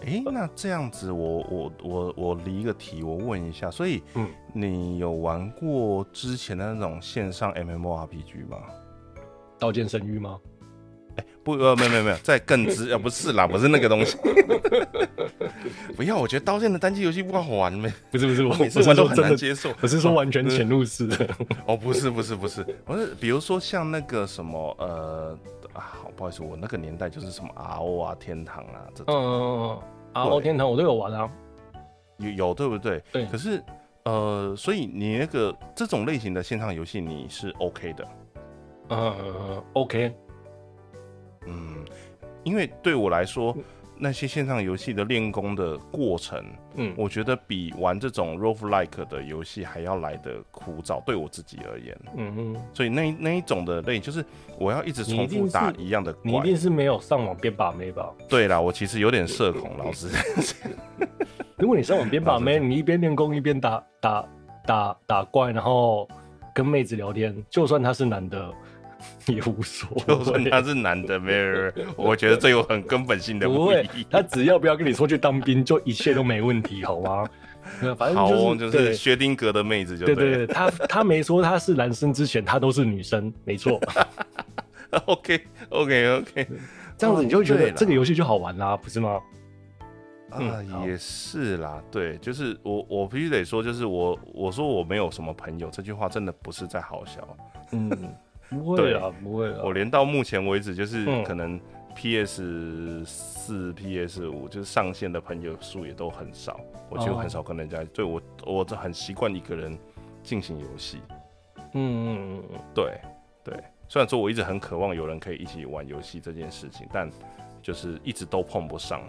[SPEAKER 1] 诶，那这样子我，我我我离一个题，我问一下，所以，
[SPEAKER 2] 嗯
[SPEAKER 1] 你有玩过之前的那种线上 MMORPG 吗？
[SPEAKER 2] 刀剑神域吗？
[SPEAKER 1] 不，呃，没有没有没有，在更之，呃，不是 啦，不是那个东西。 不要，我觉得《刀剑》的单机游戏不好玩没，
[SPEAKER 2] 不是不是，我
[SPEAKER 1] 每
[SPEAKER 2] 不
[SPEAKER 1] 次
[SPEAKER 2] 是
[SPEAKER 1] 玩都
[SPEAKER 2] 说
[SPEAKER 1] 很
[SPEAKER 2] 真
[SPEAKER 1] 难
[SPEAKER 2] 的，
[SPEAKER 1] 接受。
[SPEAKER 2] 我是说完全潜入式的。
[SPEAKER 1] 哦，不是不是不是，我是比如说像那个什么，呃，啊，好不好意思，我那个年代就是什么 RO 啊、天堂啊这种。
[SPEAKER 2] 嗯，啊，我天堂我都有玩啊。
[SPEAKER 1] 有有对不对？
[SPEAKER 2] 对
[SPEAKER 1] 可是呃，所以你那个这种类型的线上游戏你是 OK 的，
[SPEAKER 2] 嗯，OK，
[SPEAKER 1] 嗯，因为对我来说，那些线上游戏的练功的过程，
[SPEAKER 2] 嗯，
[SPEAKER 1] 我觉得比玩这种 roguelike 的游戏还要来的枯燥，对我自己而言。
[SPEAKER 2] 嗯嗯。
[SPEAKER 1] 所以那一那一种的类，就是我要一直
[SPEAKER 2] 你
[SPEAKER 1] 重
[SPEAKER 2] 一
[SPEAKER 1] 复
[SPEAKER 2] 定是
[SPEAKER 1] 打一样的怪。
[SPEAKER 2] 你一定是没有上网边把妹吧？
[SPEAKER 1] 啊 对啦，我其实有点社恐，老师。
[SPEAKER 2] 如果你上网边把妹，你一边练功一边打打打打怪，然后跟妹子聊天，就算他是男的 也无所
[SPEAKER 1] 就算
[SPEAKER 2] 谓。
[SPEAKER 1] 他是男的，没有，没有我觉得这有很根本性的
[SPEAKER 2] 不
[SPEAKER 1] 不
[SPEAKER 2] 会
[SPEAKER 1] 一，
[SPEAKER 2] 他
[SPEAKER 1] 样。
[SPEAKER 2] 只要不要跟你说去当兵，就一切都没问题，好吗？ 对反正
[SPEAKER 1] 好哦，
[SPEAKER 2] 就
[SPEAKER 1] 就是
[SPEAKER 2] 对
[SPEAKER 1] 是薛定谔的妹子就
[SPEAKER 2] 对
[SPEAKER 1] 对
[SPEAKER 2] 对
[SPEAKER 1] 了
[SPEAKER 2] 对，他他没说他是男生之前，他都是女生，没错。
[SPEAKER 1] OK OK OK，
[SPEAKER 2] 这样子你就会觉
[SPEAKER 1] 哦对
[SPEAKER 2] 得
[SPEAKER 1] 啦
[SPEAKER 2] 这个游嗯戏就好玩啦，不是吗？
[SPEAKER 1] 啊，也是啦，对，就是我我必须得说，就是我我说我没有什么朋友，这句话真的不是在好笑，
[SPEAKER 2] 嗯，不会啊，不会啊
[SPEAKER 1] 我。连到目前为止就是
[SPEAKER 2] 嗯
[SPEAKER 1] 可能 PS 四、PS 五就是上线的朋友数也都很少，我就
[SPEAKER 2] 哦
[SPEAKER 1] 很少跟人家，对我我这很习惯一个人进行游戏，
[SPEAKER 2] 嗯嗯嗯嗯，
[SPEAKER 1] 对对，虽然说我一直很渴望有人可以一起玩游戏这件事情，但就是一直都碰不上，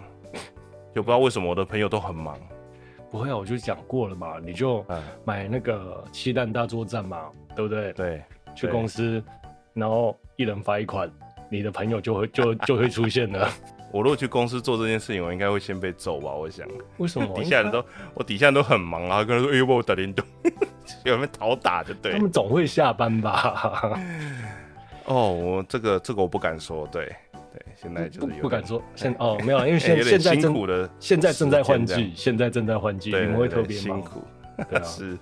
[SPEAKER 1] 就不知道为什么我的朋友都很忙，
[SPEAKER 2] 不会啊，我就讲过了嘛，你就
[SPEAKER 1] 嗯，
[SPEAKER 2] 买那个七蛋大作战嘛，对不对？
[SPEAKER 1] 对。
[SPEAKER 2] 去公司，然后一人发一款，你的朋友就会 就就会出现了。
[SPEAKER 1] 我如果去公司做这件事情，我应该会先被揍吧？我想，
[SPEAKER 2] 为什么？
[SPEAKER 1] 底下人都我底下人都很忙，然后跟他说：“哎、欸，我打联动， 有没有讨打就对
[SPEAKER 2] 他。们总会下班吧？”
[SPEAKER 1] 哦，我这个这个我不敢说，对对，现 在就
[SPEAKER 2] 不
[SPEAKER 1] 是有
[SPEAKER 2] 不敢
[SPEAKER 1] 点，
[SPEAKER 2] 说，现哦没有啊，因为
[SPEAKER 1] 哎
[SPEAKER 2] 现
[SPEAKER 1] 有
[SPEAKER 2] 现
[SPEAKER 1] 点
[SPEAKER 2] 在
[SPEAKER 1] 辛
[SPEAKER 2] 正
[SPEAKER 1] 苦的，
[SPEAKER 2] 现在正在换
[SPEAKER 1] 时间这
[SPEAKER 2] 季，现在正在换季，你
[SPEAKER 1] 对，
[SPEAKER 2] 们
[SPEAKER 1] 对
[SPEAKER 2] 会
[SPEAKER 1] 对
[SPEAKER 2] 特别
[SPEAKER 1] 辛
[SPEAKER 2] 忙，
[SPEAKER 1] 苦，
[SPEAKER 2] 对啊。
[SPEAKER 1] 是，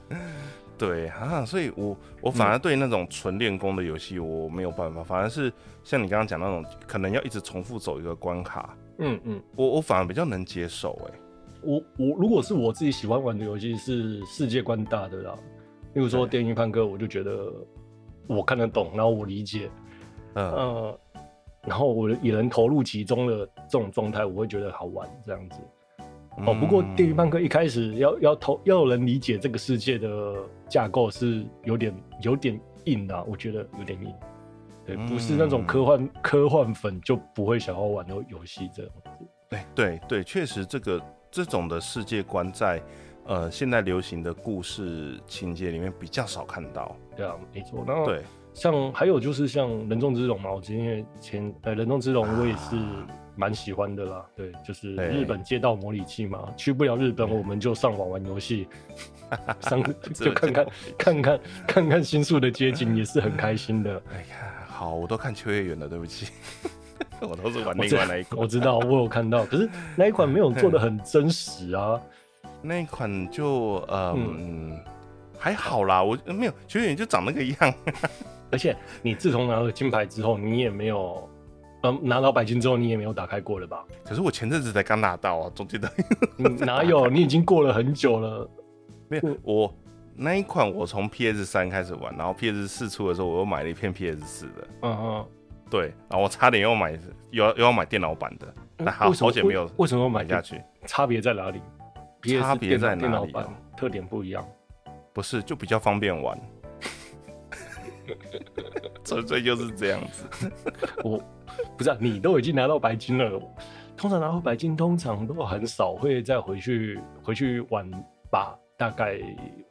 [SPEAKER 1] 对啊，所以我我反而对那种纯练功的游戏我没有办法，反而是像你刚刚讲那种，可能要一直重复走一个关卡，
[SPEAKER 2] 嗯嗯，
[SPEAKER 1] 我我反而比较能接受、哎。
[SPEAKER 2] 我我如果是我自己喜欢玩的游戏是世界观大的啦，例如说《电音探戈》，我就觉得我看得懂，然后我理解，
[SPEAKER 1] 嗯，
[SPEAKER 2] 呃，然后我也能投入其中的这种状态，我会觉得好玩这样子。哦，不过《地狱
[SPEAKER 1] 嗯
[SPEAKER 2] 半客》一开始要要投要有人理解这个世界的架构是有点有点硬的啊、我觉得有点硬。对，不是那种
[SPEAKER 1] 嗯
[SPEAKER 2] 科幻、科幻粉就不会想要玩的游戏这样子。
[SPEAKER 1] 哎，对对，确实这个这种的世界观在呃现在流行的故事情节里面比较少看到。
[SPEAKER 2] 对啊，没错。然后
[SPEAKER 1] 对，
[SPEAKER 2] 像还有就是像《人中之龙》嘛，我之前前呃《人中之龙》我也是蛮喜欢的啦。啊对，就是
[SPEAKER 1] 对
[SPEAKER 2] 日本街道模拟器嘛，去不了日本我们就上网玩游 戏，上就看看看看看看新宿的街景也是很开心 的。
[SPEAKER 1] 哎呀，好，我都看秋叶原了，对不起， 我都是玩
[SPEAKER 2] 我
[SPEAKER 1] 另
[SPEAKER 2] 知
[SPEAKER 1] 外那一款
[SPEAKER 2] 我，知道，我有看到，可是那一款没有做的很真实啊。
[SPEAKER 1] 那一款就呃嗯还好啦，我没有秋叶原就长那个样。
[SPEAKER 2] 而且你自从拿了金牌之后，你也没有，嗯，拿到白金之后，你也没有打开过了吧？
[SPEAKER 1] 可是我前阵子才刚拿到啊，中间的
[SPEAKER 2] 你哪有？你已经过了很久了。
[SPEAKER 1] 没有我。那一款我从 PS 三开始玩，然后 PS 四出的时候，我又买了一片 PS 四的，
[SPEAKER 2] 嗯嗯。
[SPEAKER 1] 对，然后我差点又买又要又要买电脑版的，但好
[SPEAKER 2] 嗯为什么
[SPEAKER 1] 好险没有
[SPEAKER 2] 为为什么要买
[SPEAKER 1] 买下
[SPEAKER 2] 下去？
[SPEAKER 1] 去，
[SPEAKER 2] 差别在哪里？PS
[SPEAKER 1] 差别在哪里
[SPEAKER 2] 电
[SPEAKER 1] 啊
[SPEAKER 2] 脑电脑版特点不一样。
[SPEAKER 1] 不是就比较方便玩， 纯粹就是这样子。
[SPEAKER 2] 我不是、啊、你都已经拿到白金了，通常拿到白金，通常都很少会再回去回去玩吧。大概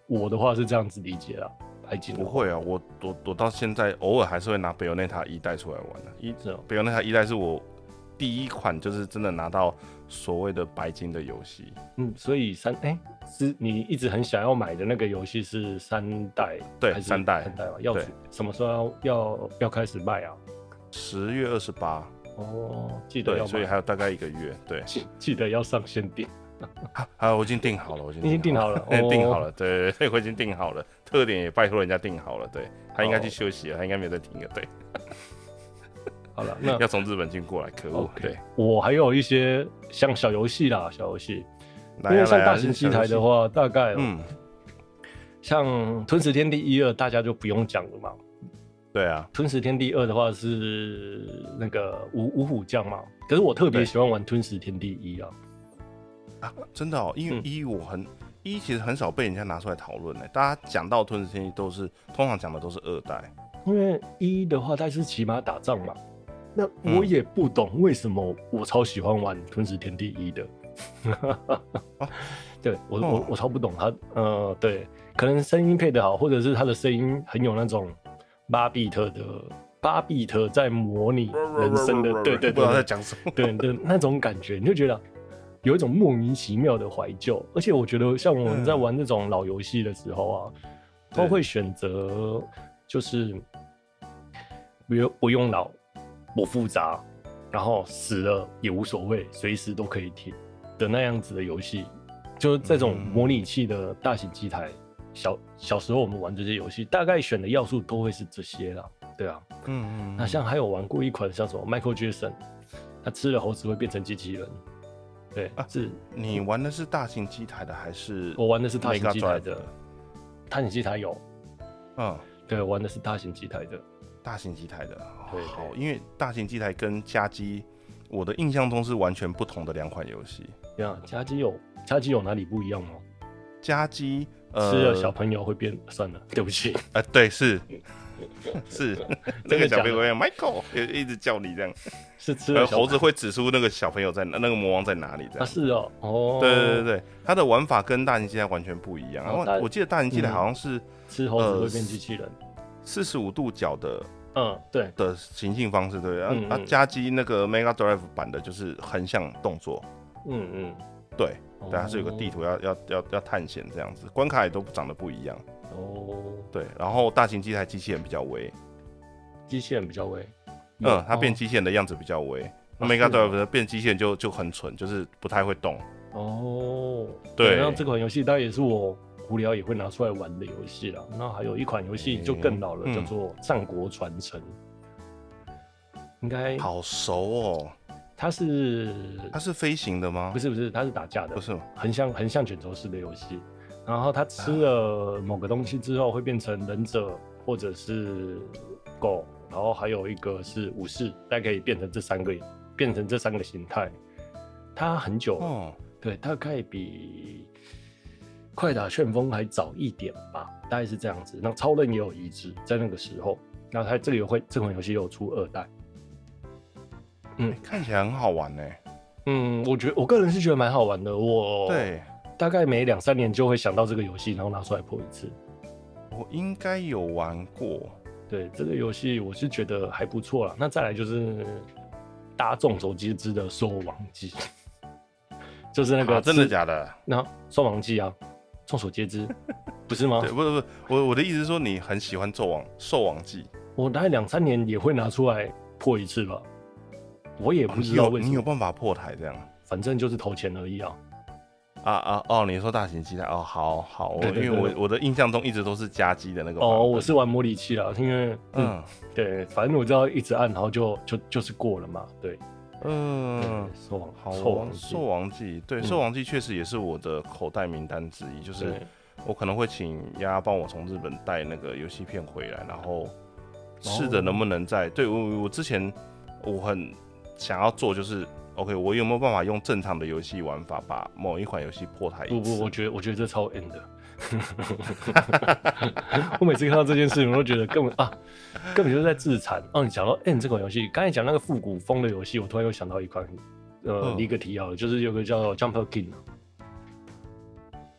[SPEAKER 2] 我的话是这样子理解啦，白金的
[SPEAKER 1] 不
[SPEAKER 2] 话
[SPEAKER 1] 会啊，我我我到现在偶尔还是会拿贝欧内塔一代出来玩的、一
[SPEAKER 2] 是哦
[SPEAKER 1] 贝欧内塔一代是我第一款就是真的拿到所谓的白金的游戏，
[SPEAKER 2] 嗯，所以三哎、是你一直很想要买的那个游戏是三代
[SPEAKER 1] 对
[SPEAKER 2] 还是
[SPEAKER 1] 三代
[SPEAKER 2] 三代吧？要
[SPEAKER 1] 对
[SPEAKER 2] 什么时候要要要开始卖啊？
[SPEAKER 1] 十月二十八，
[SPEAKER 2] 哦，记得
[SPEAKER 1] 对，
[SPEAKER 2] 要
[SPEAKER 1] 所以
[SPEAKER 2] 买，
[SPEAKER 1] 还有大概一个月，对，
[SPEAKER 2] 记记得要上限定。
[SPEAKER 1] 啊，我已经订好了，我已
[SPEAKER 2] 你已经
[SPEAKER 1] 订了。 哎
[SPEAKER 2] 订好了
[SPEAKER 1] 订
[SPEAKER 2] 哦
[SPEAKER 1] 好了，对对 对，我已经订好了，特点也拜托人家订好了，对他应该去
[SPEAKER 2] 哦
[SPEAKER 1] 休息了，他应该没有在听了，对，
[SPEAKER 2] 好了，哦那
[SPEAKER 1] 要从日本进过来，可恶
[SPEAKER 2] 嗯 OK
[SPEAKER 1] 对，
[SPEAKER 2] 我还有一些像小游戏啦，小游戏，因
[SPEAKER 1] 来
[SPEAKER 2] 为
[SPEAKER 1] 啊
[SPEAKER 2] 像
[SPEAKER 1] 来啊
[SPEAKER 2] 大型机台的，话，大概、
[SPEAKER 1] 嗯，
[SPEAKER 2] 嗯、像《吞食天地》一二，大家就不用讲了嘛。
[SPEAKER 1] 对啊，
[SPEAKER 2] 《吞食天地二》的话是那个五五虎将嘛，可是我特别
[SPEAKER 1] 对
[SPEAKER 2] 喜欢玩《吞食天地一》啊。
[SPEAKER 1] 啊，真的哦，因为
[SPEAKER 2] 嗯
[SPEAKER 1] 一我很一其实很少被人家拿出来讨论呢，大家讲到吞食天地都是通常讲的都是二代，
[SPEAKER 2] 因为一的话，它是骑马打仗嘛，那
[SPEAKER 1] 嗯
[SPEAKER 2] 我也不懂为什么我超喜欢玩《吞食天地一》的。 对我我
[SPEAKER 1] 啊哦
[SPEAKER 2] 我超不懂它，呃，对，可能声音配得好，或者是它的声音很有那种巴比特的巴比特在模拟人生的，对对
[SPEAKER 1] 不知道在
[SPEAKER 2] 对
[SPEAKER 1] 讲什么，
[SPEAKER 2] 对对那种感觉，你就觉得有一种莫名其妙的怀旧。而且我觉得，像我们
[SPEAKER 1] 嗯
[SPEAKER 2] 在玩这种老游戏的时候啊，都
[SPEAKER 1] 对
[SPEAKER 2] 会选择就是，比如不用脑，不复杂，然后死了也无所谓，随时都可以停的那样子的游戏。就是这种
[SPEAKER 1] 嗯
[SPEAKER 2] 模拟器的大型机台，小小时候我们玩这些游戏，大概选的要素都会是这些啦。对啊，
[SPEAKER 1] 嗯嗯，
[SPEAKER 2] 那像还有玩过一款像什么 Michael Jackson，他吃了猴子会变成机器人。对，
[SPEAKER 1] 啊
[SPEAKER 2] 是
[SPEAKER 1] 你玩的是大型机台的还是？
[SPEAKER 2] 我玩的是大型机台
[SPEAKER 1] Mega Drive
[SPEAKER 2] 的，大型机台有，
[SPEAKER 1] 嗯，
[SPEAKER 2] 对，玩的是大型机台的。
[SPEAKER 1] 大型机台的。
[SPEAKER 2] 对对
[SPEAKER 1] 好，因为大型机台跟家机，我的印象中是完全不同的两款游戏。
[SPEAKER 2] 这样，家机有家机有哪里不一样吗？哦
[SPEAKER 1] 家机，呃，
[SPEAKER 2] 吃了小朋友会变，算了，对 不起，
[SPEAKER 1] 啊，对，是 是，那个
[SPEAKER 2] 真的假
[SPEAKER 1] 小
[SPEAKER 2] 的
[SPEAKER 1] 朋友 Michael 也一直叫你这样，
[SPEAKER 2] 是吃
[SPEAKER 1] 呃，
[SPEAKER 2] 了小
[SPEAKER 1] 猴子会指出那个小朋友在哪，那个魔王在哪里这
[SPEAKER 2] 啊，
[SPEAKER 1] 样。
[SPEAKER 2] 是哦，哦，
[SPEAKER 1] 对对对，对，它的玩法跟大型机台完全不一样。然
[SPEAKER 2] 哦
[SPEAKER 1] 后
[SPEAKER 2] 大
[SPEAKER 1] 我记得大型机台好像是
[SPEAKER 2] 吃猴子
[SPEAKER 1] 呃
[SPEAKER 2] 会变机器人。
[SPEAKER 1] 四十五度角的
[SPEAKER 2] 嗯，对，
[SPEAKER 1] 的行进方式，对不对？
[SPEAKER 2] 嗯
[SPEAKER 1] 啊，啊
[SPEAKER 2] 嗯
[SPEAKER 1] 加机那个 Mega Drive 版的就是横向动作，
[SPEAKER 2] 嗯嗯，
[SPEAKER 1] 对，对，它
[SPEAKER 2] 哦
[SPEAKER 1] 是有个地图要要要要探险这样子，关卡也都长得不一样，
[SPEAKER 2] 哦，
[SPEAKER 1] 对。然后大型机台机器人比较微，
[SPEAKER 2] 机器人比较微，
[SPEAKER 1] 嗯，它变
[SPEAKER 2] 哦
[SPEAKER 1] 机器人的样子比较微。那
[SPEAKER 2] 啊
[SPEAKER 1] Mega
[SPEAKER 2] 是哦
[SPEAKER 1] Drive 的变机器人就就很蠢，就是不太会动。
[SPEAKER 2] 哦，
[SPEAKER 1] 对
[SPEAKER 2] 那这款游戏当然也是我无聊也会拿出来玩的游戏啦。那还有一款游戏就更老了，
[SPEAKER 1] 嗯
[SPEAKER 2] 叫做《战国传承》，应该
[SPEAKER 1] 好熟哦，
[SPEAKER 2] 它是
[SPEAKER 1] 它是飞行的吗？
[SPEAKER 2] 不
[SPEAKER 1] 是，
[SPEAKER 2] 是不是它是打架的
[SPEAKER 1] 不，是吗，
[SPEAKER 2] 横向横向卷轴式的游戏。然后它吃了
[SPEAKER 1] 啊
[SPEAKER 2] 某个东西之后会变成忍者或者是狗，然后还有一个是武士，大概可以变成这三个变成这三个形态。它很久了
[SPEAKER 1] 哦，
[SPEAKER 2] 对，大概比快打旋风还早一点吧，大概是这样子。那超人也有移植，在那个时候，那它这个游会这款游戏又有出二代。
[SPEAKER 1] 看起来很好玩呢。
[SPEAKER 2] 嗯，我觉得我个人是觉得蛮好玩的。我
[SPEAKER 1] 对，
[SPEAKER 2] 大概每两三年就会想到这个游戏，然后拿出来破一次。
[SPEAKER 1] 我应该有玩过。
[SPEAKER 2] 对这个游戏，我是觉得还不错啦。那再来就是大众所皆知的《收王记》，就是那个、
[SPEAKER 1] 啊真的？假的？
[SPEAKER 2] 那《收王记》啊，众所皆知，不 是吗
[SPEAKER 1] 对，？不是不是，我我的意思是说，你很喜欢纣王兽王记，
[SPEAKER 2] 我大概两三年也会拿出来破一次吧。我也
[SPEAKER 1] 哦
[SPEAKER 2] 不
[SPEAKER 1] 你
[SPEAKER 2] 知道
[SPEAKER 1] 有
[SPEAKER 2] 为什
[SPEAKER 1] 你有
[SPEAKER 2] 么，
[SPEAKER 1] 办法破台这样？
[SPEAKER 2] 反正就是投钱而已啊。
[SPEAKER 1] 啊啊哦，你说大型机台哦，好好，我
[SPEAKER 2] 对对
[SPEAKER 1] 因为
[SPEAKER 2] 对
[SPEAKER 1] 我我的印象中一直都是加机的那个版本。
[SPEAKER 2] 哦，我是玩模拟器啦，因为嗯，
[SPEAKER 1] 啊嗯
[SPEAKER 2] 对，反正我知道一直按，然后就就就是过了嘛。对，
[SPEAKER 1] 嗯
[SPEAKER 2] 嗯，，兽王，
[SPEAKER 1] 好
[SPEAKER 2] 兽
[SPEAKER 1] 哦
[SPEAKER 2] 王，，
[SPEAKER 1] 兽，王记，对，
[SPEAKER 2] 嗯
[SPEAKER 1] 兽王记确实也是我的口袋名单之一，就是
[SPEAKER 2] 对，
[SPEAKER 1] 我可能会请丫帮我从日本带那个游戏片回来，然后
[SPEAKER 2] 哦
[SPEAKER 1] 试着能不能在、对我我之前我很想要做就是 OK，我有没有办法用正常的游戏玩法把某一款游戏破台
[SPEAKER 2] 不
[SPEAKER 1] 一次？
[SPEAKER 2] 不，我觉得我觉得这超 end 的。 我每次看到这件事情，我都觉得根本啊，根本就是在自残。哦，你讲到 N 这款游戏，刚才讲那个复古风的游戏，我突然又想到一款，呃，
[SPEAKER 1] 嗯
[SPEAKER 2] 一个提要的，就是有个叫 Jumper King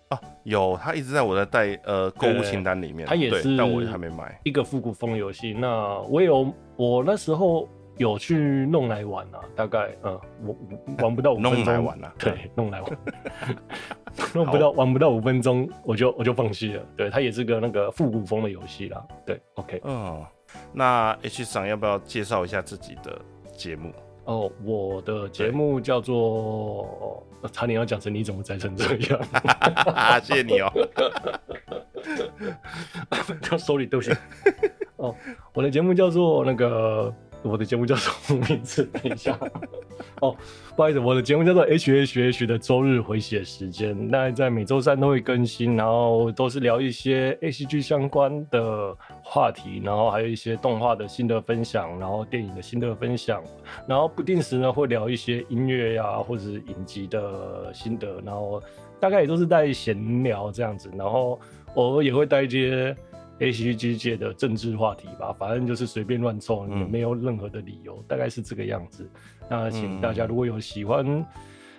[SPEAKER 2] 啊
[SPEAKER 1] 啊，有，它一直在我的带呃购物
[SPEAKER 2] 对
[SPEAKER 1] 清单里面，
[SPEAKER 2] 它也
[SPEAKER 1] 对
[SPEAKER 2] 是
[SPEAKER 1] 但我还没买。
[SPEAKER 2] 一个复古风游戏。那我有，我那时候有去弄来玩啊，大概嗯，我我玩不到五分钟，
[SPEAKER 1] 弄来玩啊
[SPEAKER 2] 对，弄来玩， 弄不到玩不到五分钟，我就我就放弃了。对，它也是个那个复古风的游戏啦。对，OK，
[SPEAKER 1] 嗯，那 H 长要不要介绍一下自己的节目？
[SPEAKER 2] 哦，我的节目叫做，呃差点要讲成你怎么宅成这样，
[SPEAKER 1] 谢谢你哦。
[SPEAKER 2] 叫 sorry，对 不起。哦，我的节目叫做那个，我的节目叫什么 名字？等一下，哦，不好意思，我的节目叫做 H H H 的周日回血时间，那在每周三都会更新，然后都是聊一些 H G 相关的话题，然后还有一些动画的心得分享，然后电影的心得分享，然后不定时呢会聊一些音乐呀、或者是影集的心得，然后大概也都是在闲聊这样子，然后偶尔也会带一些 H G 界的政治话题吧，反正就是随便乱凑，
[SPEAKER 1] 嗯
[SPEAKER 2] 没有任何的理由，大概是这个样子。那请大家
[SPEAKER 1] 嗯
[SPEAKER 2] 如果有喜欢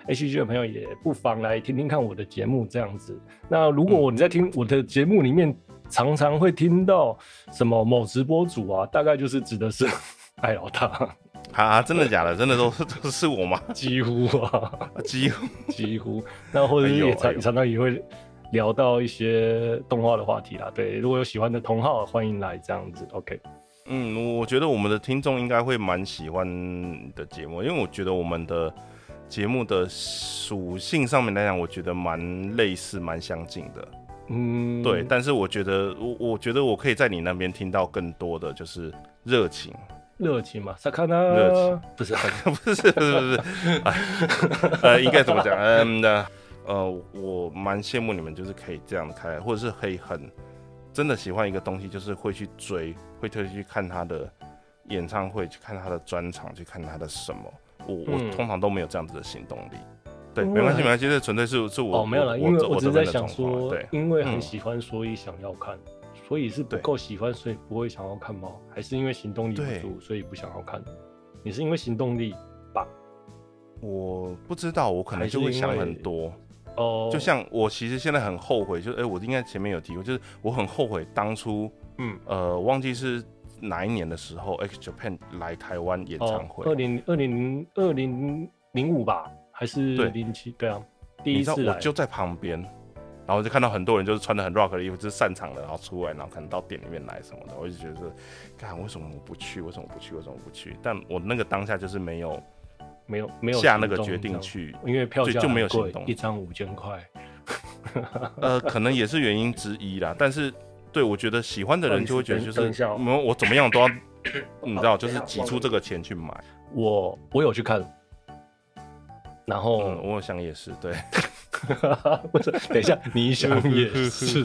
[SPEAKER 2] H G 的朋友，也不妨来听听看我的节目这样子。
[SPEAKER 1] 嗯
[SPEAKER 2] 那如果你在听我的节目里面，常常会听到什么某直播主啊，大概就是指的是 艾老大。
[SPEAKER 1] 啊，真的假的？真的都都是我吗？
[SPEAKER 2] 几乎啊，
[SPEAKER 1] 几乎
[SPEAKER 2] 几乎。那或者是
[SPEAKER 1] 哎呦
[SPEAKER 2] 也
[SPEAKER 1] 哎
[SPEAKER 2] 常
[SPEAKER 1] 呦
[SPEAKER 2] 常常也会聊到一些动画的话题啦。对，如果有喜欢的同好，欢迎来这样子。OK，
[SPEAKER 1] 嗯，我觉得我们的听众应该会蛮喜欢的节目，因为我觉得我们的节目的属性上面来讲，我觉得蛮类似、蛮相近的。
[SPEAKER 2] 嗯，
[SPEAKER 1] 对，但是我觉得我我觉得我可以在你那边听到更多的就是热情，
[SPEAKER 2] 热情嘛，萨卡纳，
[SPEAKER 1] 热情
[SPEAKER 2] 不是 很
[SPEAKER 1] 不是不是不是，哎呃，应该怎么讲？嗯那呃，我蛮羡慕你们，就是可以这样开，或者是可以很真的喜欢一个东西，就是会去追，会特地去看他的演唱会，去看他的专场，去看他的什么。我
[SPEAKER 2] 嗯
[SPEAKER 1] 我通常都没有这样子的行动力。对，
[SPEAKER 2] 因
[SPEAKER 1] 没关系，
[SPEAKER 2] 为
[SPEAKER 1] 没关系，这纯粹是是我
[SPEAKER 2] 哦，没有啦，
[SPEAKER 1] 我
[SPEAKER 2] 因为
[SPEAKER 1] 这
[SPEAKER 2] 我只是
[SPEAKER 1] 这
[SPEAKER 2] 在
[SPEAKER 1] 边的
[SPEAKER 2] 想
[SPEAKER 1] 状况
[SPEAKER 2] 说
[SPEAKER 1] 对，，
[SPEAKER 2] 因为很
[SPEAKER 1] 嗯
[SPEAKER 2] 喜欢，所以想要看，所以是不
[SPEAKER 1] 对
[SPEAKER 2] 够喜欢，所以不会想要看吗？还是因为行动力不
[SPEAKER 1] 对
[SPEAKER 2] 足，所以不想要看？你是因为行动力吧？
[SPEAKER 1] 我不知道，我可
[SPEAKER 2] 还
[SPEAKER 1] 能
[SPEAKER 2] 是
[SPEAKER 1] 就会
[SPEAKER 2] 因
[SPEAKER 1] 想
[SPEAKER 2] 为
[SPEAKER 1] 很多。
[SPEAKER 2] 哦，
[SPEAKER 1] 就像我其实现在很后悔，就是哎、我应该前面有提过，就是我很后悔当初
[SPEAKER 2] 嗯，
[SPEAKER 1] 呃，忘记是哪一年的时候，X Japan 来台湾演唱会，
[SPEAKER 2] 哦二零二零零二零零五吧，还是
[SPEAKER 1] 对
[SPEAKER 2] 零七？对啊，第
[SPEAKER 1] 你
[SPEAKER 2] 一
[SPEAKER 1] 知道
[SPEAKER 2] 次
[SPEAKER 1] 我
[SPEAKER 2] 来
[SPEAKER 1] 就在旁边，然后我就看到很多人就是穿的很 rock 的衣服，就是散场了，然后出来，然后可能到店里面来什么的，我就觉得是，干为什么我不去？为什么我不去？为什么我不去？但我那个当下就是没有
[SPEAKER 2] 没有没有
[SPEAKER 1] 下那个
[SPEAKER 2] 行动
[SPEAKER 1] 决
[SPEAKER 2] 这
[SPEAKER 1] 定
[SPEAKER 2] 样，
[SPEAKER 1] 去，
[SPEAKER 2] 因为票
[SPEAKER 1] 就
[SPEAKER 2] 价
[SPEAKER 1] 就没有
[SPEAKER 2] 很贵
[SPEAKER 1] 行动
[SPEAKER 2] 一张五千块。
[SPEAKER 1] 呃，可能也是原因之一啦。但是对我觉得喜欢的人就会觉得就是
[SPEAKER 2] 等一下哦，
[SPEAKER 1] 嗯我怎么样 都要，你知道，就
[SPEAKER 4] 等一
[SPEAKER 1] 是
[SPEAKER 4] 下
[SPEAKER 1] 挤出这个钱去买。
[SPEAKER 2] 我我有去看，然后、
[SPEAKER 1] 嗯，我想也是，对。
[SPEAKER 2] 不是，等一下，你 想也是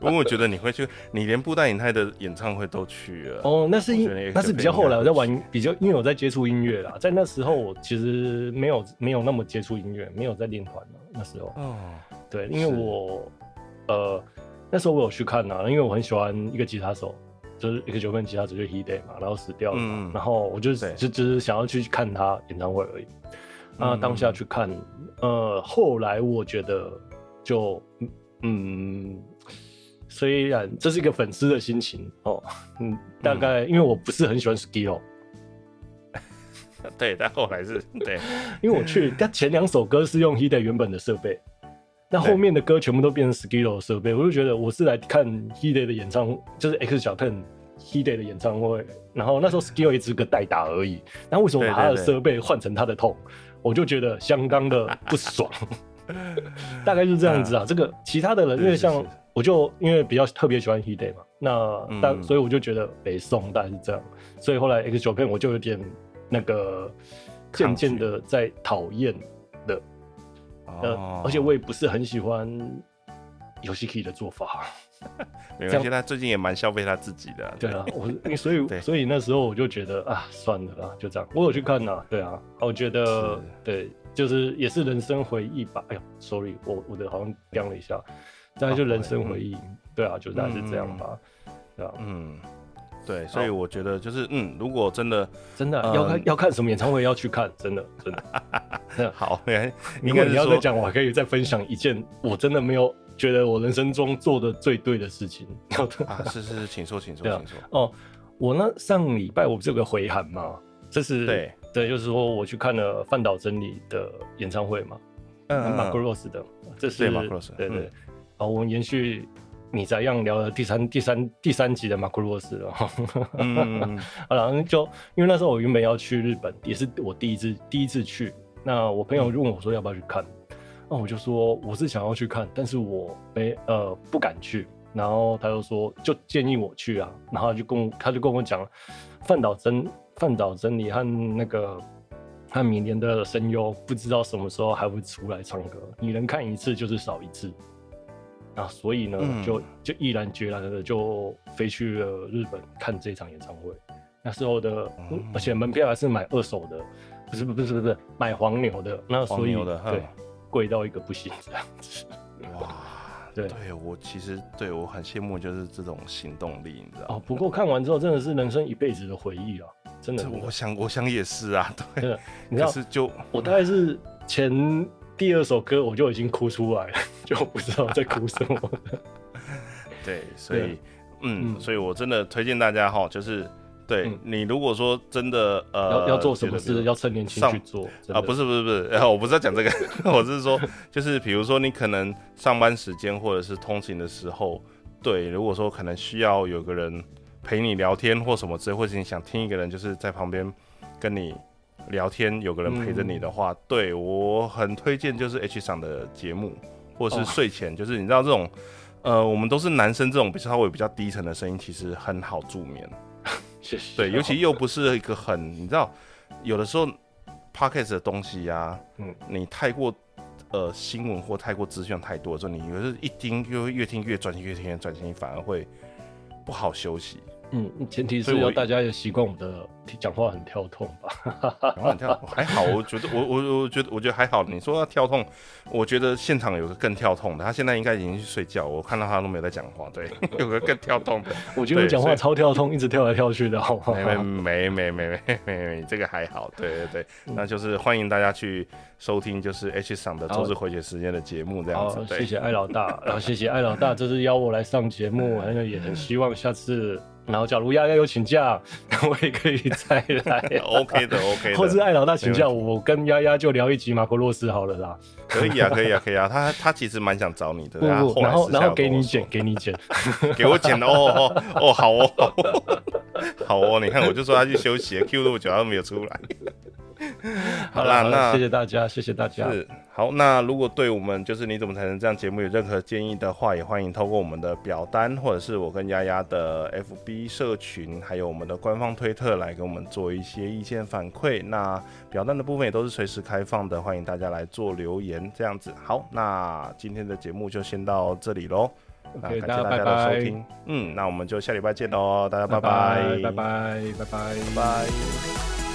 [SPEAKER 1] 因为我觉得你会去，你连布袋影太的演唱会都去了。
[SPEAKER 2] 哦，那是
[SPEAKER 1] 啊我
[SPEAKER 2] 因
[SPEAKER 1] 觉得也
[SPEAKER 2] 那是比较后来我在
[SPEAKER 1] 可
[SPEAKER 2] 玩，比较因为我在接触音乐啦，在那时候我其实没有没有那么接触音乐，没有在练团了那时候，
[SPEAKER 1] 哦，
[SPEAKER 2] 对，因为
[SPEAKER 1] 是
[SPEAKER 2] 我呃那时候我有去看呐、因为我很喜欢一个吉他手，就是一个九分吉他手就是 He Day 嘛，然后死掉了嘛，
[SPEAKER 1] 嗯
[SPEAKER 2] 然后我就
[SPEAKER 1] 对
[SPEAKER 2] 就就是想要去看他演唱会而已，那
[SPEAKER 1] 嗯
[SPEAKER 2] 当下去看，呃，后来我觉得就嗯，虽然这是一个粉丝的心情哦，嗯，大概、因为我不是很喜欢 Skill，
[SPEAKER 1] 对，但后来是对，
[SPEAKER 2] 因为我去他前两首歌是用 h e d a 原本的设备，那后面的歌全部都变成 Skill 的设备，我就觉得我是来看 h e d a 的演唱，就是 X 小 Ten。h e d a 的演唱会，然后
[SPEAKER 1] 嗯
[SPEAKER 2] 那时候 Skill 也只是个代打而已，那为什么把他的
[SPEAKER 1] 对对对
[SPEAKER 2] 设备换成他的痛，我就觉得相当的 不爽。大概就是这样子啊。这个其他的人，
[SPEAKER 1] 是
[SPEAKER 2] 因为
[SPEAKER 1] 是
[SPEAKER 2] 像
[SPEAKER 1] 是
[SPEAKER 2] 我就因为比较特别喜欢 He Day 嘛，那但
[SPEAKER 1] 嗯
[SPEAKER 2] 所以我就觉得北宋大概是这样，所以后来 X 九片我就有点那个渐
[SPEAKER 1] 抗拒
[SPEAKER 2] 渐的在讨厌的，
[SPEAKER 1] 哦
[SPEAKER 2] 呃，而且我也不是很喜欢游戏 key 的做 法，
[SPEAKER 1] 没关系，他最近也蛮消费他自己的，
[SPEAKER 2] 对啊，我因为所 以
[SPEAKER 1] 对
[SPEAKER 2] 所以那时候我就觉得啊，算了啦，就这样，我有去看呐、对啊，我觉得对，就是也是人生回忆吧。哎呦，sorry，我我的好像僵了一下，大概就人生回忆，对啊，就大概是这样吧，对啊，
[SPEAKER 1] 嗯，对，所以我觉得就是嗯，如果真的
[SPEAKER 2] 真的啊、
[SPEAKER 1] 嗯
[SPEAKER 2] 要看要看什么演唱会要去看，真的真的。
[SPEAKER 1] 好，
[SPEAKER 2] 如
[SPEAKER 1] 应该
[SPEAKER 2] 果你
[SPEAKER 1] 是
[SPEAKER 2] 要再
[SPEAKER 1] 说
[SPEAKER 2] 讲，我还可以再分享一件我真的没有觉得我人生中做的最对的事情。
[SPEAKER 1] 啊，是是，是请说，请说，
[SPEAKER 2] 对啊
[SPEAKER 1] 请说，
[SPEAKER 2] 哦，我那上礼拜我不是有个回函嘛，这是
[SPEAKER 1] 对
[SPEAKER 2] 对，就是说我去看了范岛真理的演唱会嘛，
[SPEAKER 1] 嗯
[SPEAKER 2] 马格罗斯的，这是
[SPEAKER 1] 对马格罗斯
[SPEAKER 2] 对对
[SPEAKER 1] 嗯。
[SPEAKER 2] 好，我们延续你咋样聊了第三第三第三集的马格罗斯了，
[SPEAKER 1] 嗯，
[SPEAKER 2] 好了，那就因为那时候我原本要去日本，也是我第一次第一次去。那我朋友就问我说要不要去看，那我就说我是想要去看，但是我没呃不敢去。然后他就说就建议我去啊，然后他就跟我他就跟我讲，范岛真范岛真理和那个和明年的声优不知道什么时候还会出来唱歌，你能看一次就是少一次。啊，所以呢，
[SPEAKER 1] 嗯
[SPEAKER 2] 就就毅然决然的就飞去了日本看这场演唱会。那时候的，
[SPEAKER 1] 嗯
[SPEAKER 2] 而且门票还是买二手的，不是不是不是买黄牛的，那所以
[SPEAKER 1] 黄牛的哼
[SPEAKER 2] 对贵到一个不行 这样子。
[SPEAKER 1] 哇。
[SPEAKER 2] 对
[SPEAKER 1] 对我其实对我很羡慕，就是这种行动力，你知道
[SPEAKER 2] 哦
[SPEAKER 1] 吗，？
[SPEAKER 2] 不过看完之后真的是人生一辈子的回忆啊，真的
[SPEAKER 1] 这。
[SPEAKER 2] 真 的
[SPEAKER 1] 我想，我想也是啊，
[SPEAKER 2] 真
[SPEAKER 1] 对。
[SPEAKER 2] 的，你知
[SPEAKER 1] 可
[SPEAKER 2] 道
[SPEAKER 1] 是就
[SPEAKER 2] 我大概是前第二首歌我就已经哭出来了， 就不知道在哭什么 了。
[SPEAKER 1] 对，所以，嗯，
[SPEAKER 2] 嗯
[SPEAKER 1] 所以我真的推荐大家哈，就是对
[SPEAKER 2] 嗯
[SPEAKER 1] 你如果说真的呃
[SPEAKER 2] 要要做什么
[SPEAKER 1] 觉得
[SPEAKER 2] 事，要趁年轻
[SPEAKER 1] 上
[SPEAKER 2] 去做
[SPEAKER 1] 啊，不
[SPEAKER 2] 是
[SPEAKER 1] 是不是不是， 呃我不是要讲这个，我是说，就是比如说你可能上班时间或者是通勤的时候，对，如果说可能需要有个人陪你聊天或什么之类，或者你想听一个人就是在旁边跟你聊天，有个人陪着你的话，对我很推荐就是 H 上的节目，或者
[SPEAKER 2] 哦
[SPEAKER 1] 是睡前，就是你知道这种。呃，我们都是男生，这种比较稍微比较低沉的声音，其实很好助眠。
[SPEAKER 2] 谢谢。
[SPEAKER 1] 对，尤其又不是一个很，你知道，有的时候 podcast 的东西啊，
[SPEAKER 2] 嗯
[SPEAKER 1] 你太过呃新闻或太过资讯太多的时候，你有时候一听就会越听越专心，越听越专心，反而会不好休息。
[SPEAKER 2] 嗯，前提
[SPEAKER 1] 所
[SPEAKER 2] 是
[SPEAKER 1] 以我
[SPEAKER 2] 要大家也习惯我们的讲话很跳痛吧。
[SPEAKER 1] 然后你看，还好，我觉得我我我觉得我觉得还好。你说要跳痛，我觉得现场有个更跳痛的，他现在应该已经去睡觉，我看到他都没有在讲话。对， 有个更跳痛的，
[SPEAKER 2] 我觉得我
[SPEAKER 1] 对
[SPEAKER 2] 讲
[SPEAKER 1] 所
[SPEAKER 2] 话
[SPEAKER 1] 以
[SPEAKER 2] 超跳痛，一直跳来跳去的，好吗？
[SPEAKER 1] 没没没没没 没没没，这个还好。对对对，
[SPEAKER 2] 嗯
[SPEAKER 1] 那就是欢迎大家去收听，就是 H 赏的周日回血时间的节目这样
[SPEAKER 2] 好
[SPEAKER 1] 子。，对。
[SPEAKER 2] 哦谢，谢艾老大，然后谢谢艾老大这次邀我来上节目，然后也很希望下次，然后假如丫丫有请假，我也可以再来
[SPEAKER 1] OK 的 OK 的，
[SPEAKER 2] 或是艾老大请假，
[SPEAKER 1] 没
[SPEAKER 2] 我跟丫丫就聊一集马可洛斯好了啦。
[SPEAKER 1] 可以啊可以啊可以啊，他他其实蛮想找你的，
[SPEAKER 2] 不
[SPEAKER 1] 他
[SPEAKER 2] 不，然
[SPEAKER 1] 后啊来
[SPEAKER 2] 后
[SPEAKER 1] 私下
[SPEAKER 2] 然后
[SPEAKER 1] 有
[SPEAKER 2] 给
[SPEAKER 1] 跟
[SPEAKER 2] 你
[SPEAKER 1] 我
[SPEAKER 2] 剪，给你剪。
[SPEAKER 1] 说，给我剪哦哦哦，好 哦 好哦好哦，你看我就说他去休息了，Q 那么久他都没有出来。 好啦，
[SPEAKER 2] 了
[SPEAKER 1] 那
[SPEAKER 2] 谢谢大家，谢谢大家。
[SPEAKER 1] 是好，那如果对我们就是你怎么才能这样节目有任何建议的话，也欢迎透过我们的表单，或者是我跟丫丫的 FB 社群，还有我们的官方推特来给我们做一些意见反馈。那表单的部分也都是随时开放的，欢迎大家来做留言这样子。好，那今天的节目就先到这里喽。那
[SPEAKER 2] OK，
[SPEAKER 1] 感谢大
[SPEAKER 2] 大家
[SPEAKER 1] 家的
[SPEAKER 2] 拜拜
[SPEAKER 1] 收听，嗯，那我们就下礼拜见喽，大家拜
[SPEAKER 2] 拜
[SPEAKER 1] 拜，
[SPEAKER 2] 拜拜拜拜。
[SPEAKER 1] 拜。